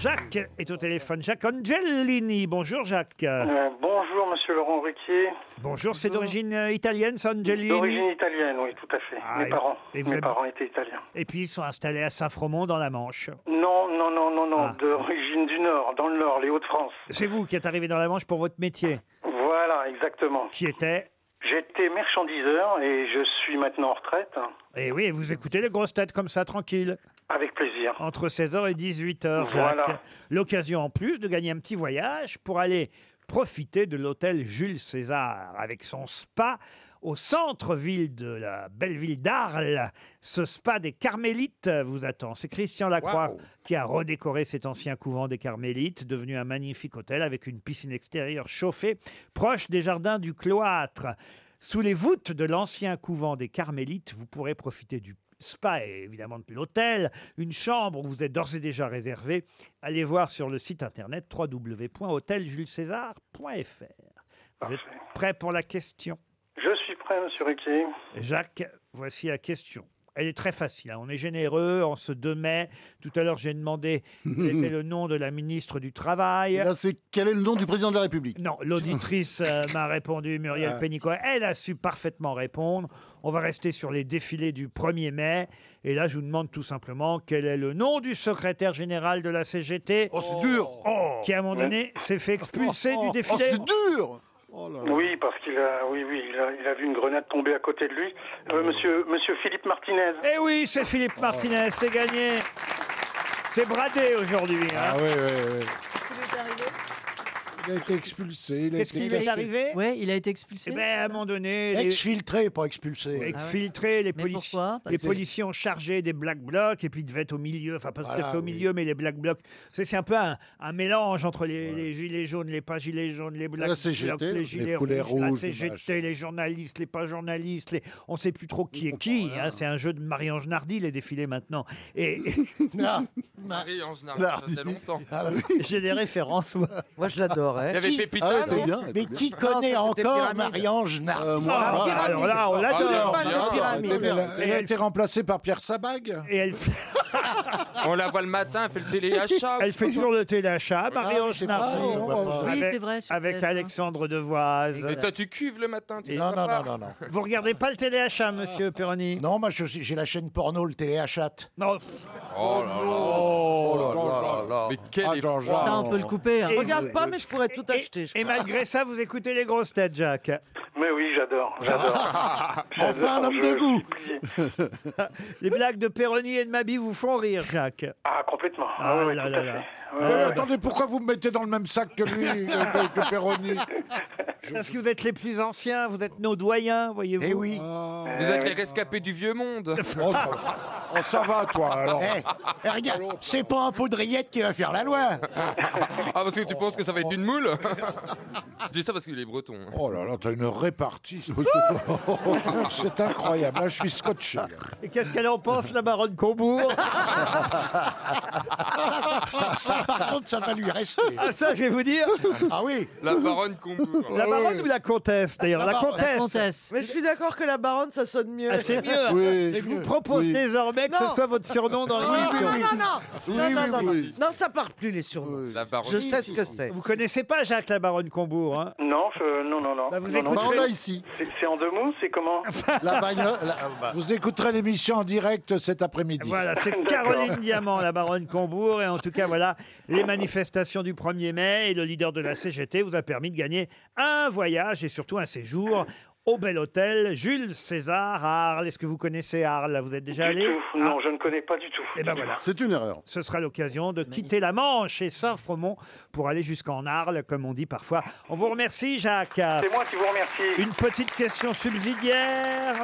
Speaker 2: Jacques est au téléphone, Jacques Angelini. Bonjour Jacques.
Speaker 13: Euh, bonjour, monsieur Laurent Ruquier.
Speaker 2: Bonjour, c'est d'origine euh, italienne, ça, Angelini
Speaker 13: D'origine italienne, oui, tout à fait.
Speaker 2: Ah,
Speaker 13: Mes
Speaker 2: et-
Speaker 13: parents.
Speaker 2: et vous
Speaker 13: Mes
Speaker 2: êtes-
Speaker 13: parents étaient italiens.
Speaker 2: Et puis ils sont installés à Saint-Fromont dans la Manche.
Speaker 13: Non, non, non, non, non,
Speaker 2: Ah.
Speaker 13: d'origine du Nord, dans le Nord, les Hauts-de-France.
Speaker 2: C'est vous qui êtes arrivé dans la Manche pour votre métier,
Speaker 13: Voilà, exactement.
Speaker 2: qui était
Speaker 13: J'étais merchandiseur et je suis maintenant en retraite. hein,
Speaker 2: Et eh oui, et vous écoutez les grosses têtes comme ça, tranquille.
Speaker 13: Avec plaisir.
Speaker 2: Entre 16h et 18h, Jacques.
Speaker 13: Voilà.
Speaker 2: L'occasion en plus de gagner un petit voyage pour aller profiter de l'hôtel Jules César avec son spa au centre-ville de la belle ville d'Arles. Ce spa des Carmélites vous attend. C'est Christian Lacroix
Speaker 14: Waouh.
Speaker 2: qui a redécoré cet ancien couvent des Carmélites, devenu un magnifique hôtel avec une piscine extérieure chauffée, proche des jardins du cloître. Sous les voûtes de l'ancien couvent des Carmélites, vous pourrez profiter du spa et évidemment de l'hôtel, une chambre où vous êtes d'ores et déjà réservé. Allez voir sur le site internet www.hôteljulescésar.fr. Vous êtes prêt pour la question
Speaker 13: Je suis prêt, monsieur Ruquier.
Speaker 2: Jacques, voici la question. Elle est très facile. hein. On est généreux en ce 2 mai. Tout à l'heure, j'ai demandé quel est le nom de la ministre du Travail.
Speaker 7: Et là, c'est quel est le nom du président de la République
Speaker 2: Non, l'auditrice euh, m'a répondu, Muriel
Speaker 7: Ah.
Speaker 2: Pénicaud. Elle a su parfaitement répondre. On va rester sur les défilés du 1er mai. Et là, je vous demande tout simplement quel est le nom du secrétaire général de la CGT. Oh, c'est dur Qui, à un moment donné, s'est fait expulser du défilé.
Speaker 7: Oh, dur
Speaker 13: Oui, parce qu'il a, oui, oui, il a, il a vu une grenade tomber à côté de lui. Euh, monsieur, monsieur Philippe Martinez.
Speaker 2: Eh oui, c'est Philippe Martinez, c'est gagné. C'est bradé aujourd'hui. hein.
Speaker 5: Ah oui,
Speaker 7: euh,
Speaker 5: oui, oui. Il a été expulsé. il a
Speaker 2: Qu'est-ce
Speaker 5: été
Speaker 2: qui lui est
Speaker 5: caché.
Speaker 2: arrivé
Speaker 3: Oui, il a été expulsé. Ah
Speaker 2: Eh ben, à un moment donné. les-
Speaker 7: Exfiltré, pas expulsé.
Speaker 6: Ah
Speaker 2: Exfiltré, les,
Speaker 3: Mais
Speaker 2: polici-
Speaker 3: pourquoi Parce
Speaker 2: les
Speaker 3: que-
Speaker 2: policiers ont chargé des black blocs et puis ils devaient être au milieu, enfin pas tout à
Speaker 7: Voilà,
Speaker 2: fait au
Speaker 7: oui.
Speaker 2: milieu, mais les black blocs. C'est c'est un peu un, un mélange entre les, les gilets jaunes, les pas gilets jaunes, les black
Speaker 7: La CGT,
Speaker 2: blocs,
Speaker 7: les
Speaker 2: les gilets
Speaker 7: foulées
Speaker 2: rouges, la
Speaker 7: rouges,
Speaker 2: CGT, les journalistes, les pas journalistes, les... on sait plus trop qui est qui. hein. C'est un jeu de Marie-Ange Nardi, les défilés maintenant. Et
Speaker 4: Marie-Ange Nardi, ça
Speaker 2: Nardi.
Speaker 4: faisait longtemps.
Speaker 5: Ah,
Speaker 7: Ah
Speaker 2: j'ai des références.
Speaker 6: Moi, je l'adorais.
Speaker 3: hein.
Speaker 4: Il y avait
Speaker 6: Qui-
Speaker 4: Pépita,
Speaker 6: Ah ouais, t'es
Speaker 4: non
Speaker 6: bien, t'es
Speaker 8: Mais
Speaker 6: bien.
Speaker 8: qui
Speaker 6: Non,
Speaker 8: connaît
Speaker 6: c'était
Speaker 8: encore
Speaker 6: Pyramide.
Speaker 8: Marie-Ange Nardi
Speaker 5: Euh, moi,
Speaker 8: Ah,
Speaker 5: ah,
Speaker 8: Pyramide.
Speaker 5: alors là, on
Speaker 8: Ah,
Speaker 5: l'adore.
Speaker 8: bien, bien.
Speaker 5: Elle
Speaker 8: Elle
Speaker 5: a- elle a
Speaker 8: fait-
Speaker 5: été remplacée par Pierre Sabag.
Speaker 2: Et elle fait...
Speaker 4: On la voit le matin, elle fait le téléachat.
Speaker 2: Elle fait toujours le
Speaker 8: Ah
Speaker 2: téléachat,
Speaker 4: oui,
Speaker 2: Marie-Ange
Speaker 4: c'est pas-
Speaker 2: Nardi.
Speaker 4: on voit pas. Oui,
Speaker 2: Avec-
Speaker 4: c'est vrai, sur
Speaker 2: Avec
Speaker 4: TF1.
Speaker 2: Alexandre Devoise.
Speaker 4: Mais toi, tu cuves le matin. Tu
Speaker 2: Et-
Speaker 4: te prépares.
Speaker 2: Vous regardez pas le téléachat, monsieur Perroni
Speaker 8: Non, moi je- j'ai la chaîne porno, le téléachat.
Speaker 2: Non.
Speaker 4: Oh là
Speaker 8: Oh là là là.
Speaker 4: Mais quel
Speaker 8: Ah, Jean-Jean.
Speaker 4: effroi.
Speaker 8: Ça, on peut le couper, hein.
Speaker 2: Et-
Speaker 8: Regarde
Speaker 6: pas, mais je pourrais tout acheter. je
Speaker 2: Et
Speaker 6: crois.
Speaker 2: malgré ça, vous écoutez les grosses têtes, Jacques.
Speaker 13: Mais oui, j'adore,
Speaker 2: Ah.
Speaker 13: j'adore.
Speaker 2: Enfin, un homme
Speaker 13: Je-
Speaker 2: de goût. les blagues de Perroni et de Mabi vous font rire, Jacques.
Speaker 13: Ah, complètement.
Speaker 2: Ah
Speaker 13: oui, oui,
Speaker 2: là
Speaker 13: tout
Speaker 2: là
Speaker 13: à
Speaker 2: là.
Speaker 13: fait.
Speaker 5: Mais
Speaker 2: Ouais.
Speaker 5: Euh, attendez, pourquoi vous me mettez dans le même sac que lui, euh, que, que Perroni
Speaker 2: Parce que vous êtes les plus anciens, vous êtes nos doyens, voyez-vous. Eh oui.
Speaker 13: Euh,
Speaker 4: Vous êtes les rescapés du vieux monde.
Speaker 5: Oh, ça va, toi, alors.
Speaker 8: Eh, eh, regarde, c'est pas un pot de rillettes qui va faire la loi.
Speaker 4: Ah, parce que tu penses que ça va être une moule Je dis ça parce qu'il est breton.
Speaker 5: Oh là là, t'as une répartie. ce- C'est incroyable. Là, je suis scotché. là.
Speaker 2: Et qu'est-ce qu'elle en pense, la baronne Combourg
Speaker 8: Ça, par contre, ça va lui rester.
Speaker 2: Ah, ça, je vais vous dire.
Speaker 8: Ah oui.
Speaker 4: La baronne Combourg.
Speaker 2: La baronne ou la comtesse, d'ailleurs
Speaker 4: Ah,
Speaker 2: La comtesse.
Speaker 6: Mais je suis d'accord que la baronne, ça sonne mieux.
Speaker 2: Ah, c'est mieux. Et je vous propose désormais que ce
Speaker 6: Non.
Speaker 2: soit votre surnom dans
Speaker 6: Non,
Speaker 2: l'émission.
Speaker 6: non, non, non. Non, non, non, non. Non, ça part plus, les surnoms. Je sais ce que c'est.
Speaker 2: Vous connaissez pas Jacques la baronne Combourg hein
Speaker 13: Non, je- non, non, non.
Speaker 2: Bah, vous
Speaker 13: Non, non,
Speaker 2: écouterez-
Speaker 13: c'est-
Speaker 2: Bah, on l'a
Speaker 5: ici.
Speaker 13: C'est c'est en deux mots, c'est comment
Speaker 5: La bagnole- la- bah. Vous écouterez l'émission en direct cet après-midi.
Speaker 2: Voilà, c'est
Speaker 5: D'accord.
Speaker 2: Caroline Diamant, la baronne Combourg. Et en tout cas, voilà, les manifestations du 1er mai et le leader de la CGT vous a permis de gagner un voyage et surtout un séjour au Bel Hôtel Jules César à Arles. Est-ce que vous connaissez Arles Vous êtes déjà
Speaker 13: Du
Speaker 2: allé
Speaker 13: tout. Non, je ne connais pas du tout.
Speaker 2: Et ben voilà.
Speaker 7: C'est une erreur.
Speaker 2: Ce sera l'occasion de quitter la Manche et Saint-Fromont pour aller jusqu'en Arles, comme on dit parfois. On vous remercie, Jacques.
Speaker 13: C'est moi qui vous remercie.
Speaker 2: Une petite question subsidiaire.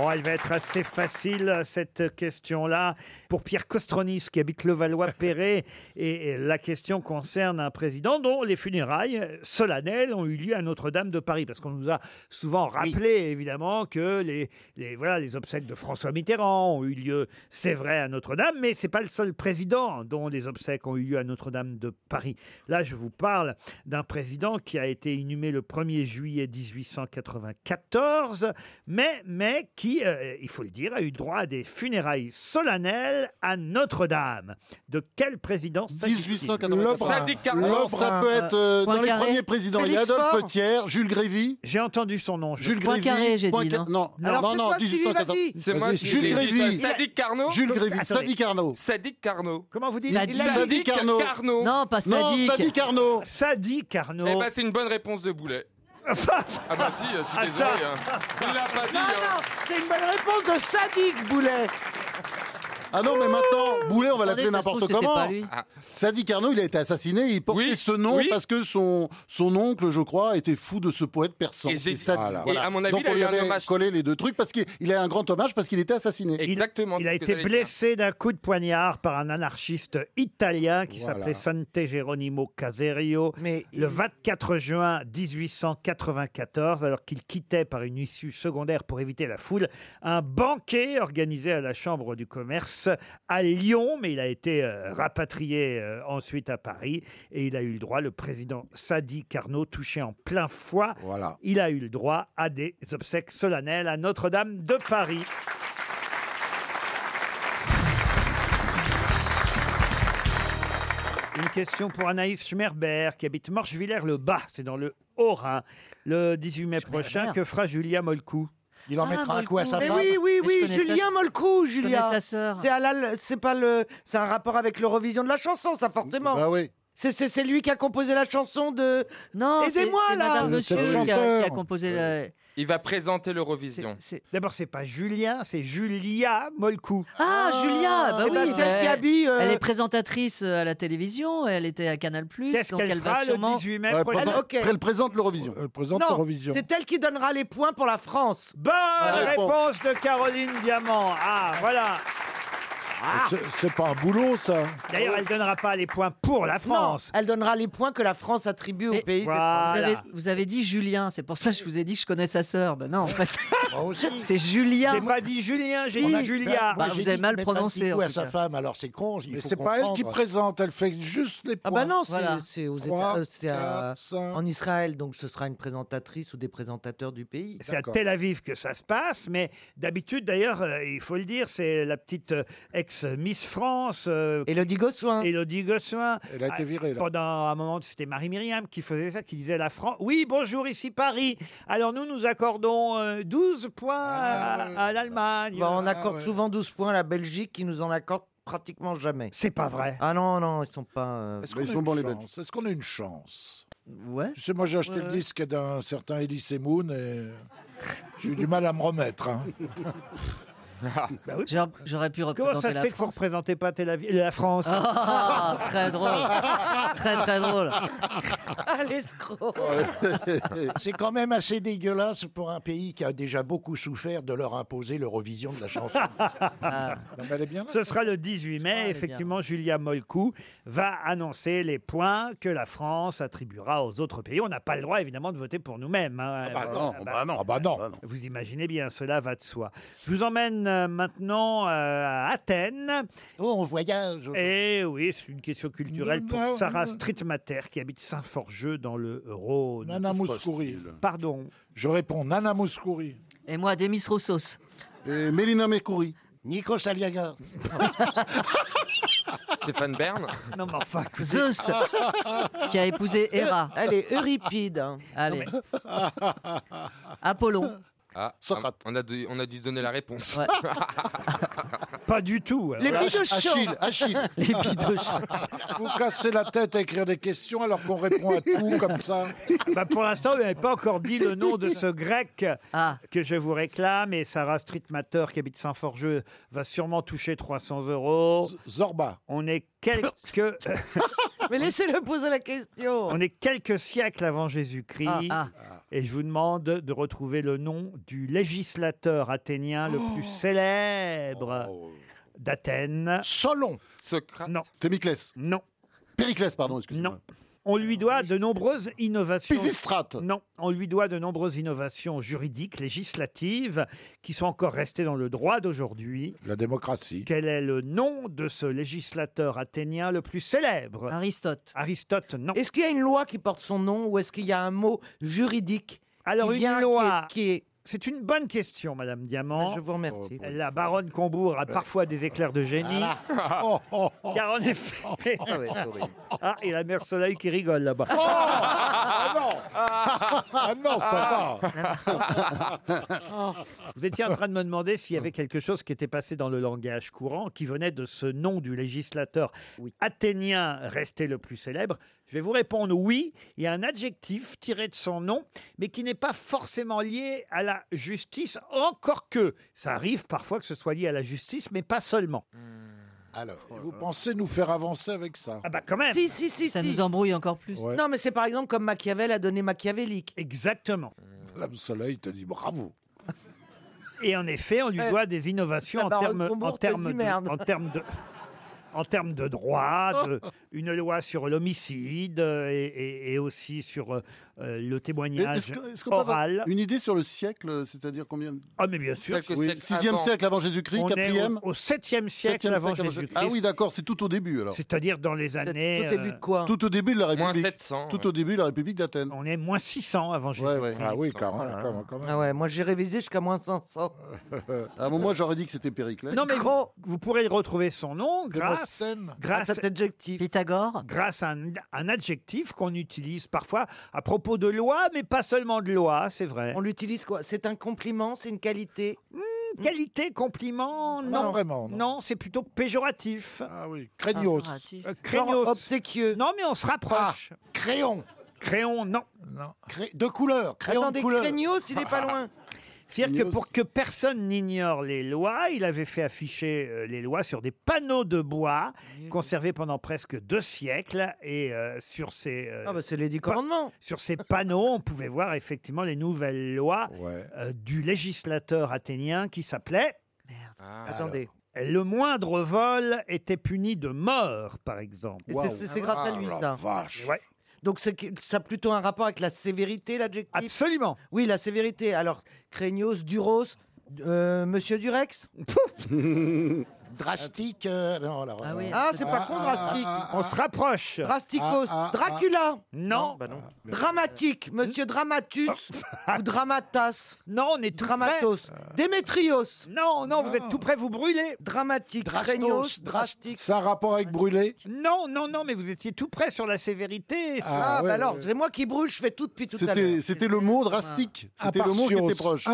Speaker 2: Oh, elle va être assez facile, cette question-là. Pour Pierre Costronis, qui habite Levallois-Perret, et et la question concerne un président dont les funérailles solennelles ont eu lieu à Notre-Dame de Paris. Parce qu'on nous a souvent rappelé, évidemment, que les, les, voilà, les obsèques de François Mitterrand ont eu lieu, c'est vrai, à Notre-Dame, mais c'est pas le seul président dont les obsèques ont eu lieu à Notre-Dame de Paris. Là, je vous parle d'un président qui a été inhumé le 1er juillet 1894, mais, mais qui, euh, il faut le dire, a eu droit à des funérailles solennelles à Notre-Dame. De quel président s'agit-il
Speaker 7: 1894. Sadi Car- Lebrun. Alors, ça peut être, euh, dans les Poincaré. premiers présidents, il y a Félix Adolphe Faure. Thiers, Jules Grévy.
Speaker 2: J'ai entendu son nom. je
Speaker 7: Jules
Speaker 2: crois.
Speaker 7: Grévy. Poinca- Non,
Speaker 2: Alors,
Speaker 7: non,
Speaker 2: c'est
Speaker 7: non,
Speaker 2: toi, Sylvie,
Speaker 7: 1814.
Speaker 2: vas-y. C'est moi
Speaker 7: Vas-y,
Speaker 2: qui
Speaker 7: Jules
Speaker 2: l'ai dit,
Speaker 7: Grévy.
Speaker 4: ça. Sadiq Carnot
Speaker 7: Jules Grévy.
Speaker 4: Attendez.
Speaker 7: Sadiq Carnot.
Speaker 4: Sadiq Carnot.
Speaker 2: Comment vous dites
Speaker 7: Sadiq Sadiq Carnot. Carnot. Non, pas Non, Sadiq. Sadiq Carnot.
Speaker 2: Sadiq Carnot.
Speaker 4: Eh ben, c'est une bonne réponse de Boulet. ah bah si, je suis
Speaker 2: Ah,
Speaker 4: désolé.
Speaker 2: ça.
Speaker 4: hein. Il l'a pas dit.
Speaker 6: Non,
Speaker 4: hein.
Speaker 6: non, c'est une bonne réponse de Sadik Boulet.
Speaker 7: Ah non, mais maintenant, Boulet, on va
Speaker 6: Attendez,
Speaker 7: l'appeler
Speaker 6: ça se
Speaker 7: n'importe
Speaker 6: trouve, c'était
Speaker 7: comment.
Speaker 6: pas lui. Ah.
Speaker 7: Sadi Carnot, il a été assassiné. Il portait ce nom
Speaker 4: oui.
Speaker 7: parce que son, son oncle, je crois, était fou de ce poète persan.
Speaker 4: Et j'ai-
Speaker 7: C'est Sadi.
Speaker 4: Voilà. Et à mon avis,
Speaker 7: Donc
Speaker 4: il a
Speaker 7: on
Speaker 4: eu
Speaker 7: lui
Speaker 4: un
Speaker 7: avait
Speaker 4: hommage.
Speaker 7: collé les deux trucs parce qu'il il a un grand hommage parce qu'il était assassiné.
Speaker 4: Exactement.
Speaker 2: Il a été blessé d'un coup de poignard par un anarchiste italien qui
Speaker 7: Voilà.
Speaker 2: s'appelait Sante Geronimo Caserio le 24 juin 1894, alors qu'il quittait par une issue secondaire pour éviter la foule un banquet organisé à la Chambre du commerce à Lyon, mais il a été euh, rapatrié euh, ensuite à Paris et il a eu le droit, le président Sadi Carnot, touché en plein foie, Ah. il a eu le droit à des obsèques solennelles à Notre-Dame de Paris. Une question pour Anaïs Schmerber, qui habite Morchevillers-le-Bas, c'est dans le Haut-Rhin, le 18 mai prochain. Que fera Julia Molcou
Speaker 8: Il
Speaker 2: Ah,
Speaker 8: en mettra
Speaker 2: bah,
Speaker 8: un coup à sa
Speaker 6: Ah, Mais
Speaker 8: femme.
Speaker 6: oui, oui,
Speaker 8: Mais je
Speaker 6: oui,
Speaker 8: connais sa-
Speaker 6: Julien Molcou,
Speaker 8: je connais
Speaker 6: Julien.
Speaker 8: sa sœur.
Speaker 6: C'est à la- c'est pas le, c'est un rapport avec l'Eurovision de la chanson, ça forcément.
Speaker 2: Bah
Speaker 7: Ah oui.
Speaker 6: C'est, c'est, c'est lui qui a composé la chanson de.
Speaker 3: Non, c'est-
Speaker 6: Aidez-moi
Speaker 3: c'est
Speaker 6: là.
Speaker 3: Madame Monsieur qui a, qui a composé le.
Speaker 4: Il va présenter l'Eurovision.
Speaker 2: D'abord, c'est pas Julien, c'est Julia Molcou.
Speaker 3: Ah, Julia, bah
Speaker 2: eh ben,
Speaker 3: oui,
Speaker 2: celle
Speaker 3: bah,
Speaker 2: qui habille, euh,
Speaker 3: elle est présentatrice euh, à la télévision, elle était à Canal+.
Speaker 2: Qu'est-ce
Speaker 3: donc
Speaker 2: qu'elle
Speaker 3: elle
Speaker 2: fera
Speaker 3: va
Speaker 2: le
Speaker 3: sûrement...
Speaker 2: 18
Speaker 7: Ouais, Euh, présente- après, elle présente l'Eurovision.
Speaker 2: Euh,
Speaker 7: Elle présente
Speaker 6: Non, c'est elle qui donnera les points pour la France.
Speaker 2: Bonne réponse de Caroline Diamant. Ah, voilà.
Speaker 5: C'est- C'est pas un boulot, ça.
Speaker 2: D'ailleurs, elle donnera pas les points pour la France.
Speaker 6: elle donnera les points que la France attribue au pays.
Speaker 3: Vous, avez, vous avez dit Julien, c'est pour ça que je vous ai dit que je connais sa sœur. Ben non, en fait, c'est Julia.
Speaker 2: J'ai pas dit Julien, j'ai
Speaker 3: Si.
Speaker 2: dit Julia.
Speaker 3: Bah, vous avez mal prononcé. en
Speaker 8: à
Speaker 3: tout
Speaker 8: sa
Speaker 3: cas.
Speaker 8: femme, alors c'est con.
Speaker 5: Mais c'est pas elle qui présente, elle fait juste les points.
Speaker 6: Ah bah non, c'est,
Speaker 5: Voilà.
Speaker 6: c'est aux
Speaker 5: Trois,
Speaker 6: États, euh, c'est à-
Speaker 5: quatre, cinq.
Speaker 6: en Israël, donc ce sera une présentatrice ou des présentateurs du pays.
Speaker 2: C'est à Tel Aviv que ça se passe, mais d'habitude, d'ailleurs, euh, il faut le dire, c'est la petite euh, ex-Miss France. euh,
Speaker 6: Élodie Gossuin.
Speaker 2: Élodie Gossuin.
Speaker 5: Elle a été
Speaker 2: Ah,
Speaker 5: virée, là.
Speaker 2: Pendant un moment, c'était Marie-Myriam qui faisait ça, qui disait à la France Oui, bonjour, ici Paris. Alors nous, nous accordons euh, 12 points
Speaker 5: Ah,
Speaker 2: à- à, l'Allemagne.
Speaker 6: Bah, on accorde souvent 12 points à la Belgique qui nous en accorde pratiquement jamais.
Speaker 2: C'est pas vrai.
Speaker 6: Ah non, non, ils sont pas. euh,
Speaker 5: Est-ce qu'on a, une chance Est-ce qu'on a une chance
Speaker 3: Ouais.
Speaker 5: Tu sais, moi j'ai acheté
Speaker 6: Ouais,
Speaker 5: le
Speaker 6: ouais.
Speaker 5: disque d'un certain Elise Moon et j'ai eu du mal à me remettre. hein. Bah
Speaker 3: J'aurais- J'aurais pu représenter
Speaker 2: Bah Comment ça se
Speaker 3: la
Speaker 2: fait que vous ne
Speaker 3: France.
Speaker 2: représentez pas Tel Aviv, la France
Speaker 3: Ah, très drôle. Très, très drôle.
Speaker 6: L'escroc.
Speaker 8: C'est quand même assez dégueulasse pour un pays qui a déjà beaucoup souffert de leur imposer l'Eurovision de la chanson.
Speaker 2: Ce sera le 18 mai.
Speaker 8: Ah, elle est
Speaker 2: Effectivement, Julia Molcou va annoncer les points que la France attribuera aux autres pays. On n'a pas le droit, évidemment, de voter pour nous-mêmes. hein.
Speaker 5: bah
Speaker 2: Euh,
Speaker 5: non,
Speaker 2: bah,
Speaker 5: bah non, ah bah non.
Speaker 2: Vous imaginez bien, cela va de soi. Je vous emmène euh, maintenant euh, à Athènes.
Speaker 8: Oh, on voyage.
Speaker 2: Et oui, c'est une question culturelle pour
Speaker 5: Non,
Speaker 2: Sarah
Speaker 5: non.
Speaker 2: Streetmater, qui habite Saint-Forgeux dans le Rhône.
Speaker 5: Nana Mouskouri.
Speaker 2: Pardon.
Speaker 5: Je réponds Nana Mouskouri.
Speaker 3: Et moi, Demis Roussos.
Speaker 7: Et Mélina Mercouri.
Speaker 8: Nico Saliaga.
Speaker 4: Stéphane Bern. Ah,
Speaker 2: Non, mais enfin, écoutez-
Speaker 3: Zeus, qui a épousé Héra.
Speaker 6: Elle est Euripide. hein.
Speaker 3: Allez. Apollon.
Speaker 4: Ah, on a, dû, on a dû donner la réponse.
Speaker 3: Ouais.
Speaker 2: Pas du tout.
Speaker 5: Les bidochons. Achille, Achille.
Speaker 2: Les bidochons.
Speaker 5: Vous cassez la tête à écrire des questions alors qu'on répond à tout comme ça.
Speaker 2: Bah, pour l'instant, vous n'avez pas encore dit le nom de ce grec
Speaker 6: Ah.
Speaker 2: que je vous réclame. Et Sarah Streetmater, qui habite Saint-Forgeux, va sûrement toucher 300 euros.
Speaker 5: Zorba.
Speaker 2: On est quelques...
Speaker 6: Mais laissez-le poser la question.
Speaker 2: On est quelques siècles avant Jésus-Christ.
Speaker 6: Ah,
Speaker 2: Et je vous demande de retrouver le nom du législateur athénien
Speaker 6: Oh.
Speaker 2: le plus célèbre d'Athènes.
Speaker 7: Oh. Solon.
Speaker 4: Socrate.
Speaker 2: Non.
Speaker 7: Thémiclès.
Speaker 2: Non.
Speaker 7: Périclès, pardon, excusez-moi.
Speaker 2: Non. On lui doit de nombreuses innovations.
Speaker 7: Pisistrate.
Speaker 2: Non, on lui doit de nombreuses innovations juridiques, législatives, qui sont encore restées dans le droit d'aujourd'hui.
Speaker 5: La démocratie.
Speaker 2: Quel est le nom de ce législateur athénien le plus célèbre
Speaker 3: Aristote.
Speaker 2: Aristote, non.
Speaker 6: Est-ce qu'il y a une loi qui porte son nom ou est-ce qu'il y a un mot juridique
Speaker 2: Alors,
Speaker 6: qui
Speaker 2: une
Speaker 6: vient, qui est-
Speaker 2: loi.
Speaker 6: qui est
Speaker 2: C'est une bonne question, Madame Diamant.
Speaker 6: Je vous remercie.
Speaker 2: Oh, La baronne Combourg a parfois des éclairs de génie.
Speaker 6: Voilà. Oh, oh, oh.
Speaker 2: Car en effet.
Speaker 6: Ah ouais, c'est horrible.
Speaker 2: Ah, et la mère Soleil qui rigole là-bas.
Speaker 5: Ah non Ah non, ça va
Speaker 2: Vous étiez en train de me demander s'il y avait quelque chose qui était passé dans le langage courant, qui venait de ce nom du législateur athénien resté le plus célèbre. Je vais vous répondre oui. Il y a un adjectif tiré de son nom, mais qui n'est pas forcément lié à la justice, encore que ça arrive parfois que ce soit lié à la justice, mais pas seulement.
Speaker 5: Hmm. Alors, vous pensez nous faire avancer avec ça
Speaker 2: Ah bah quand même
Speaker 6: Si, si, si.
Speaker 5: Ça
Speaker 6: si.
Speaker 5: nous embrouille encore plus. Ouais.
Speaker 6: Non, mais c'est par exemple comme Machiavel a donné machiavélique.
Speaker 2: Exactement.
Speaker 5: Madame Soleil te dit bravo.
Speaker 2: Et en effet, on lui
Speaker 6: Eh,
Speaker 2: doit des innovations
Speaker 6: la
Speaker 2: en
Speaker 6: baronne
Speaker 2: termes en
Speaker 6: Combourg te
Speaker 2: termes
Speaker 6: dit
Speaker 2: de,
Speaker 6: merde.
Speaker 2: en termes de en termes de droit, de- une loi sur l'homicide euh, et, et- et aussi sur euh, euh, le témoignage
Speaker 7: Est-ce que- est-ce qu'on peut avoir
Speaker 2: oral.
Speaker 7: une idée sur le siècle, c'est-à-dire combien
Speaker 2: Ah mais bien sûr,
Speaker 7: Quelques Oui, siècles sixième avant. siècle avant Jésus-Christ,
Speaker 2: Ah On est au-
Speaker 7: quatrième
Speaker 2: au, 7e siècle
Speaker 7: Septième
Speaker 2: avant
Speaker 7: siècle
Speaker 2: Jésus-Christ.
Speaker 7: Ah oui, d'accord, c'est tout au début alors.
Speaker 2: C'est-à-dire dans les années. euh,
Speaker 7: Tout au début de la République. Tout au début de la République d'Athènes.
Speaker 2: On est moins 600 avant Jésus-Christ.
Speaker 7: Ah oui, quand
Speaker 2: même, quand même,
Speaker 6: Ah ouais, moi j'ai révisé jusqu'à moins 500.
Speaker 7: à un moment, j'aurais dit que c'était Périclès.
Speaker 2: Non mais vous, vous pourrez retrouver son nom grâce,
Speaker 7: Démosthène.
Speaker 2: grâce
Speaker 6: À Ah, cet
Speaker 2: adjectif.
Speaker 3: Pythagore.
Speaker 2: Grâce à un, un adjectif qu'on utilise parfois à propos de loi, mais pas seulement de loi, c'est vrai.
Speaker 6: On l'utilise quoi C'est un compliment C'est une qualité
Speaker 2: Hmm,
Speaker 6: Ah,
Speaker 2: Qualité, compliment Non,
Speaker 6: vraiment,
Speaker 2: Non, c'est plutôt péjoratif. Ah oui,
Speaker 6: craignos. Ah, Péjoratif.
Speaker 2: craignos. obséquieux. Non, mais on se rapproche.
Speaker 8: Crayon.
Speaker 2: Crayon, non.
Speaker 8: De couleur. Crayon
Speaker 6: Attendez,
Speaker 8: de couleur.
Speaker 6: craignos, il est pas loin.
Speaker 2: C'est-à-dire que pour que personne n'ignore les lois, il avait fait afficher euh, les lois sur des panneaux de bois
Speaker 6: Mmh.
Speaker 2: conservés pendant presque deux siècles. Et euh, sur ces. euh,
Speaker 6: Ah bah, c'est les dix
Speaker 2: pa-
Speaker 6: commandements.
Speaker 2: Sur ces panneaux, on pouvait voir effectivement les nouvelles lois euh, du législateur athénien qui s'appelait. Ah.
Speaker 6: Ah. Attendez.
Speaker 2: Le moindre vol était puni de mort, par exemple.
Speaker 6: Et c'est- c'est- c'est grâce à lui, Ah, la ça. vache.
Speaker 2: Ouais.
Speaker 6: Donc c'est que- ça a plutôt un rapport avec la sévérité, l'adjectif
Speaker 2: Absolument.
Speaker 6: Oui, la sévérité. Alors, craignos, duros, euh, monsieur Durex
Speaker 8: Drastique. euh, non, alors,
Speaker 6: Ah
Speaker 8: euh,
Speaker 6: oui. Ah, c'est pas con, drastique.
Speaker 8: ah,
Speaker 2: On se rapproche.
Speaker 6: Drasticos, Dracula Ah, Euh,
Speaker 2: Non.
Speaker 6: bah
Speaker 2: Oh.
Speaker 6: Dramatique, monsieur Dramatus ou Dramatas
Speaker 2: Non, on est tout
Speaker 6: Dramatos. Démétrios
Speaker 2: Non, non, vous êtes tout près, vous brûlez
Speaker 6: Dramatique, craignos, drastique.
Speaker 5: Ça a rapport avec brûler
Speaker 2: Non, non, non, mais vous étiez tout près sur la sévérité. et sur-
Speaker 6: Ah, bah alors, c'est moi qui brûle, je fais tout depuis tout à l'heure.
Speaker 7: C'était c'était le mot drastique. C'était le mot qui était proche.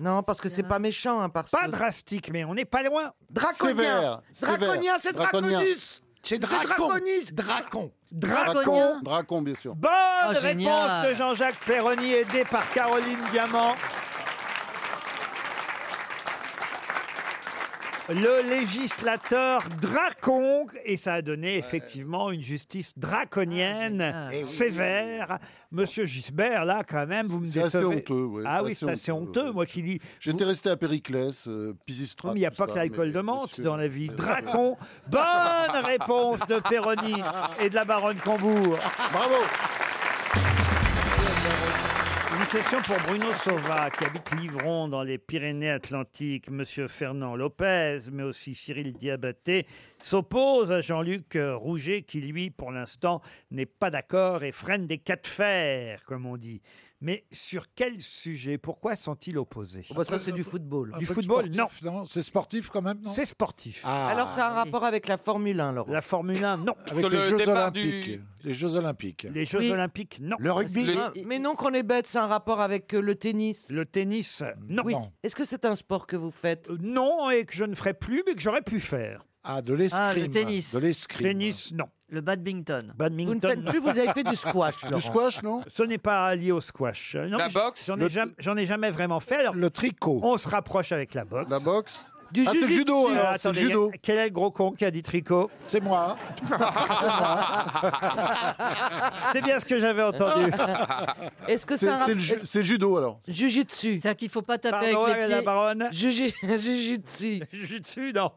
Speaker 6: Non, parce que c'est pas méchant, impartios.
Speaker 2: Pas drastique, mais on n'est pas loin.
Speaker 6: Draconien.
Speaker 7: Sévère,
Speaker 6: Draconien,
Speaker 7: sévère.
Speaker 6: c'est
Speaker 7: Draconien.
Speaker 6: Draconus.
Speaker 8: C'est
Speaker 7: Dracon.
Speaker 6: Draconis.
Speaker 8: Dracon.
Speaker 2: Draconien.
Speaker 7: Dracon, bien sûr.
Speaker 2: Bonne
Speaker 6: Ah,
Speaker 7: Oh, génial.
Speaker 2: réponse de Jean-Jacques Perroni, aidé par Caroline Diamant. Le législateur dracon, et ça a donné effectivement une justice draconienne,
Speaker 7: Eh oui.
Speaker 2: sévère. Monsieur Gisbert, là, quand même, vous me
Speaker 7: C'est
Speaker 2: décevez.
Speaker 7: assez honteux, ouais,
Speaker 2: Ah
Speaker 7: c'est
Speaker 2: oui,
Speaker 7: assez
Speaker 2: c'est assez
Speaker 7: honteux,
Speaker 2: honteux, moi qui dis...
Speaker 7: J'étais resté à Périclès, euh, Pisistrate.
Speaker 2: Il n'y a
Speaker 7: tout
Speaker 2: pas
Speaker 7: ça,
Speaker 2: que l'alcool
Speaker 7: mais-
Speaker 2: de menthe dans la vie.
Speaker 7: Ouais.
Speaker 2: Dracon, bonne réponse de Perroni et de la baronne Combourg. Bravo. Une question pour Bruno Sauva, qui habite Livron dans les Pyrénées-Atlantiques. Monsieur Fernand Lopez, mais aussi Cyril Diabaté, s'oppose à Jean-Luc euh, Rouget, qui lui, pour l'instant, n'est pas d'accord et freine des quatre fers, comme on dit. Mais sur quel sujet Pourquoi sont-ils opposés
Speaker 6: bah ça, c'est du football.
Speaker 2: Du football, non.
Speaker 5: C'est sportif quand même, non
Speaker 2: C'est sportif.
Speaker 7: Ah.
Speaker 6: Alors, ça a un rapport avec la Formule 1, Laurent
Speaker 2: La Formule 1, non.
Speaker 5: Avec les Jeux Olympiques. Les Jeux Olympiques.
Speaker 2: Les Jeux
Speaker 6: Oui.
Speaker 2: Olympiques, non.
Speaker 6: Le rugby Mais non, qu'on est bête, c'est un rapport avec euh, le tennis.
Speaker 2: Le tennis, non.
Speaker 6: Oui. Est-ce que c'est un sport que vous faites
Speaker 2: Euh, Non, et que je ne ferai plus, mais que j'aurais pu faire.
Speaker 5: Ah, de l'escrime.
Speaker 3: Ah, le tennis.
Speaker 5: De l'escrime.
Speaker 2: Tennis, non.
Speaker 3: Le badminton.
Speaker 2: Badminton.
Speaker 3: Vous ne faites plus, vous avez fait du squash, Du Laurent. squash,
Speaker 2: non Ce n'est pas lié au squash. Euh, Non,
Speaker 4: La
Speaker 2: j-
Speaker 4: boxe
Speaker 2: J'en ai,
Speaker 4: Le-
Speaker 2: jamais- j'en ai jamais vraiment fait. le tricot. On se rapproche avec la boxe. La boxe
Speaker 5: Du Ah, c'est le jujitsu. judo, alors, c'est le judo.
Speaker 2: Euh, Quel est le gros con qui a dit tricot C'est moi. c'est bien ce que j'avais entendu.
Speaker 6: Est-ce que
Speaker 7: C'est-
Speaker 6: ça a un
Speaker 7: c'est le
Speaker 6: rap-
Speaker 7: ju-
Speaker 6: est-ce-
Speaker 7: c'est le judo alors.
Speaker 6: Jujitsu.
Speaker 3: C'est-à-dire qu'il faut pas taper
Speaker 2: Pardon,
Speaker 3: avec les
Speaker 2: la
Speaker 3: pieds.
Speaker 2: baronne
Speaker 6: Juji- Jujitsu.
Speaker 2: Jujitsu, non.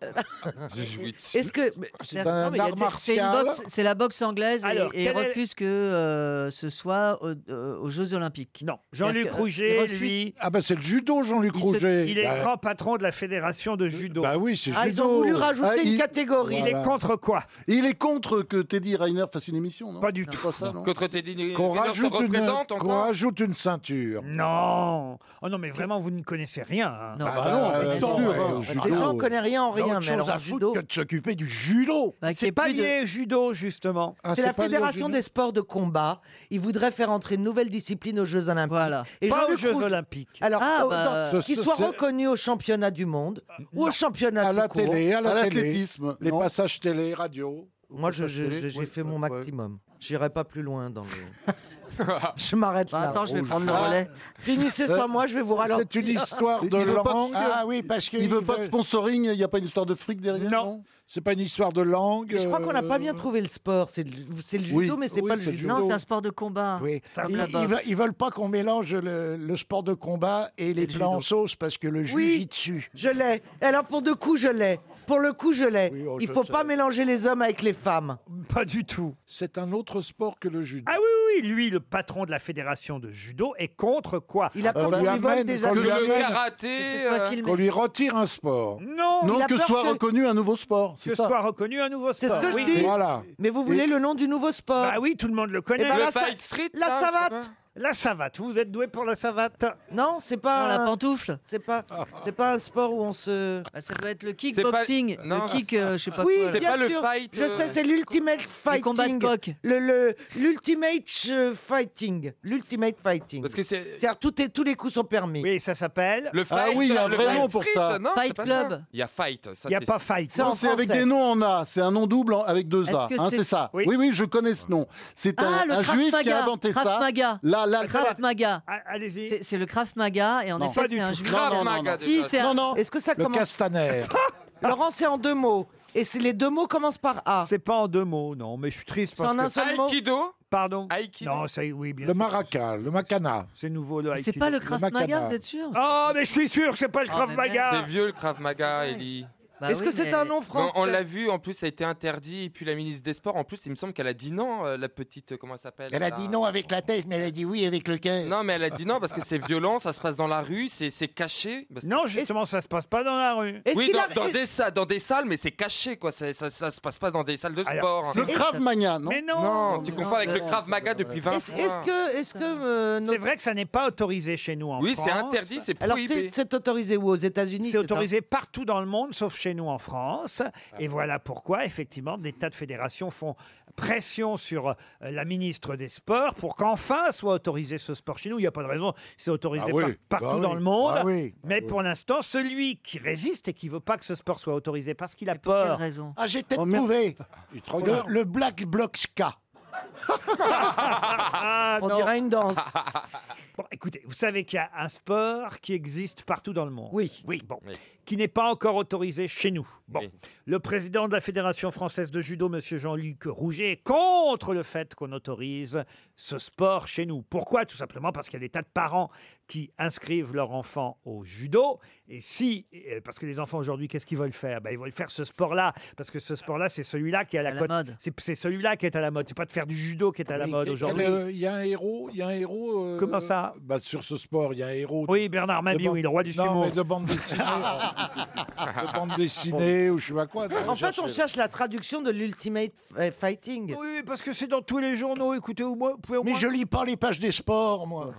Speaker 6: Est-ce que.
Speaker 3: C'est non, mais il y a- c'est- c'est une boxe- C'est la boxe anglaise et-
Speaker 6: Alors,
Speaker 3: et,
Speaker 6: quel est-
Speaker 3: refuse que euh, ce soit au- euh, aux Jeux Olympiques.
Speaker 2: Non,
Speaker 5: Jean-Luc Rouget, lui- Ah bah c'est le judo, Jean-Luc
Speaker 2: Il se-
Speaker 5: Rouget.
Speaker 2: Il est
Speaker 5: Bah,
Speaker 2: grand patron de la fédération de judo.
Speaker 5: Bah oui, c'est
Speaker 7: Ah, ils judo. ont voulu rajouter Ah, une il- catégorie.
Speaker 2: Il est
Speaker 7: Voilà.
Speaker 2: contre quoi
Speaker 7: Il est contre que Teddy Reiner fasse une émission, non
Speaker 2: Pas du
Speaker 7: tout. ça, non
Speaker 4: Contre Teddy Riner
Speaker 5: Qu'on
Speaker 4: se
Speaker 5: rajoute, une,
Speaker 4: représente
Speaker 5: qu'on
Speaker 4: encore
Speaker 5: rajoute une ceinture.
Speaker 2: Non Oh non, mais vraiment, vous ne connaissez rien. hein.
Speaker 5: Non, Bah bah non, euh, mais tant non, mieux, ouais, hein. au judo. Déjà, on connaît rien en
Speaker 2: On a
Speaker 5: rien,
Speaker 2: autre
Speaker 5: mais
Speaker 2: chose
Speaker 5: alors
Speaker 2: à
Speaker 5: en
Speaker 2: foutre que de s'occuper du judo.
Speaker 6: Bah, qu'il y
Speaker 2: c'est
Speaker 6: ait
Speaker 2: pas
Speaker 6: plus de-
Speaker 2: lié au judo, justement.
Speaker 5: Ah,
Speaker 6: c'est la Fédération des sports de combat. Ils voudraient faire entrer une nouvelle discipline aux Jeux Olympiques. Et
Speaker 2: Pas aux
Speaker 6: Jean-Luc
Speaker 2: Jeux
Speaker 6: Rouge-
Speaker 2: Olympiques.
Speaker 6: Alors,
Speaker 2: Ah,
Speaker 6: euh,
Speaker 2: bah,
Speaker 6: non,
Speaker 2: ce-
Speaker 6: qu'ils
Speaker 2: ce-
Speaker 6: soient
Speaker 2: c'est-
Speaker 6: reconnus au championnat du monde ou au championnat
Speaker 5: À la
Speaker 6: tout court.
Speaker 5: télé, à la télé. Les passages télé, radio.
Speaker 6: Moi, je- je-
Speaker 5: Passages
Speaker 6: je-
Speaker 5: télé.
Speaker 6: j'ai
Speaker 5: Ouais,
Speaker 6: fait mon
Speaker 5: ouais.
Speaker 6: maximum. J'irai pas plus loin dans le. je m'arrête là.
Speaker 3: attends, je vais
Speaker 6: Rouge.
Speaker 3: prendre le
Speaker 6: Ah,
Speaker 3: relais.
Speaker 6: Finissez sans moi, je vais vous ralentir.
Speaker 5: C'est une histoire de
Speaker 7: Il veut pas de-
Speaker 5: langue.
Speaker 7: Ah oui,
Speaker 5: parce
Speaker 7: Il veut pas de sponsoring, il n'y a pas une histoire de fric derrière Non.
Speaker 5: C'est pas une histoire de langue.
Speaker 6: Je crois qu'on n'a pas bien
Speaker 5: euh,
Speaker 6: trouvé le sport. C'est le, c'est le judo,
Speaker 5: Oui,
Speaker 6: mais c'est
Speaker 5: oui,
Speaker 6: pas le
Speaker 5: c'est le
Speaker 6: judo.
Speaker 5: judo. Non, c'est un
Speaker 3: sport de combat.
Speaker 8: Oui.
Speaker 6: Comme
Speaker 8: Ils,
Speaker 6: la
Speaker 8: ils
Speaker 6: boxe.
Speaker 8: ve- ils veulent pas qu'on mélange le, le sport de combat et les plats en sauce parce que le
Speaker 6: Oui,
Speaker 8: jujitsu.
Speaker 6: je l'ai. Alors pour deux coups, je l'ai. Pour le coup, je l'ai.
Speaker 8: oh,
Speaker 6: Il
Speaker 8: je
Speaker 6: faut
Speaker 8: sais.
Speaker 6: pas mélanger les hommes avec les femmes.
Speaker 2: Pas du tout.
Speaker 5: C'est un autre sport que le judo.
Speaker 2: Ah oui, oui, lui, le patron de la fédération de judo, est contre quoi Ah,
Speaker 6: Il a peur qu'on lui amène des
Speaker 5: qu'on Euh, lui
Speaker 6: adultes.
Speaker 5: amène-
Speaker 6: Que ce soit euh, filmé.
Speaker 5: Qu'on lui retire un sport.
Speaker 2: Non,
Speaker 7: Non, que soit reconnu un nouveau sport.
Speaker 2: que
Speaker 7: c'est ça.
Speaker 2: soit reconnu un nouveau
Speaker 6: C'est
Speaker 2: sport.
Speaker 6: ce que je
Speaker 2: oui.
Speaker 6: dis. Mais vous voulez le nom du nouveau sport
Speaker 2: Ah oui, tout le monde le connaît.
Speaker 6: Eh ben, Le la sa- Fight Street, la là, je sais savate.
Speaker 2: La savate. Vous êtes doué pour la savate
Speaker 6: Non, c'est pas.
Speaker 3: Non, la
Speaker 6: un-
Speaker 3: pantoufle.
Speaker 6: C'est pas. C'est pas un sport où on se.
Speaker 3: Bah, ça doit être le
Speaker 6: C'est pas-
Speaker 3: kickboxing,
Speaker 6: non,
Speaker 3: le kick, euh, je sais pas
Speaker 6: oui,
Speaker 3: quoi. là.
Speaker 6: bien sûr. Je sais, c'est l'ultimate fighting.
Speaker 3: combats de coq.
Speaker 6: Le- le- l'ultimate euh, fighting, l'ultimate fighting.
Speaker 4: Parce que c'est-
Speaker 6: C'est-à-dire tout est- tous les coups sont permis.
Speaker 2: Oui, ça s'appelle.
Speaker 6: Ah
Speaker 4: Le fight, le fight street, non, c'est
Speaker 3: Fight
Speaker 4: pas
Speaker 3: Club.
Speaker 4: ça. Il y a fight.
Speaker 2: Il
Speaker 4: ça,
Speaker 2: n'y a
Speaker 4: c'est-
Speaker 2: pas fight.
Speaker 7: Non, c'est avec des noms en A, c'est un nom double en- avec deux
Speaker 2: Est-ce
Speaker 7: A.
Speaker 2: que
Speaker 7: hein,
Speaker 2: c'est-
Speaker 7: c'est ça.
Speaker 2: Oui.
Speaker 7: Oui. oui, je connais ce nom. C'est
Speaker 3: Ah,
Speaker 7: un,
Speaker 3: le
Speaker 7: un
Speaker 3: Krav
Speaker 7: juif qui
Speaker 3: Maga,
Speaker 7: a inventé
Speaker 3: Krav
Speaker 7: ça.
Speaker 3: Maga.
Speaker 7: Là, là,
Speaker 3: Le Krav Maga.
Speaker 2: Allez-y.
Speaker 3: C'est- C'est le Krav Maga et en
Speaker 7: Non.
Speaker 3: effet
Speaker 7: Pas
Speaker 3: c'est
Speaker 7: du
Speaker 3: un
Speaker 7: tout.
Speaker 3: juif.
Speaker 7: Krav
Speaker 3: qui a
Speaker 7: Maga,
Speaker 3: inventé-
Speaker 7: déjà.
Speaker 3: Si, c'est un-
Speaker 6: Est-ce que ça
Speaker 5: Le
Speaker 6: commence
Speaker 5: castaner.
Speaker 6: Laurent, c'est en deux mots. Et c'est- les deux mots commencent par A.
Speaker 2: C'est pas en deux mots, non, mais je suis triste
Speaker 6: Ah. C'est
Speaker 2: parce
Speaker 6: en un
Speaker 2: que-
Speaker 6: seul mot.
Speaker 4: Aikido
Speaker 2: Pardon Non, c'est oui, bien
Speaker 5: Le
Speaker 2: sûr.
Speaker 5: maraca, le macana.
Speaker 2: C'est nouveau le
Speaker 3: Mais C'est
Speaker 2: Aikido.
Speaker 3: pas le Krav Maga, vous êtes sûr
Speaker 2: Ah, mais je suis sûr que c'est pas le
Speaker 3: Ah,
Speaker 2: Krav
Speaker 3: mais
Speaker 2: Maga.
Speaker 4: C'est vieux le Krav Maga, Ellie.
Speaker 3: Bah Est-ce oui, que c'est mais- un nom
Speaker 4: Non,
Speaker 3: français
Speaker 4: On l'a vu, en plus, ça a été interdit. Et puis la ministre des Sports, en plus, il me semble qu'elle a dit non, euh, la petite. euh, Comment elle s'appelle
Speaker 8: Elle a
Speaker 4: là
Speaker 8: dit non avec la tête, mais elle a dit oui avec le cœur.
Speaker 4: Non, mais elle a dit non parce que c'est violent, ça se passe dans la rue, c'est c'est caché. Parce que-
Speaker 2: Non, justement, ça se passe pas dans la rue.
Speaker 4: Oui, dans, dans des, sa- dans des salles, mais c'est caché, quoi. Ça, ça, ça se passe pas dans des salles de
Speaker 2: Alors,
Speaker 4: sport. hein.
Speaker 2: c'est- Le Krav
Speaker 7: Maga, non
Speaker 2: Mais non
Speaker 4: Non, tu confonds avec
Speaker 2: non,
Speaker 4: le Krav Maga depuis 20 ans.
Speaker 6: Est-ce est-ce que. Est-ce que euh,
Speaker 2: C'est
Speaker 6: notre-
Speaker 2: vrai que ça n'est pas autorisé chez nous en
Speaker 4: Oui,
Speaker 2: France.
Speaker 4: c'est interdit, c'est
Speaker 6: Alors,
Speaker 4: prohibé.
Speaker 6: c'est c'est autorisé où Aux États-Unis
Speaker 2: C'est
Speaker 6: ça Ah
Speaker 2: autorisé partout dans le monde, sauf chez nous en France. Et voilà pourquoi, effectivement, des tas de fédérations font pression sur euh, la ministre des Sports pour qu'enfin soit autorisé ce sport chez nous. Il n'y a pas de raison, c'est autorisé
Speaker 5: Ah oui,
Speaker 2: par-
Speaker 5: bah
Speaker 2: partout
Speaker 5: oui,
Speaker 2: dans le monde.
Speaker 5: bah oui, bah
Speaker 2: Mais
Speaker 5: oui.
Speaker 2: pour l'instant, celui qui résiste et qui veut pas que ce sport soit autorisé parce qu'il a peur.
Speaker 3: quelle raison
Speaker 8: Ah, j'ai peut-être
Speaker 2: Oh, merde.
Speaker 8: trouvé.
Speaker 5: Il te
Speaker 8: Le,
Speaker 2: regarde.
Speaker 8: le Black Blocs K.
Speaker 2: Ah
Speaker 6: On dirait une danse.
Speaker 2: Bon, écoutez, vous savez qu'il y a un sport qui existe partout dans le monde.
Speaker 6: Oui.
Speaker 2: Oui. Bon, qui n'est pas encore autorisé chez nous. Bon, le président de la Fédération française de judo, Monsieur Jean-Luc Rouget, est contre le fait qu'on autorise ce sport chez nous. Pourquoi Tout simplement parce qu'il y a des tas de parents qui inscrivent leur enfant au judo. Et si, euh, parce que les enfants aujourd'hui, qu'est-ce qu'ils veulent faire Ben, Ils veulent faire ce sport-là, parce que ce sport-là, c'est celui-là qui est à la, cote- C'est c'est celui-là qui est à la mode. C'est pas de faire du judo qui est à la mode
Speaker 5: Il y a
Speaker 2: aujourd'hui.
Speaker 5: le- il y a un héros, il y a un héros. euh,
Speaker 2: Comment ça ça
Speaker 5: Bah, sur ce sport, il y a un héros.
Speaker 2: Oui, Bernard Mabie,
Speaker 5: De
Speaker 2: oui,
Speaker 5: bande-
Speaker 2: le roi du
Speaker 5: non,
Speaker 2: sumo.
Speaker 5: mais de bande dessinée. de bande dessinée ou je sais pas quoi.
Speaker 2: bah,
Speaker 6: En fait, on cherche la traduction de l'Ultimate euh, Fighting.
Speaker 2: Oui, parce que c'est dans tous les journaux. Écoutez, au moins,
Speaker 8: Mais je lis pas les pages des sports, moi.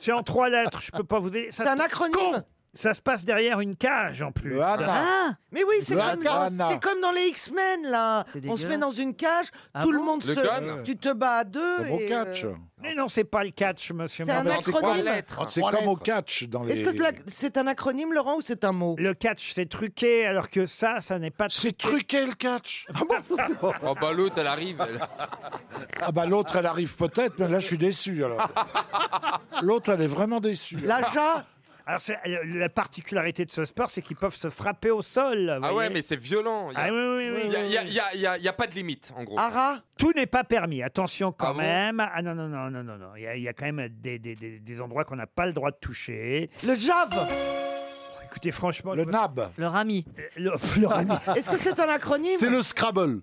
Speaker 2: C'est en trois lettres, je peux pas vous aider. C'est un acronyme Ça se passe derrière une cage en plus.
Speaker 6: Ah, mais oui, c'est
Speaker 2: Le
Speaker 6: comme,
Speaker 2: Hana.
Speaker 6: c'est comme dans les X-Men, là. On se
Speaker 2: dégueulasse.
Speaker 6: met dans une cage,
Speaker 2: Ah
Speaker 6: tout le
Speaker 2: bon
Speaker 6: monde
Speaker 2: Le
Speaker 6: se...
Speaker 2: Khan.
Speaker 6: Tu te bats à deux et... euh,
Speaker 2: Mais non, c'est pas le catch, monsieur.
Speaker 6: C'est un
Speaker 2: Mabie.
Speaker 6: acronyme.
Speaker 5: C'est comme au catch dans les.
Speaker 6: Est-ce que la- c'est un acronyme, Laurent, ou c'est un mot
Speaker 2: Le catch, c'est truqué, alors que ça, ça n'est pas
Speaker 5: C'est truqué le catch
Speaker 2: Ah
Speaker 4: Oh bah l'autre, elle arrive. elle.
Speaker 5: Ah bah l'autre, elle arrive peut-être, mais là, je suis déçu alors. L'autre, elle est vraiment déçue.
Speaker 2: Alors, c'est- euh, la particularité de ce sport, c'est qu'ils peuvent se frapper au sol.
Speaker 4: Ah
Speaker 2: vous
Speaker 4: ouais,
Speaker 2: voyez.
Speaker 4: mais c'est violent.
Speaker 2: Ah oui, oui, oui,
Speaker 4: Il y a-
Speaker 2: oui,
Speaker 4: il y a-
Speaker 2: oui.
Speaker 4: il y a- il y a- il y a pas de limite, en gros.
Speaker 2: Tout n'est pas permis, attention quand
Speaker 4: Ah bon
Speaker 2: même. ah non, non, non, non, non, non. Il y, a- il y a quand même des, des- des- des endroits qu'on n'a pas le droit de toucher. Oh,
Speaker 6: Le jab
Speaker 2: Écoutez, franchement.
Speaker 5: Le nab
Speaker 2: Le rami. Le, le rami.
Speaker 6: Est-ce que c'est un acronyme
Speaker 7: C'est le Scrabble.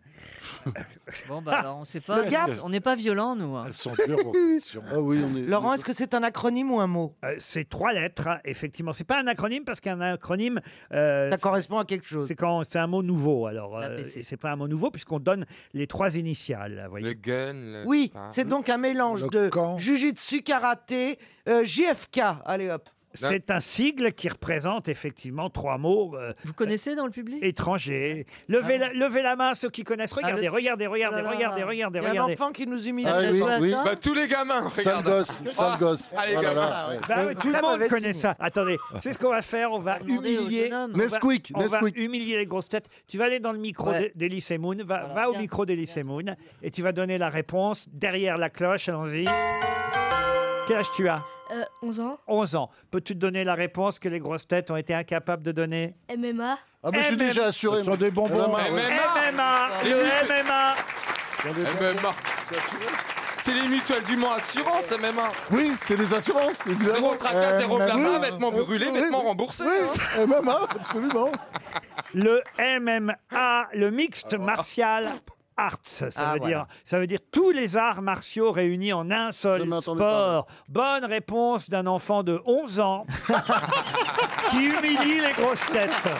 Speaker 3: Bon, bah alors, on sait pas.
Speaker 6: Le gaffe.
Speaker 3: On n'est pas violents, nous.
Speaker 7: Elles
Speaker 2: sont
Speaker 7: dures,
Speaker 2: vos
Speaker 6: Laurent, est-ce que c'est un acronyme ou un mot
Speaker 2: Euh, c'est trois lettres, hein, effectivement. C'est pas un acronyme parce qu'un acronyme. euh,
Speaker 6: Ça
Speaker 2: c'est-
Speaker 6: correspond à quelque chose.
Speaker 2: C'est quand c'est un mot nouveau. Alors, euh,
Speaker 6: APC.
Speaker 2: et c'est pas un mot nouveau puisqu'on donne les trois initiales. vous voyez.
Speaker 4: Le gun. le-
Speaker 6: Oui,
Speaker 4: Ah.
Speaker 6: c'est donc un mélange de jujitsu, karaté, euh, JFK. Allez hop.
Speaker 2: C'est un sigle qui représente effectivement trois mots. Vous
Speaker 3: connaissez dans le public
Speaker 2: Étrangers. Levez, la, levez la main ceux qui connaissent. Regardez, regardez, regardez,
Speaker 6: Oh là là.
Speaker 2: regardez, regardez,
Speaker 6: Il y a
Speaker 2: regardez.
Speaker 6: un enfant qui nous humilie.
Speaker 4: Bah tous les gamins.
Speaker 7: Ah Sale
Speaker 4: regarde.
Speaker 7: gosse, sale
Speaker 4: Ah,
Speaker 7: gosse.
Speaker 4: Allez,
Speaker 7: Oh là
Speaker 4: gamins.
Speaker 7: là, ouais.
Speaker 2: Bah ouais, tout le monde connaît ça. Attendez, c'est ce qu'on va faire. On va humilier.
Speaker 7: jeune homme.
Speaker 2: on va-
Speaker 7: Nesquik,
Speaker 2: on va
Speaker 7: Nesquik.
Speaker 2: humilier les grosses têtes. Tu vas aller dans le micro
Speaker 7: Ouais.
Speaker 2: d'E- d'Elysée Moon. Va, va au micro d'Elysée Moon et tu vas donner la réponse derrière la cloche. Allons-y. Quel âge tu as
Speaker 14: 11 ans.
Speaker 2: 11 ans. Peux-tu te donner la réponse que les grosses têtes ont été incapables de donner
Speaker 14: MMA.
Speaker 7: Ah, mais j'ai
Speaker 2: MM.
Speaker 7: déjà assuré. Euh,
Speaker 2: Ce sont des bonbons.
Speaker 4: MMA.
Speaker 2: MMA, le MMA.
Speaker 4: MMA. C'est les mutuelles du Mans Assurance, MMA.
Speaker 7: Oui, c'est les assurances, évidemment.
Speaker 4: Zéro tracas, zéro
Speaker 7: Euh,
Speaker 4: blabla,
Speaker 7: oui.
Speaker 4: vêtements brûlés,
Speaker 7: Oui,
Speaker 4: vêtements
Speaker 7: oui.
Speaker 4: remboursés,
Speaker 7: Oui, et même, hein, absolument.
Speaker 2: Le MMA, le mixte martial arts, ça
Speaker 7: Euh, Ah,
Speaker 2: veut
Speaker 7: voilà.
Speaker 2: dire ça veut dire tous les arts martiaux réunis en un seul
Speaker 7: m'attendais
Speaker 2: sport. Bonne réponse d'un enfant de 11 ans qui humilie les grosses têtes.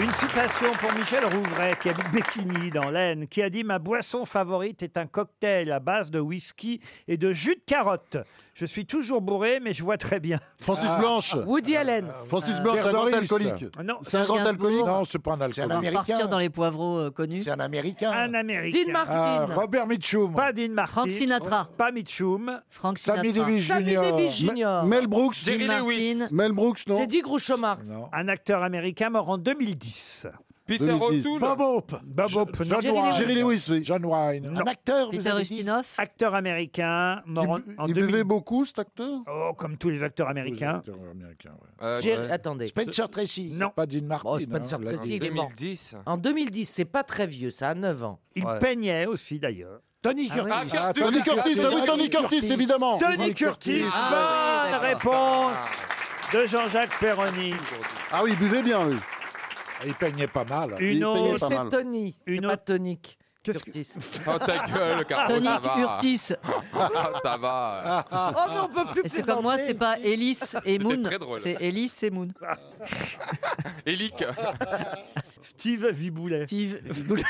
Speaker 2: Une citation pour Michel Rouvray, qui habite Béquigny, dans l'Aisne, qui a dit « Ma boisson favorite est un cocktail à base de whisky et de jus de carotte. Je suis toujours bourré, mais je vois très bien. »
Speaker 7: Francis Ah. Blanche. Euh,
Speaker 6: Woody Allen.
Speaker 7: Francis Blanc, c'est un grand alcoolique.
Speaker 2: Ah
Speaker 7: C'est un grand alcoolique.
Speaker 5: Non, c'est pas un
Speaker 7: C'est un
Speaker 5: alcoolique.
Speaker 7: On va Américain. repartir dans
Speaker 3: les poivreaux euh, connus.
Speaker 8: C'est un américain.
Speaker 2: Un américain.
Speaker 7: Dean Martin.
Speaker 5: Ah, Robert Mitchum.
Speaker 2: Pas Dean Martin.
Speaker 3: Frank Sinatra.
Speaker 2: Pas Mitchum.
Speaker 3: Frank
Speaker 5: Sammy
Speaker 3: Sinatra.
Speaker 5: Davis Sammy Jr. Davis Jr.
Speaker 7: Me- Mel Brooks.
Speaker 5: Jerry
Speaker 7: Dean
Speaker 5: Lewis.
Speaker 7: Martin. Mel Brooks, non.
Speaker 6: dit Groucho Marx.
Speaker 2: Un acteur américain mort en 2010.
Speaker 4: Peter
Speaker 7: 2010. O'Toole.
Speaker 2: Bob Hope. Bob Hope. non.
Speaker 7: Jerry Lewis. Jerry Lewis, oui.
Speaker 5: John Wine.
Speaker 2: Non.
Speaker 7: acteur,
Speaker 3: Peter Ustinov.
Speaker 2: Acteur américain mort en, en
Speaker 7: Il
Speaker 2: 2000.
Speaker 7: buvait beaucoup, cet acteur
Speaker 2: Oh, comme tous les acteurs américains.
Speaker 4: Euh,
Speaker 6: Jerry- Attendez.
Speaker 8: Spencer Tracy.
Speaker 2: Non.
Speaker 5: Pas Dean Martin.
Speaker 6: Bon, Spencer
Speaker 5: hein, on l'a
Speaker 6: Tracy,
Speaker 5: dit.
Speaker 6: il est mort. En 2010, c'est pas très vieux, ça a 9 ans.
Speaker 2: Il
Speaker 6: Ouais.
Speaker 2: peignait aussi d'ailleurs.
Speaker 8: Tony
Speaker 6: Ah oui.
Speaker 8: Curtis.
Speaker 6: Ah,
Speaker 7: Tony Curtis, ah oui, Tony Curtis, évidemment.
Speaker 2: Tony Curtis,
Speaker 7: Ah,
Speaker 2: bonne
Speaker 7: oui,
Speaker 2: réponse de Jean-Jacques Perroni.
Speaker 7: Ah oui, il buvait bien, lui. Ah,
Speaker 5: Il peignait pas mal.
Speaker 2: Une
Speaker 7: Il peignait
Speaker 2: autre.
Speaker 7: pas mal.
Speaker 6: C'est Tony, c'est pas Tonic. Curtis.
Speaker 4: Oh ta gueule, Caro,
Speaker 3: Tony
Speaker 4: ça va.
Speaker 3: Curtis.
Speaker 4: Ah, ça va.
Speaker 6: non, Oh, on peut plus
Speaker 3: Et c'est comme
Speaker 6: plaisanter.
Speaker 3: moi, c'est pas Ellis et Moon.
Speaker 4: très drôle.
Speaker 3: C'est Ellis et Moon.
Speaker 4: Elic.
Speaker 2: Steve Viboulet.
Speaker 3: Steve Viboulet.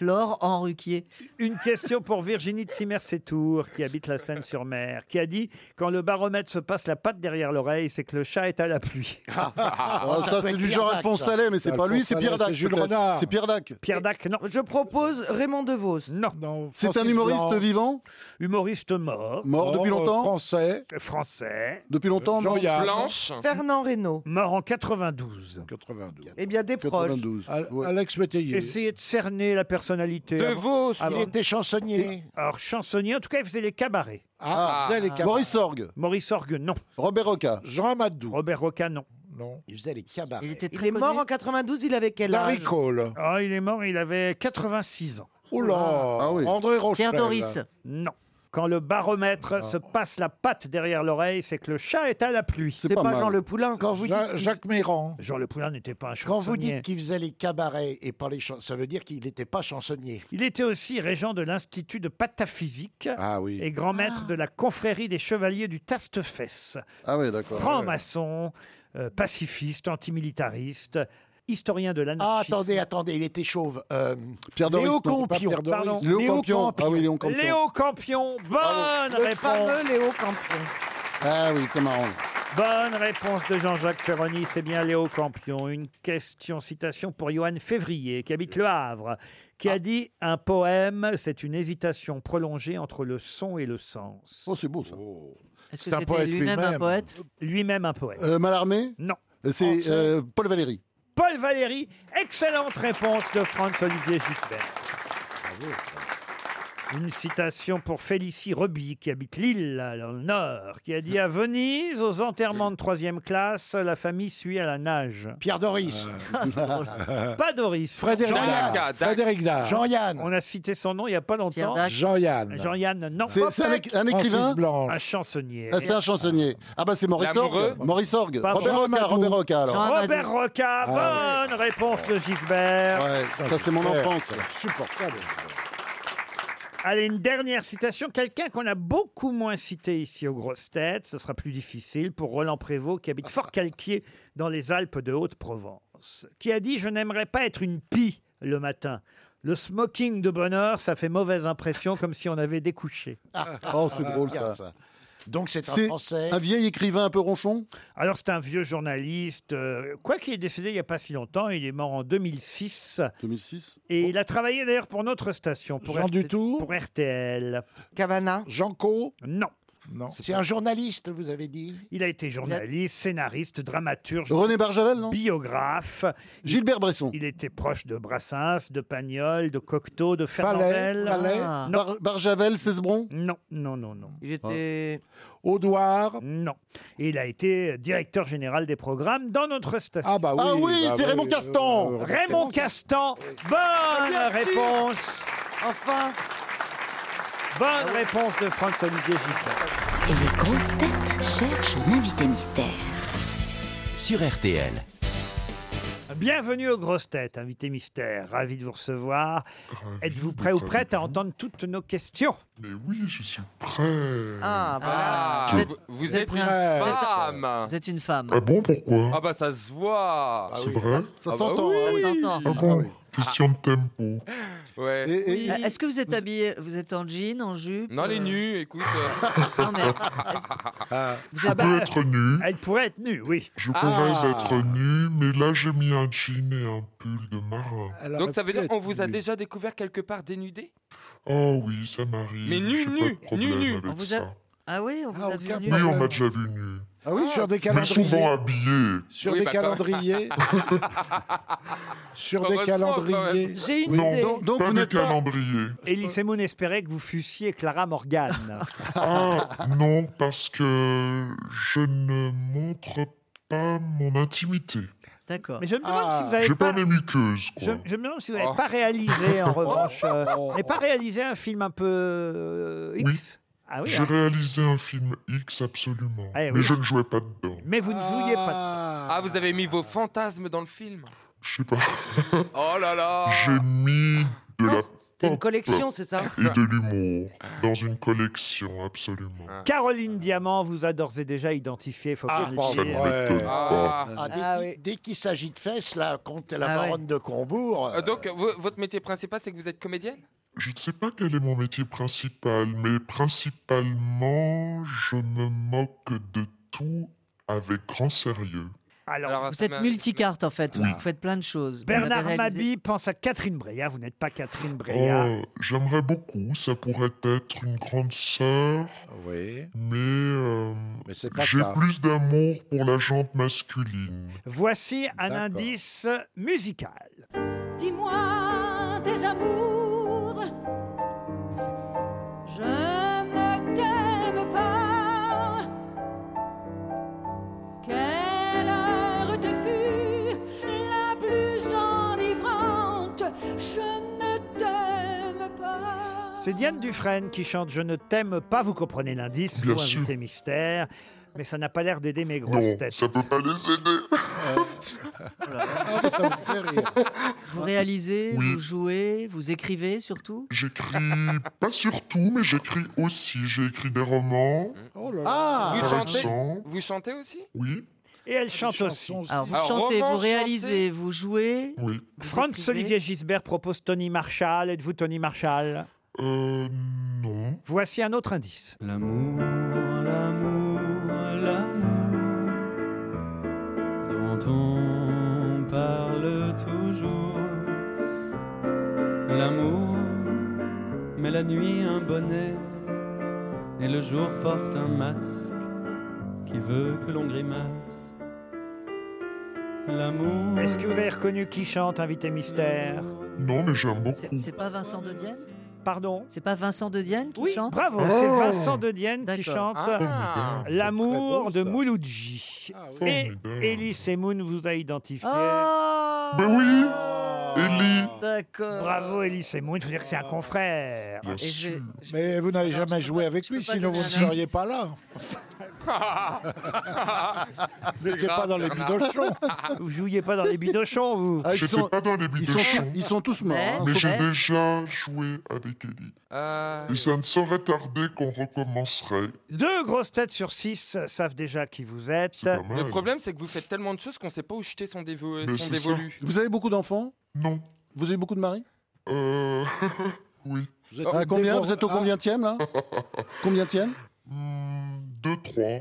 Speaker 3: Laure Henruquier.
Speaker 2: Une question pour Virginie de Simmer-Sétour, qui habite la Seine-sur-Mer, qui a dit Quand le baromètre se passe la patte derrière l'oreille, c'est que le chat est à la pluie.
Speaker 7: Oh, ça, c'est du genre Alphonse Allais, mais c'est pas lui, c'est Pierre Dac. peut-être. C'est Pierre Dac.
Speaker 2: Pierre Dac, non.
Speaker 6: Je propose Raymond DeVos.
Speaker 2: Non.
Speaker 7: C'est un humoriste vivant
Speaker 2: Humoriste mort.
Speaker 7: Mort euh, depuis longtemps
Speaker 5: Français.
Speaker 2: Français.
Speaker 7: Depuis longtemps, mort
Speaker 5: Jean-Yann.
Speaker 6: Fernand Reynaud.
Speaker 2: Mort en 92.
Speaker 5: 92.
Speaker 6: Eh bien, des proches.
Speaker 7: 92.
Speaker 5: Al- Alex Métayer.
Speaker 2: Essayez de cerner la personnalité.
Speaker 5: De Vos,
Speaker 2: avant- Ah,
Speaker 5: il était
Speaker 8: chansonnier.
Speaker 2: Alors, chansonnier, en tout cas, il faisait les cabarets.
Speaker 5: Ah, il faisait les cabarets.
Speaker 7: Maurice Orgue.
Speaker 2: Maurice Orgue, non.
Speaker 7: Robert Roca.
Speaker 5: Jean Amadou.
Speaker 2: Robert Roca, non.
Speaker 5: Non.
Speaker 8: Il faisait les cabarets.
Speaker 3: Il était
Speaker 6: Il est mort en 92, il avait quel âge
Speaker 5: Larry Cole.
Speaker 2: Ah, il est mort, il avait 86 ans.
Speaker 6: Ah
Speaker 5: Oula. André Rochelle.
Speaker 2: Non. Quand le baromètre
Speaker 6: Ah.
Speaker 2: se passe la patte derrière l'oreille, c'est que le chat est à la pluie.
Speaker 6: C'est pas pas mal. Jean Le
Speaker 2: Poulain.
Speaker 6: Quand vous Ja- dites- Jacques
Speaker 2: Méran. Jean Le Poulain n'était pas un chansonnier.
Speaker 8: Quand vous dites qu'il faisait les cabarets et pas les chansons, ça veut dire qu'il n'était pas chansonnier.
Speaker 2: Il était aussi régent de l'Institut de Pataphysique
Speaker 7: Ah
Speaker 2: et grand
Speaker 8: Ah.
Speaker 2: maître de la confrérie des chevaliers du Taste-Fesse.
Speaker 7: Ah oui, d'accord.
Speaker 2: Franc-maçon, euh, pacifiste, antimilitariste, historien de
Speaker 8: Ah,
Speaker 2: l'anarchisme.
Speaker 8: attendez, attendez, il était chauve. Euh,
Speaker 2: Pierre Doris,
Speaker 8: Léo
Speaker 2: non, pas
Speaker 8: Campion.
Speaker 2: Pierre Doris.
Speaker 8: pardon.
Speaker 2: Léo Campion. Ah oui, Léo Campion. Léo Campion, bonne
Speaker 6: Le
Speaker 2: réponse.
Speaker 6: fameux Léo Campion.
Speaker 7: Ah oui, c'est marrant.
Speaker 2: Bonne réponse de Jean-Jacques Perroni, c'est bien Léo Campion. Une question citation pour Johan Février, qui habite Le Havre, qui a dit un poème, c'est une hésitation prolongée entre le son et le sens.
Speaker 7: Oh, c'est beau ça.
Speaker 3: Est-ce que C'est un c'était poète lui-même un lui-même. poète
Speaker 2: Lui-même un poète.
Speaker 7: Euh, Mallarmé
Speaker 2: Non.
Speaker 7: C'est euh, Paul Valéry.
Speaker 2: Paul Valéry, excellente réponse de Franz-Olivier Gisbert. Une citation pour Félicie Reby, qui habite Lille, dans le Nord, qui a dit à Venise, aux enterrements de troisième classe, la famille suit à la nage. Euh,
Speaker 8: Pierre Doris.
Speaker 2: Pas Doris.
Speaker 8: Frédéric Jean-Yann. Dard. Frédéric Dard. Jean-Yann.
Speaker 2: On a cité son nom il n'y a pas longtemps.
Speaker 7: Pierre Dac. Jean-Yann.
Speaker 2: Jean-Yann, non.
Speaker 7: C'est-
Speaker 2: pas
Speaker 7: c'est
Speaker 2: Pac.
Speaker 7: un- un écrivain Francis Blanche.
Speaker 2: Un chansonnier.
Speaker 7: Ah, c'est un chansonnier. Ah bah c'est Maurice
Speaker 2: L'amoureux
Speaker 7: Orgue. Maurice Orgue.
Speaker 2: Pas
Speaker 7: Robert
Speaker 2: Jean
Speaker 7: Roca,
Speaker 2: Amadou.
Speaker 7: Robert Roca alors.
Speaker 2: Robert Roca,
Speaker 7: Ah,
Speaker 2: bonne réponse de Gisbert.
Speaker 7: Ça c'est mon enfance.
Speaker 2: Allez, une dernière citation. Quelqu'un qu'on a beaucoup moins cité ici aux grosses têtes. Ce sera plus difficile pour Roland Prévost, qui habite Fort-Calquier, dans les Alpes de Haute-Provence, qui a dit Je n'aimerais pas être une pie le matin. Le smoking de bonheur, ça fait mauvaise impression, comme si on avait découché.
Speaker 7: Oh, c'est drôle, ça.
Speaker 8: Donc c'est un
Speaker 7: C'est
Speaker 8: Français.
Speaker 7: un vieil écrivain un peu ronchon
Speaker 2: Alors, c'est un vieux journaliste, euh, quoi qu'il est décédé il n'y a pas si longtemps, il est mort en 2006.
Speaker 7: 2006
Speaker 2: Et il a travaillé d'ailleurs pour notre station, pour,
Speaker 8: Jean
Speaker 2: Dutour pour RTL.
Speaker 6: Cavana
Speaker 2: Janco Non. Non.
Speaker 8: C'est un journaliste, vous avez dit.
Speaker 2: Il a été journaliste, scénariste, dramaturge.
Speaker 7: René Barjavel, non
Speaker 2: Biographe.
Speaker 7: Gilbert Bresson.
Speaker 2: Il était proche de Brassens, de Pagnol, de Cocteau, de
Speaker 7: Palais,
Speaker 2: Fernandel.
Speaker 7: Palais.
Speaker 2: Ah. Non.
Speaker 7: Bar- Barjavel, Cesbron Ah.
Speaker 2: Non, non, non, non.
Speaker 3: Il était.
Speaker 2: Audouard Non. Et il a été directeur général des programmes dans notre station. Ah bah
Speaker 7: oui, Ah oui, bah c'est oui, Raymond euh, Castan. euh,
Speaker 2: Raymond Castan Bonne réponse
Speaker 6: Enfin
Speaker 2: Bonne réponse de François-Olivier
Speaker 1: Et les grosses têtes cherchent l'invité mystère.
Speaker 11: Sur RTL.
Speaker 2: Bienvenue aux grosses têtes, invité mystère. Ravi de vous recevoir. Êtes-vous prêt ou prête à entendre toutes nos questions Mais oui, je suis prêt.
Speaker 6: Ah,
Speaker 4: Ah,
Speaker 2: Vous êtes-
Speaker 4: vous, vous
Speaker 2: vous
Speaker 4: êtes,
Speaker 2: êtes
Speaker 4: une
Speaker 2: un- vous êtes-
Speaker 4: femme
Speaker 3: Vous êtes une femme.
Speaker 6: Eh,
Speaker 14: Ah bon, pourquoi
Speaker 4: Ah bah ça se voit
Speaker 14: C'est vrai
Speaker 4: Ah bah oui.
Speaker 2: hein.
Speaker 3: Ça
Speaker 14: Ah
Speaker 3: s'entend.
Speaker 14: bon Question de tempo.
Speaker 4: Ouais.
Speaker 3: Euh, Est-ce que vous êtes habillé Vous êtes en jean, en jupe
Speaker 4: Non, les
Speaker 3: euh,
Speaker 4: nus, écoute.
Speaker 3: Non, mais-
Speaker 5: Ah.
Speaker 14: Je peux être nu.
Speaker 2: Elle pourrait être nue, oui.
Speaker 14: Je pourrais
Speaker 4: Ah.
Speaker 14: être nu, mais là j'ai mis un jean et un pull de marin.
Speaker 4: Donc ça veut dire qu'on vous a déjà découvert quelque part dénudé
Speaker 14: Oh oui, ça m'arrive.
Speaker 4: Mais nu,
Speaker 14: j'ai pas
Speaker 4: nu,
Speaker 14: de problème
Speaker 4: nu, nu.
Speaker 14: avec
Speaker 3: On vous
Speaker 14: ça.
Speaker 3: a... Ah oui, on vous a vu nu.
Speaker 14: Oui, on m'a déjà vu nu.
Speaker 5: Ah oui, sur des
Speaker 14: Mais
Speaker 5: calendriers.
Speaker 14: souvent habillé.
Speaker 5: Sur
Speaker 4: bah,
Speaker 5: des calendriers. sur des calendriers.
Speaker 14: non, pas des calendriers.
Speaker 2: Elie Semoun espérait que vous fussiez Clara Morgan.
Speaker 14: Ah non, parce que je ne montre pas mon intimité. Ah.
Speaker 3: D'accord.
Speaker 2: Mais je me demande si vous avez
Speaker 14: J'ai
Speaker 2: pas...
Speaker 14: pas mes muqueuses,
Speaker 2: Je,
Speaker 14: quoi.
Speaker 2: je me demande si vous n'avez pas réalisé, en revanche, euh, n'avez pas réalisé un film un peu euh, X. Ah oui,
Speaker 14: J'ai
Speaker 2: hein.
Speaker 14: réalisé un film X absolument,
Speaker 2: Eh
Speaker 14: mais
Speaker 2: oui.
Speaker 14: je ne jouais pas dedans.
Speaker 2: Mais vous ne jouiez pas.
Speaker 4: Ah, vous avez mis vos fantasmes dans le film
Speaker 14: Je sais pas.
Speaker 4: Oh là là
Speaker 14: J'ai mis de la
Speaker 6: C'était une
Speaker 14: pop
Speaker 6: collection, c'est ça
Speaker 14: et de l'humour dans une collection absolument.
Speaker 2: Ah. Caroline Diamant vous a d'ores et déjà identifié, faut
Speaker 8: Ah,
Speaker 2: bien le dire.
Speaker 8: Ah,
Speaker 2: Ah,
Speaker 8: dès qu'il- dès qu'il s'agit de fesses, là, contre la
Speaker 2: Ah ouais.
Speaker 8: baronne de Combourg.
Speaker 4: Euh, Donc, vo- votre métier principal, c'est que vous êtes comédienne
Speaker 14: Je ne sais pas quel est mon métier principal, mais principalement, je me moque de tout avec grand sérieux.
Speaker 2: Alors,
Speaker 3: vous êtes multicarte en fait, vous
Speaker 14: Oui.
Speaker 3: faites plein de choses.
Speaker 2: Bernard
Speaker 3: Vous avez réalisé-
Speaker 2: Mabi pense à Catherine Breillat, vous n'êtes pas Catherine Breillat.
Speaker 14: Oh, j'aimerais beaucoup, ça pourrait être une grande sœur,
Speaker 5: Oui.
Speaker 14: mais, euh,
Speaker 5: Mais c'est pas
Speaker 14: j'ai
Speaker 5: ça.
Speaker 14: plus d'amour pour la jante masculine.
Speaker 2: Voici un
Speaker 14: D'accord.
Speaker 2: indice musical.
Speaker 15: Dis-moi des amours. Je ne t'aime pas. Quelle heure te fut la plus enivrante. Je ne t'aime pas.
Speaker 2: C'est Diane Dufresne qui chante Je ne t'aime pas, vous comprenez l'indice,
Speaker 14: Bien
Speaker 2: vous
Speaker 14: sûr.
Speaker 2: invité mystère. Mais ça n'a pas l'air d'aider mes grosses
Speaker 14: Non,
Speaker 2: têtes.
Speaker 14: ça peut pas les aider.
Speaker 16: Ah,
Speaker 2: Ah,
Speaker 3: Vous réalisez,
Speaker 14: Oui.
Speaker 3: vous jouez, vous écrivez surtout
Speaker 14: J'écris pas surtout, mais j'écris aussi. J'ai écrit des romans.
Speaker 16: Oh
Speaker 2: Ah
Speaker 4: vous
Speaker 14: Par
Speaker 4: chantez,
Speaker 14: exemple.
Speaker 4: vous chantez aussi
Speaker 14: Oui.
Speaker 2: Et elle chante aussi.
Speaker 3: Alors vous chantez, vous réalisez, vous jouez.
Speaker 14: Oui.
Speaker 2: Franz Olivier Gisbert propose Tony Marshall. Êtes-vous Tony Marshall
Speaker 14: Euh, non.
Speaker 2: Voici un autre indice.
Speaker 16: L'amour, l'amour, l'amour dont on parle toujours. L'amour met la nuit un bonnet et le jour porte un masque qui veut que l'on grimace. L'amour.
Speaker 2: Est-ce que vous avez reconnu qui chante Invité Mystère
Speaker 14: Non, mais j'aime beaucoup.
Speaker 3: C'est pas Vincent de Dienne
Speaker 2: Pardon
Speaker 3: C'est pas Vincent de Dienne qui chante
Speaker 2: Bravo, c'est Vincent de Dienne qui chante
Speaker 3: Ah.
Speaker 2: L'amour de Mouloudji.
Speaker 14: oui.
Speaker 2: Et
Speaker 14: Formidable.
Speaker 2: Elie Semoun vous a identifié.
Speaker 14: Ben oui, Ellie.
Speaker 3: D'accord.
Speaker 2: Bravo Elie Semoun, il faut dire que c'est un confrère.
Speaker 14: Bien Et sûr.
Speaker 5: Mais vous n'avez jamais joué avec lui,
Speaker 2: pas
Speaker 5: sinon vous
Speaker 2: donner
Speaker 5: ne
Speaker 2: un
Speaker 5: seriez pas là. Vous n'étiez pas dans les bidochons.
Speaker 2: Vous jouiez pas dans les bidochons, vous
Speaker 14: J'étais Ah, pas dans les
Speaker 7: ils sont,
Speaker 14: bidochons.
Speaker 7: ils sont tous
Speaker 2: Eh,
Speaker 7: morts. hein.
Speaker 14: Mais
Speaker 7: Sauf-
Speaker 14: j'ai déjà joué avec Ellie. Et ça ne saurait tarder qu'on recommencerait.
Speaker 2: Deux grosses têtes sur six savent déjà qui vous êtes.
Speaker 4: Le problème, c'est que vous faites tellement de choses qu'on sait pas où jeter son, dévo- son dévolu.
Speaker 7: Vous avez beaucoup d'enfants
Speaker 14: Non.
Speaker 7: Vous avez beaucoup de maris
Speaker 14: Euh. oui.
Speaker 7: Vous êtes, à combien vous êtes au combien tième là Combien tième
Speaker 14: Hmm, Deux, trois.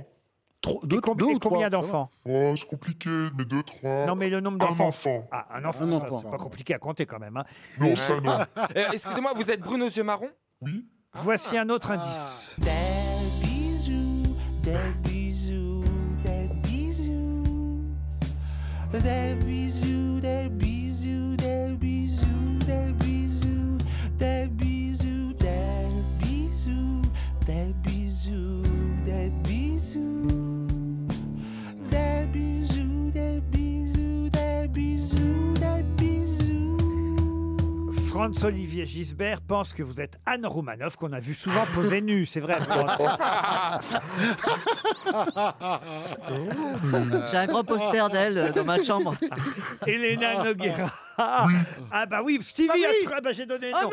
Speaker 7: Tro- deux,
Speaker 2: com-
Speaker 7: deux
Speaker 2: et
Speaker 7: ou trois,
Speaker 2: combien
Speaker 7: ça va
Speaker 2: d'enfants
Speaker 14: Oh, c'est compliqué, mais deux, trois.
Speaker 2: Non, mais le nombre
Speaker 14: Un
Speaker 2: d'enfants.
Speaker 14: enfant.
Speaker 2: Ah, un enfant.
Speaker 14: Un
Speaker 2: ça,
Speaker 14: enfant.
Speaker 2: C'est pas compliqué à compter quand même. hein.
Speaker 14: Non, ça non.
Speaker 4: Euh, Excusez-moi, vous êtes brune aux yeux marrons
Speaker 2: Voici un
Speaker 4: Tá Ah.
Speaker 2: autre indice.
Speaker 15: Des bisous, des bisous, des bisous. Des bisous, des bisous, des bisous, des bisous, des bisous, des bisous, des bisous, des bisous. Des bisous, des bisous, des bisous, des bisous.
Speaker 2: Franz Olivier Gisbert pense que vous êtes Anne Roumanoff, qu'on a vu souvent poser nue. C'est vrai, Franz.
Speaker 3: J'ai un grand poster d'elle euh, dans ma chambre.
Speaker 2: Elena Noguera. Ah bah oui, Stevie a tr- ah bah j'ai donné non.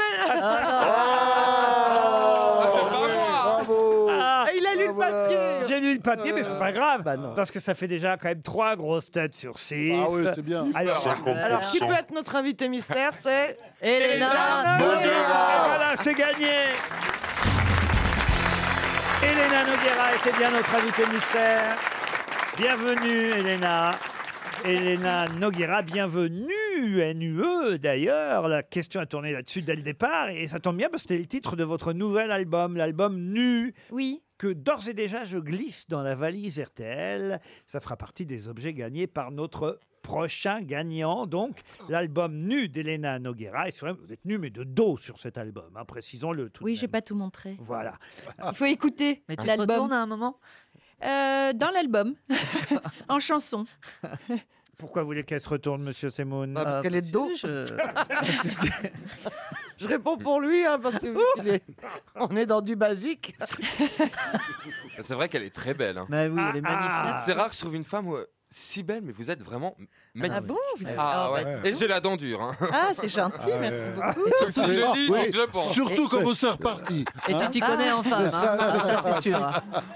Speaker 2: Ah,
Speaker 15: il a lu le papier.
Speaker 2: J'ai lu le papier, mais
Speaker 7: Euh,
Speaker 2: c'est pas grave, parce que ça fait déjà quand même trois grosses têtes sur six.
Speaker 7: bah Ah oui, c'est bien.
Speaker 2: Alors,
Speaker 6: Alors, qui peut être notre invité mystère C'est.
Speaker 2: Elena Noguera. Voilà, c'est gagné. Elena Noguera était bien notre invitée mystère. Bienvenue, Elena. Elena Noguera, bienvenue, NUE d'ailleurs. La question a tourné là-dessus dès le départ et ça tombe bien parce que c'était le titre de votre nouvel album, l'album Nu.
Speaker 17: Oui.
Speaker 2: Que d'ores et déjà je glisse dans la valise RTL. Ça fera partie des objets gagnés par notre prochain gagnant. Donc l'album Nu d'Elena Noguera. Et c'est vrai, vous êtes nu mais de dos sur cet album, hein, précisons-le tout. de
Speaker 17: Oui,
Speaker 2: même.
Speaker 17: j'ai pas tout montré.
Speaker 2: Voilà.
Speaker 17: Il faut écouter
Speaker 3: Mais tu te
Speaker 17: l'album.
Speaker 3: retournes à un moment
Speaker 17: Euh, dans l'album, en chanson.
Speaker 2: Pourquoi vous voulez qu'elle se retourne, monsieur Semoun
Speaker 6: Bah, parce qu'elle est de dos. Je réponds hein,
Speaker 17: pour lui, parce que
Speaker 6: on est dans du basique.
Speaker 4: Bah, C'est vrai qu'elle est très belle. hein.
Speaker 17: Bah
Speaker 3: Mais oui, elle est magnifique.
Speaker 4: C'est rare que je trouve une femme euh, si belle, mais vous êtes vraiment magnifique.
Speaker 17: Ah bon, vous êtes-
Speaker 4: Ah
Speaker 17: ah
Speaker 4: ouais.
Speaker 17: ouais.
Speaker 4: Et j'ai la dent dure. hein.
Speaker 17: Ah, c'est gentil, merci beaucoup.
Speaker 7: Ah,
Speaker 4: C'est aussi joli,
Speaker 7: Oui,
Speaker 4: c'est que je pense.
Speaker 7: Surtout quand vous serez reparti.
Speaker 17: Et tu t'y connais en femme,
Speaker 7: C'est
Speaker 17: hein.
Speaker 7: ça,
Speaker 17: Ah, ça,
Speaker 7: ça.
Speaker 17: c'est sûr, hein.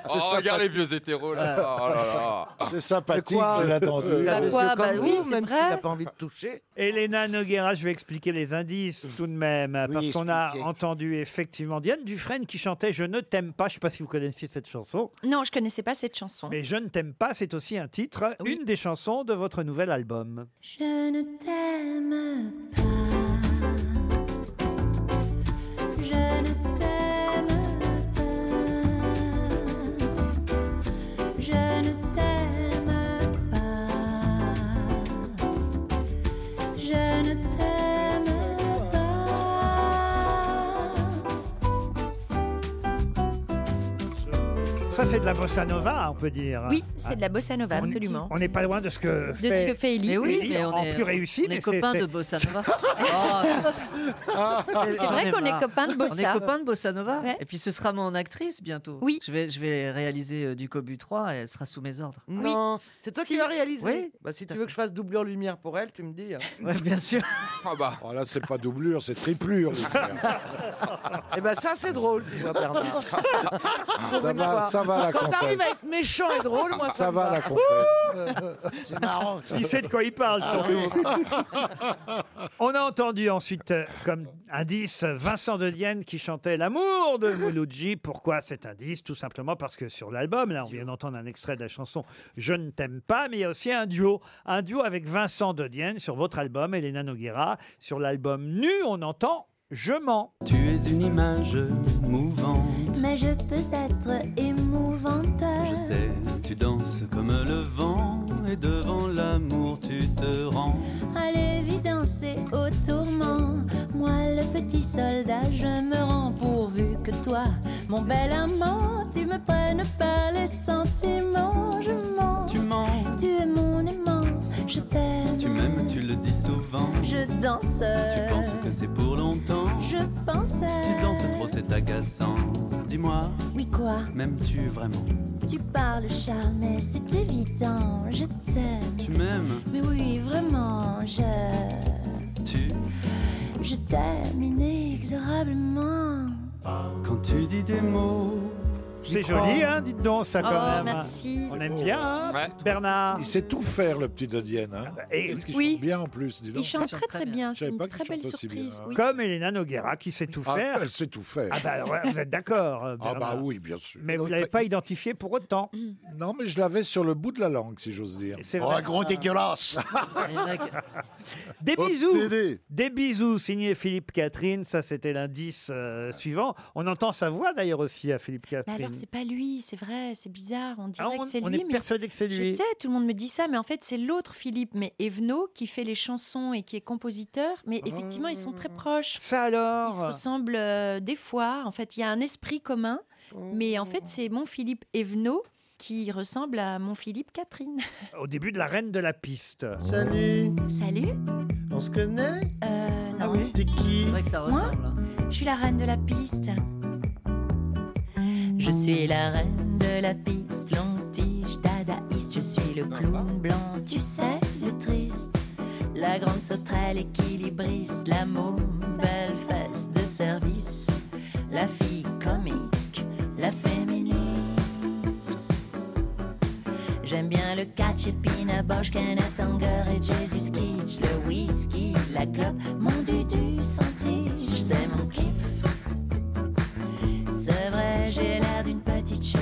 Speaker 4: Oh, regarde les vieux hétéros là. Oh là
Speaker 14: Ah.
Speaker 4: là.
Speaker 5: C'est sympathique,
Speaker 4: quoi
Speaker 5: j'ai la dent dure.
Speaker 4: De
Speaker 6: Monsieur
Speaker 17: quoi Bah
Speaker 6: comme
Speaker 17: oui,
Speaker 6: vous,
Speaker 17: c'est
Speaker 6: même
Speaker 17: vrai.
Speaker 6: s'il n'a pas envie de toucher.
Speaker 2: Elena Noguera, je vais expliquer les indices tout de même, parce qu'on a entendu effectivement Diane Dufresne qui chantait Je ne t'aime pas. Je ne sais pas si vous connaissiez cette chanson,
Speaker 17: Non, je connaissais pas cette chanson.
Speaker 2: mais Je ne t'aime pas, c'est aussi un titre, une des chansons de votre nouvel album.
Speaker 15: Je ne t'aime pas. Je ne t'aime pas. Je ne t'aime pas. Je ne t'aime pas.
Speaker 2: Ça, c'est de la bossa nova, on peut dire.
Speaker 17: Oui, c'est de la bossa nova,
Speaker 2: On-
Speaker 17: absolument.
Speaker 2: On n'est pas loin de ce que
Speaker 17: De ce que fait Ellie.
Speaker 3: Mais oui,
Speaker 2: Ellie
Speaker 3: mais on
Speaker 2: en
Speaker 3: est,
Speaker 2: plus réussi.
Speaker 3: on est
Speaker 2: mais c'est-
Speaker 3: copains
Speaker 2: c'est-
Speaker 3: de Bossa Nova. Oh,
Speaker 17: C'est vrai qu'on est copains de
Speaker 3: On est
Speaker 17: Bossa.
Speaker 3: copains de Bossa Nova.
Speaker 17: Ouais.
Speaker 3: Et puis ce sera mon actrice bientôt.
Speaker 17: Oui.
Speaker 3: Je vais, je vais réaliser euh, du Cobu 3 et elle sera sous mes ordres.
Speaker 6: Non, c'est toi qui l'as réalisé.
Speaker 3: Oui.
Speaker 6: Bah, si tu veux que je fasse doublure lumière pour elle, tu me dis. hein.
Speaker 3: Ouais, bien sûr.
Speaker 4: Ah bah.
Speaker 5: Oh, là, c'est pas doublure, c'est triplure.
Speaker 6: Et ben ça, c'est drôle, tu vois, Bernard. Pour
Speaker 5: Ça
Speaker 6: une
Speaker 5: va-
Speaker 6: fois.
Speaker 5: ça va, la
Speaker 6: Quand
Speaker 5: comtesse.
Speaker 6: t'arrives à être méchant et drôle, moi, ça,
Speaker 5: Ça
Speaker 6: me
Speaker 5: va, la comtesse.
Speaker 6: C'est marrant.
Speaker 2: Il sait de quoi il parle,
Speaker 5: Ah
Speaker 2: surtout. On a entendu ensuite, euh, comme indice, Vincent de Dienne qui chantait L'amour de Mouloudji. Pourquoi cet indice Tout simplement parce que sur l'album, là, on vient d'entendre un extrait de la chanson Je ne t'aime pas, mais il y a aussi un duo. Un duo avec Vincent de Dienne sur votre album, Elena Noguera. Sur l'album Nu, on entend Je mens.
Speaker 16: Tu es une image mouvante,
Speaker 15: Mais je peux être émouvante.
Speaker 16: je sais, tu danses comme le vent, et devant l'amour tu te rends.
Speaker 15: À l'évidence et au tourment, moi le petit soldat, je me rends pourvu que toi, mon bel amant, tu me prennes pas les sentiments. Je mens,
Speaker 16: tu mens,
Speaker 15: tu es mon aimant, je t'aime,
Speaker 16: Tu m'aimes, tu le dis souvent,
Speaker 15: je danse,
Speaker 16: tu penses que c'est pour longtemps,
Speaker 15: je pense,
Speaker 16: tu danses trop, c'est agaçant. Dis-moi,
Speaker 15: oui quoi,
Speaker 16: m'aimes-tu vraiment
Speaker 15: tu parles charmé, c'est évident, je t'aime,
Speaker 16: Tu m'aimes,
Speaker 15: mais oui vraiment, je.
Speaker 16: tu,
Speaker 15: Je t'aime inexorablement.
Speaker 16: quand tu dis des mots.
Speaker 2: C'est joli, hein, dites donc, ça quand
Speaker 15: Oh,
Speaker 2: même.
Speaker 15: merci.
Speaker 2: On aime bien, hein, Bernard.
Speaker 5: Il sait tout faire, le petit Dodienne. Hein.
Speaker 2: et-
Speaker 5: Parce qu'il
Speaker 17: Oui.
Speaker 5: chante bien en plus. dis
Speaker 17: Il
Speaker 5: donc.
Speaker 17: chante très très bien.
Speaker 5: Je
Speaker 17: C'est
Speaker 5: savais pas
Speaker 17: une
Speaker 5: qu'il
Speaker 17: très belle
Speaker 5: chantait aussi bien,
Speaker 17: surprise.
Speaker 5: hein.
Speaker 17: oui.
Speaker 2: Comme Elena Noguera qui sait tout
Speaker 5: Ah,
Speaker 2: faire.
Speaker 5: elle sait tout faire.
Speaker 2: Ah bah ouais, vous êtes d'accord. euh,
Speaker 5: Ah bah
Speaker 2: Bernard.
Speaker 5: oui, bien sûr.
Speaker 2: Mais vous l'avez pas identifié pour autant.
Speaker 5: Non, mais je l'avais sur le bout de la langue, si j'ose dire. Oh,
Speaker 2: C'est vrai. Ah.
Speaker 8: Ah.
Speaker 2: Des
Speaker 5: Oh.
Speaker 2: bisous. Des bisous signé Philippe Catherine. Ça, c'était l'indice euh, suivant. On entend sa voix d'ailleurs aussi à Philippe
Speaker 17: Mais
Speaker 2: Catherine.
Speaker 17: alors, c'est pas lui, c'est vrai, c'est bizarre. On dirait
Speaker 2: Ah, on-
Speaker 17: que c'est lui.
Speaker 2: on est
Speaker 17: mais-
Speaker 2: persuadé que c'est lui.
Speaker 17: Je sais, tout le monde me dit ça, mais en fait, c'est l'autre Philippe, mais Evno, qui fait les chansons et qui est compositeur. Mais effectivement, ils sont très proches.
Speaker 2: Ah. Ça alors
Speaker 17: Ils se ressemblent euh, des fois. En fait, il y a un esprit commun. Mais en fait, c'est mon Philippe Evno qui ressemble à mon Philippe Catherine.
Speaker 2: Au début de la reine de la piste.
Speaker 8: Salut.
Speaker 10: Salut.
Speaker 8: On se
Speaker 2: Hein
Speaker 8: connaît
Speaker 10: Euh, non.
Speaker 15: Ah
Speaker 8: T'es qui
Speaker 10: Moi, je suis la reine de la piste.
Speaker 12: Je suis la reine de la piste, long-tige, dadaïste, je suis le clown blanc,
Speaker 10: Tu sais, le triste, la grande sauterelle équilibriste, la môme, belle fesse de service, la fille comique, la féministe.
Speaker 12: J'aime bien le catch et Pina Bosch, Kenneth Anger et Jesus Kitsch, le whisky, la clope, mon dudu sans tige, c'est mon kiff.
Speaker 10: C'est vrai, j'ai l'air d'une petite chose.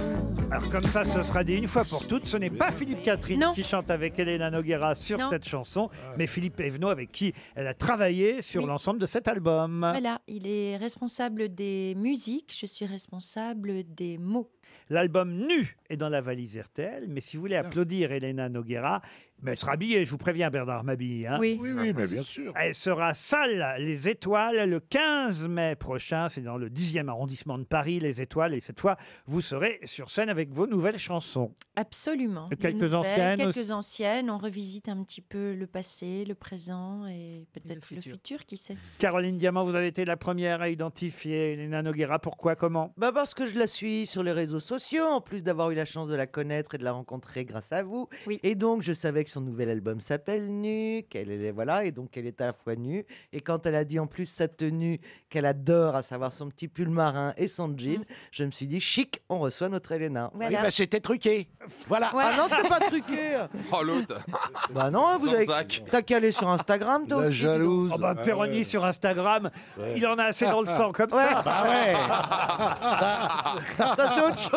Speaker 2: Alors comme ça, ce sera dit une fois pour toutes. Ce n'est pas Philippe Catherine qui chante avec Elena Noguera sur
Speaker 17: Non.
Speaker 2: cette chanson, mais Philippe Evenot avec qui elle a travaillé sur l'ensemble de cet album.
Speaker 17: Voilà, il est responsable des musiques, je suis responsable des mots.
Speaker 2: L'album Nu est dans la valise RTL, mais si vous voulez applaudir Elena Noguera, mais elle sera habillée, je vous préviens Bernard Mabille. hein.
Speaker 17: Oui.
Speaker 5: Oui, oui, mais bien sûr.
Speaker 2: Elle sera salle Les Étoiles le 15 mai prochain, c'est dans le 10e arrondissement de Paris, Les Étoiles, et cette fois, vous serez sur scène avec vos nouvelles chansons.
Speaker 17: Absolument.
Speaker 2: Et
Speaker 17: Des
Speaker 2: quelques
Speaker 17: nouvelles,
Speaker 2: anciennes
Speaker 17: Quelques
Speaker 2: aussi.
Speaker 17: anciennes. On revisite un petit peu le passé, le présent et peut-être le, futur, qui sait.
Speaker 2: Caroline Diamant, vous avez été la première à identifier Elena Noguera, pourquoi, comment
Speaker 6: Bah parce que je la suis sur les réseaux sociaux, en plus d'avoir eu la chance de la connaître et de la rencontrer grâce à vous. Et donc je savais que son nouvel album s'appelle Nu, qu'elle est voilà, et donc elle est à la fois nue. Et quand elle a dit en plus sa tenue qu'elle adore, à savoir son petit pull marin et son jean, je me suis dit chic, on reçoit notre Elena.
Speaker 8: Voilà. Oui, bah,
Speaker 6: c'était truqué. Voilà.
Speaker 8: Ouais.
Speaker 6: Ah non, c'était pas truqué.
Speaker 4: Oh l'autre.
Speaker 6: bah non, vous avez.
Speaker 4: Zanzac.
Speaker 6: T'as qu'à aller sur Instagram, toi.
Speaker 2: La
Speaker 6: aussi, dis donc.
Speaker 2: jalouse. Oh bah, Ah Perroni ouais. sur Instagram, il en a assez dans le sang comme ça. Bah ouais.
Speaker 6: Ça, c'est autre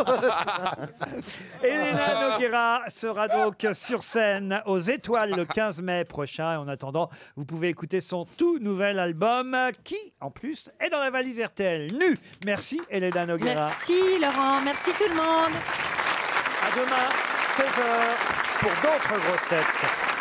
Speaker 2: Elena Noguera sera donc sur scène aux Étoiles le 15 mai prochain. Et en attendant, vous pouvez écouter son tout nouvel album euh, qui, en plus, est dans la valise RTL. Nu. Merci Elena Noguera.
Speaker 17: Merci Laurent, merci tout le monde.
Speaker 2: À demain, 16h, pour d'autres grosses têtes.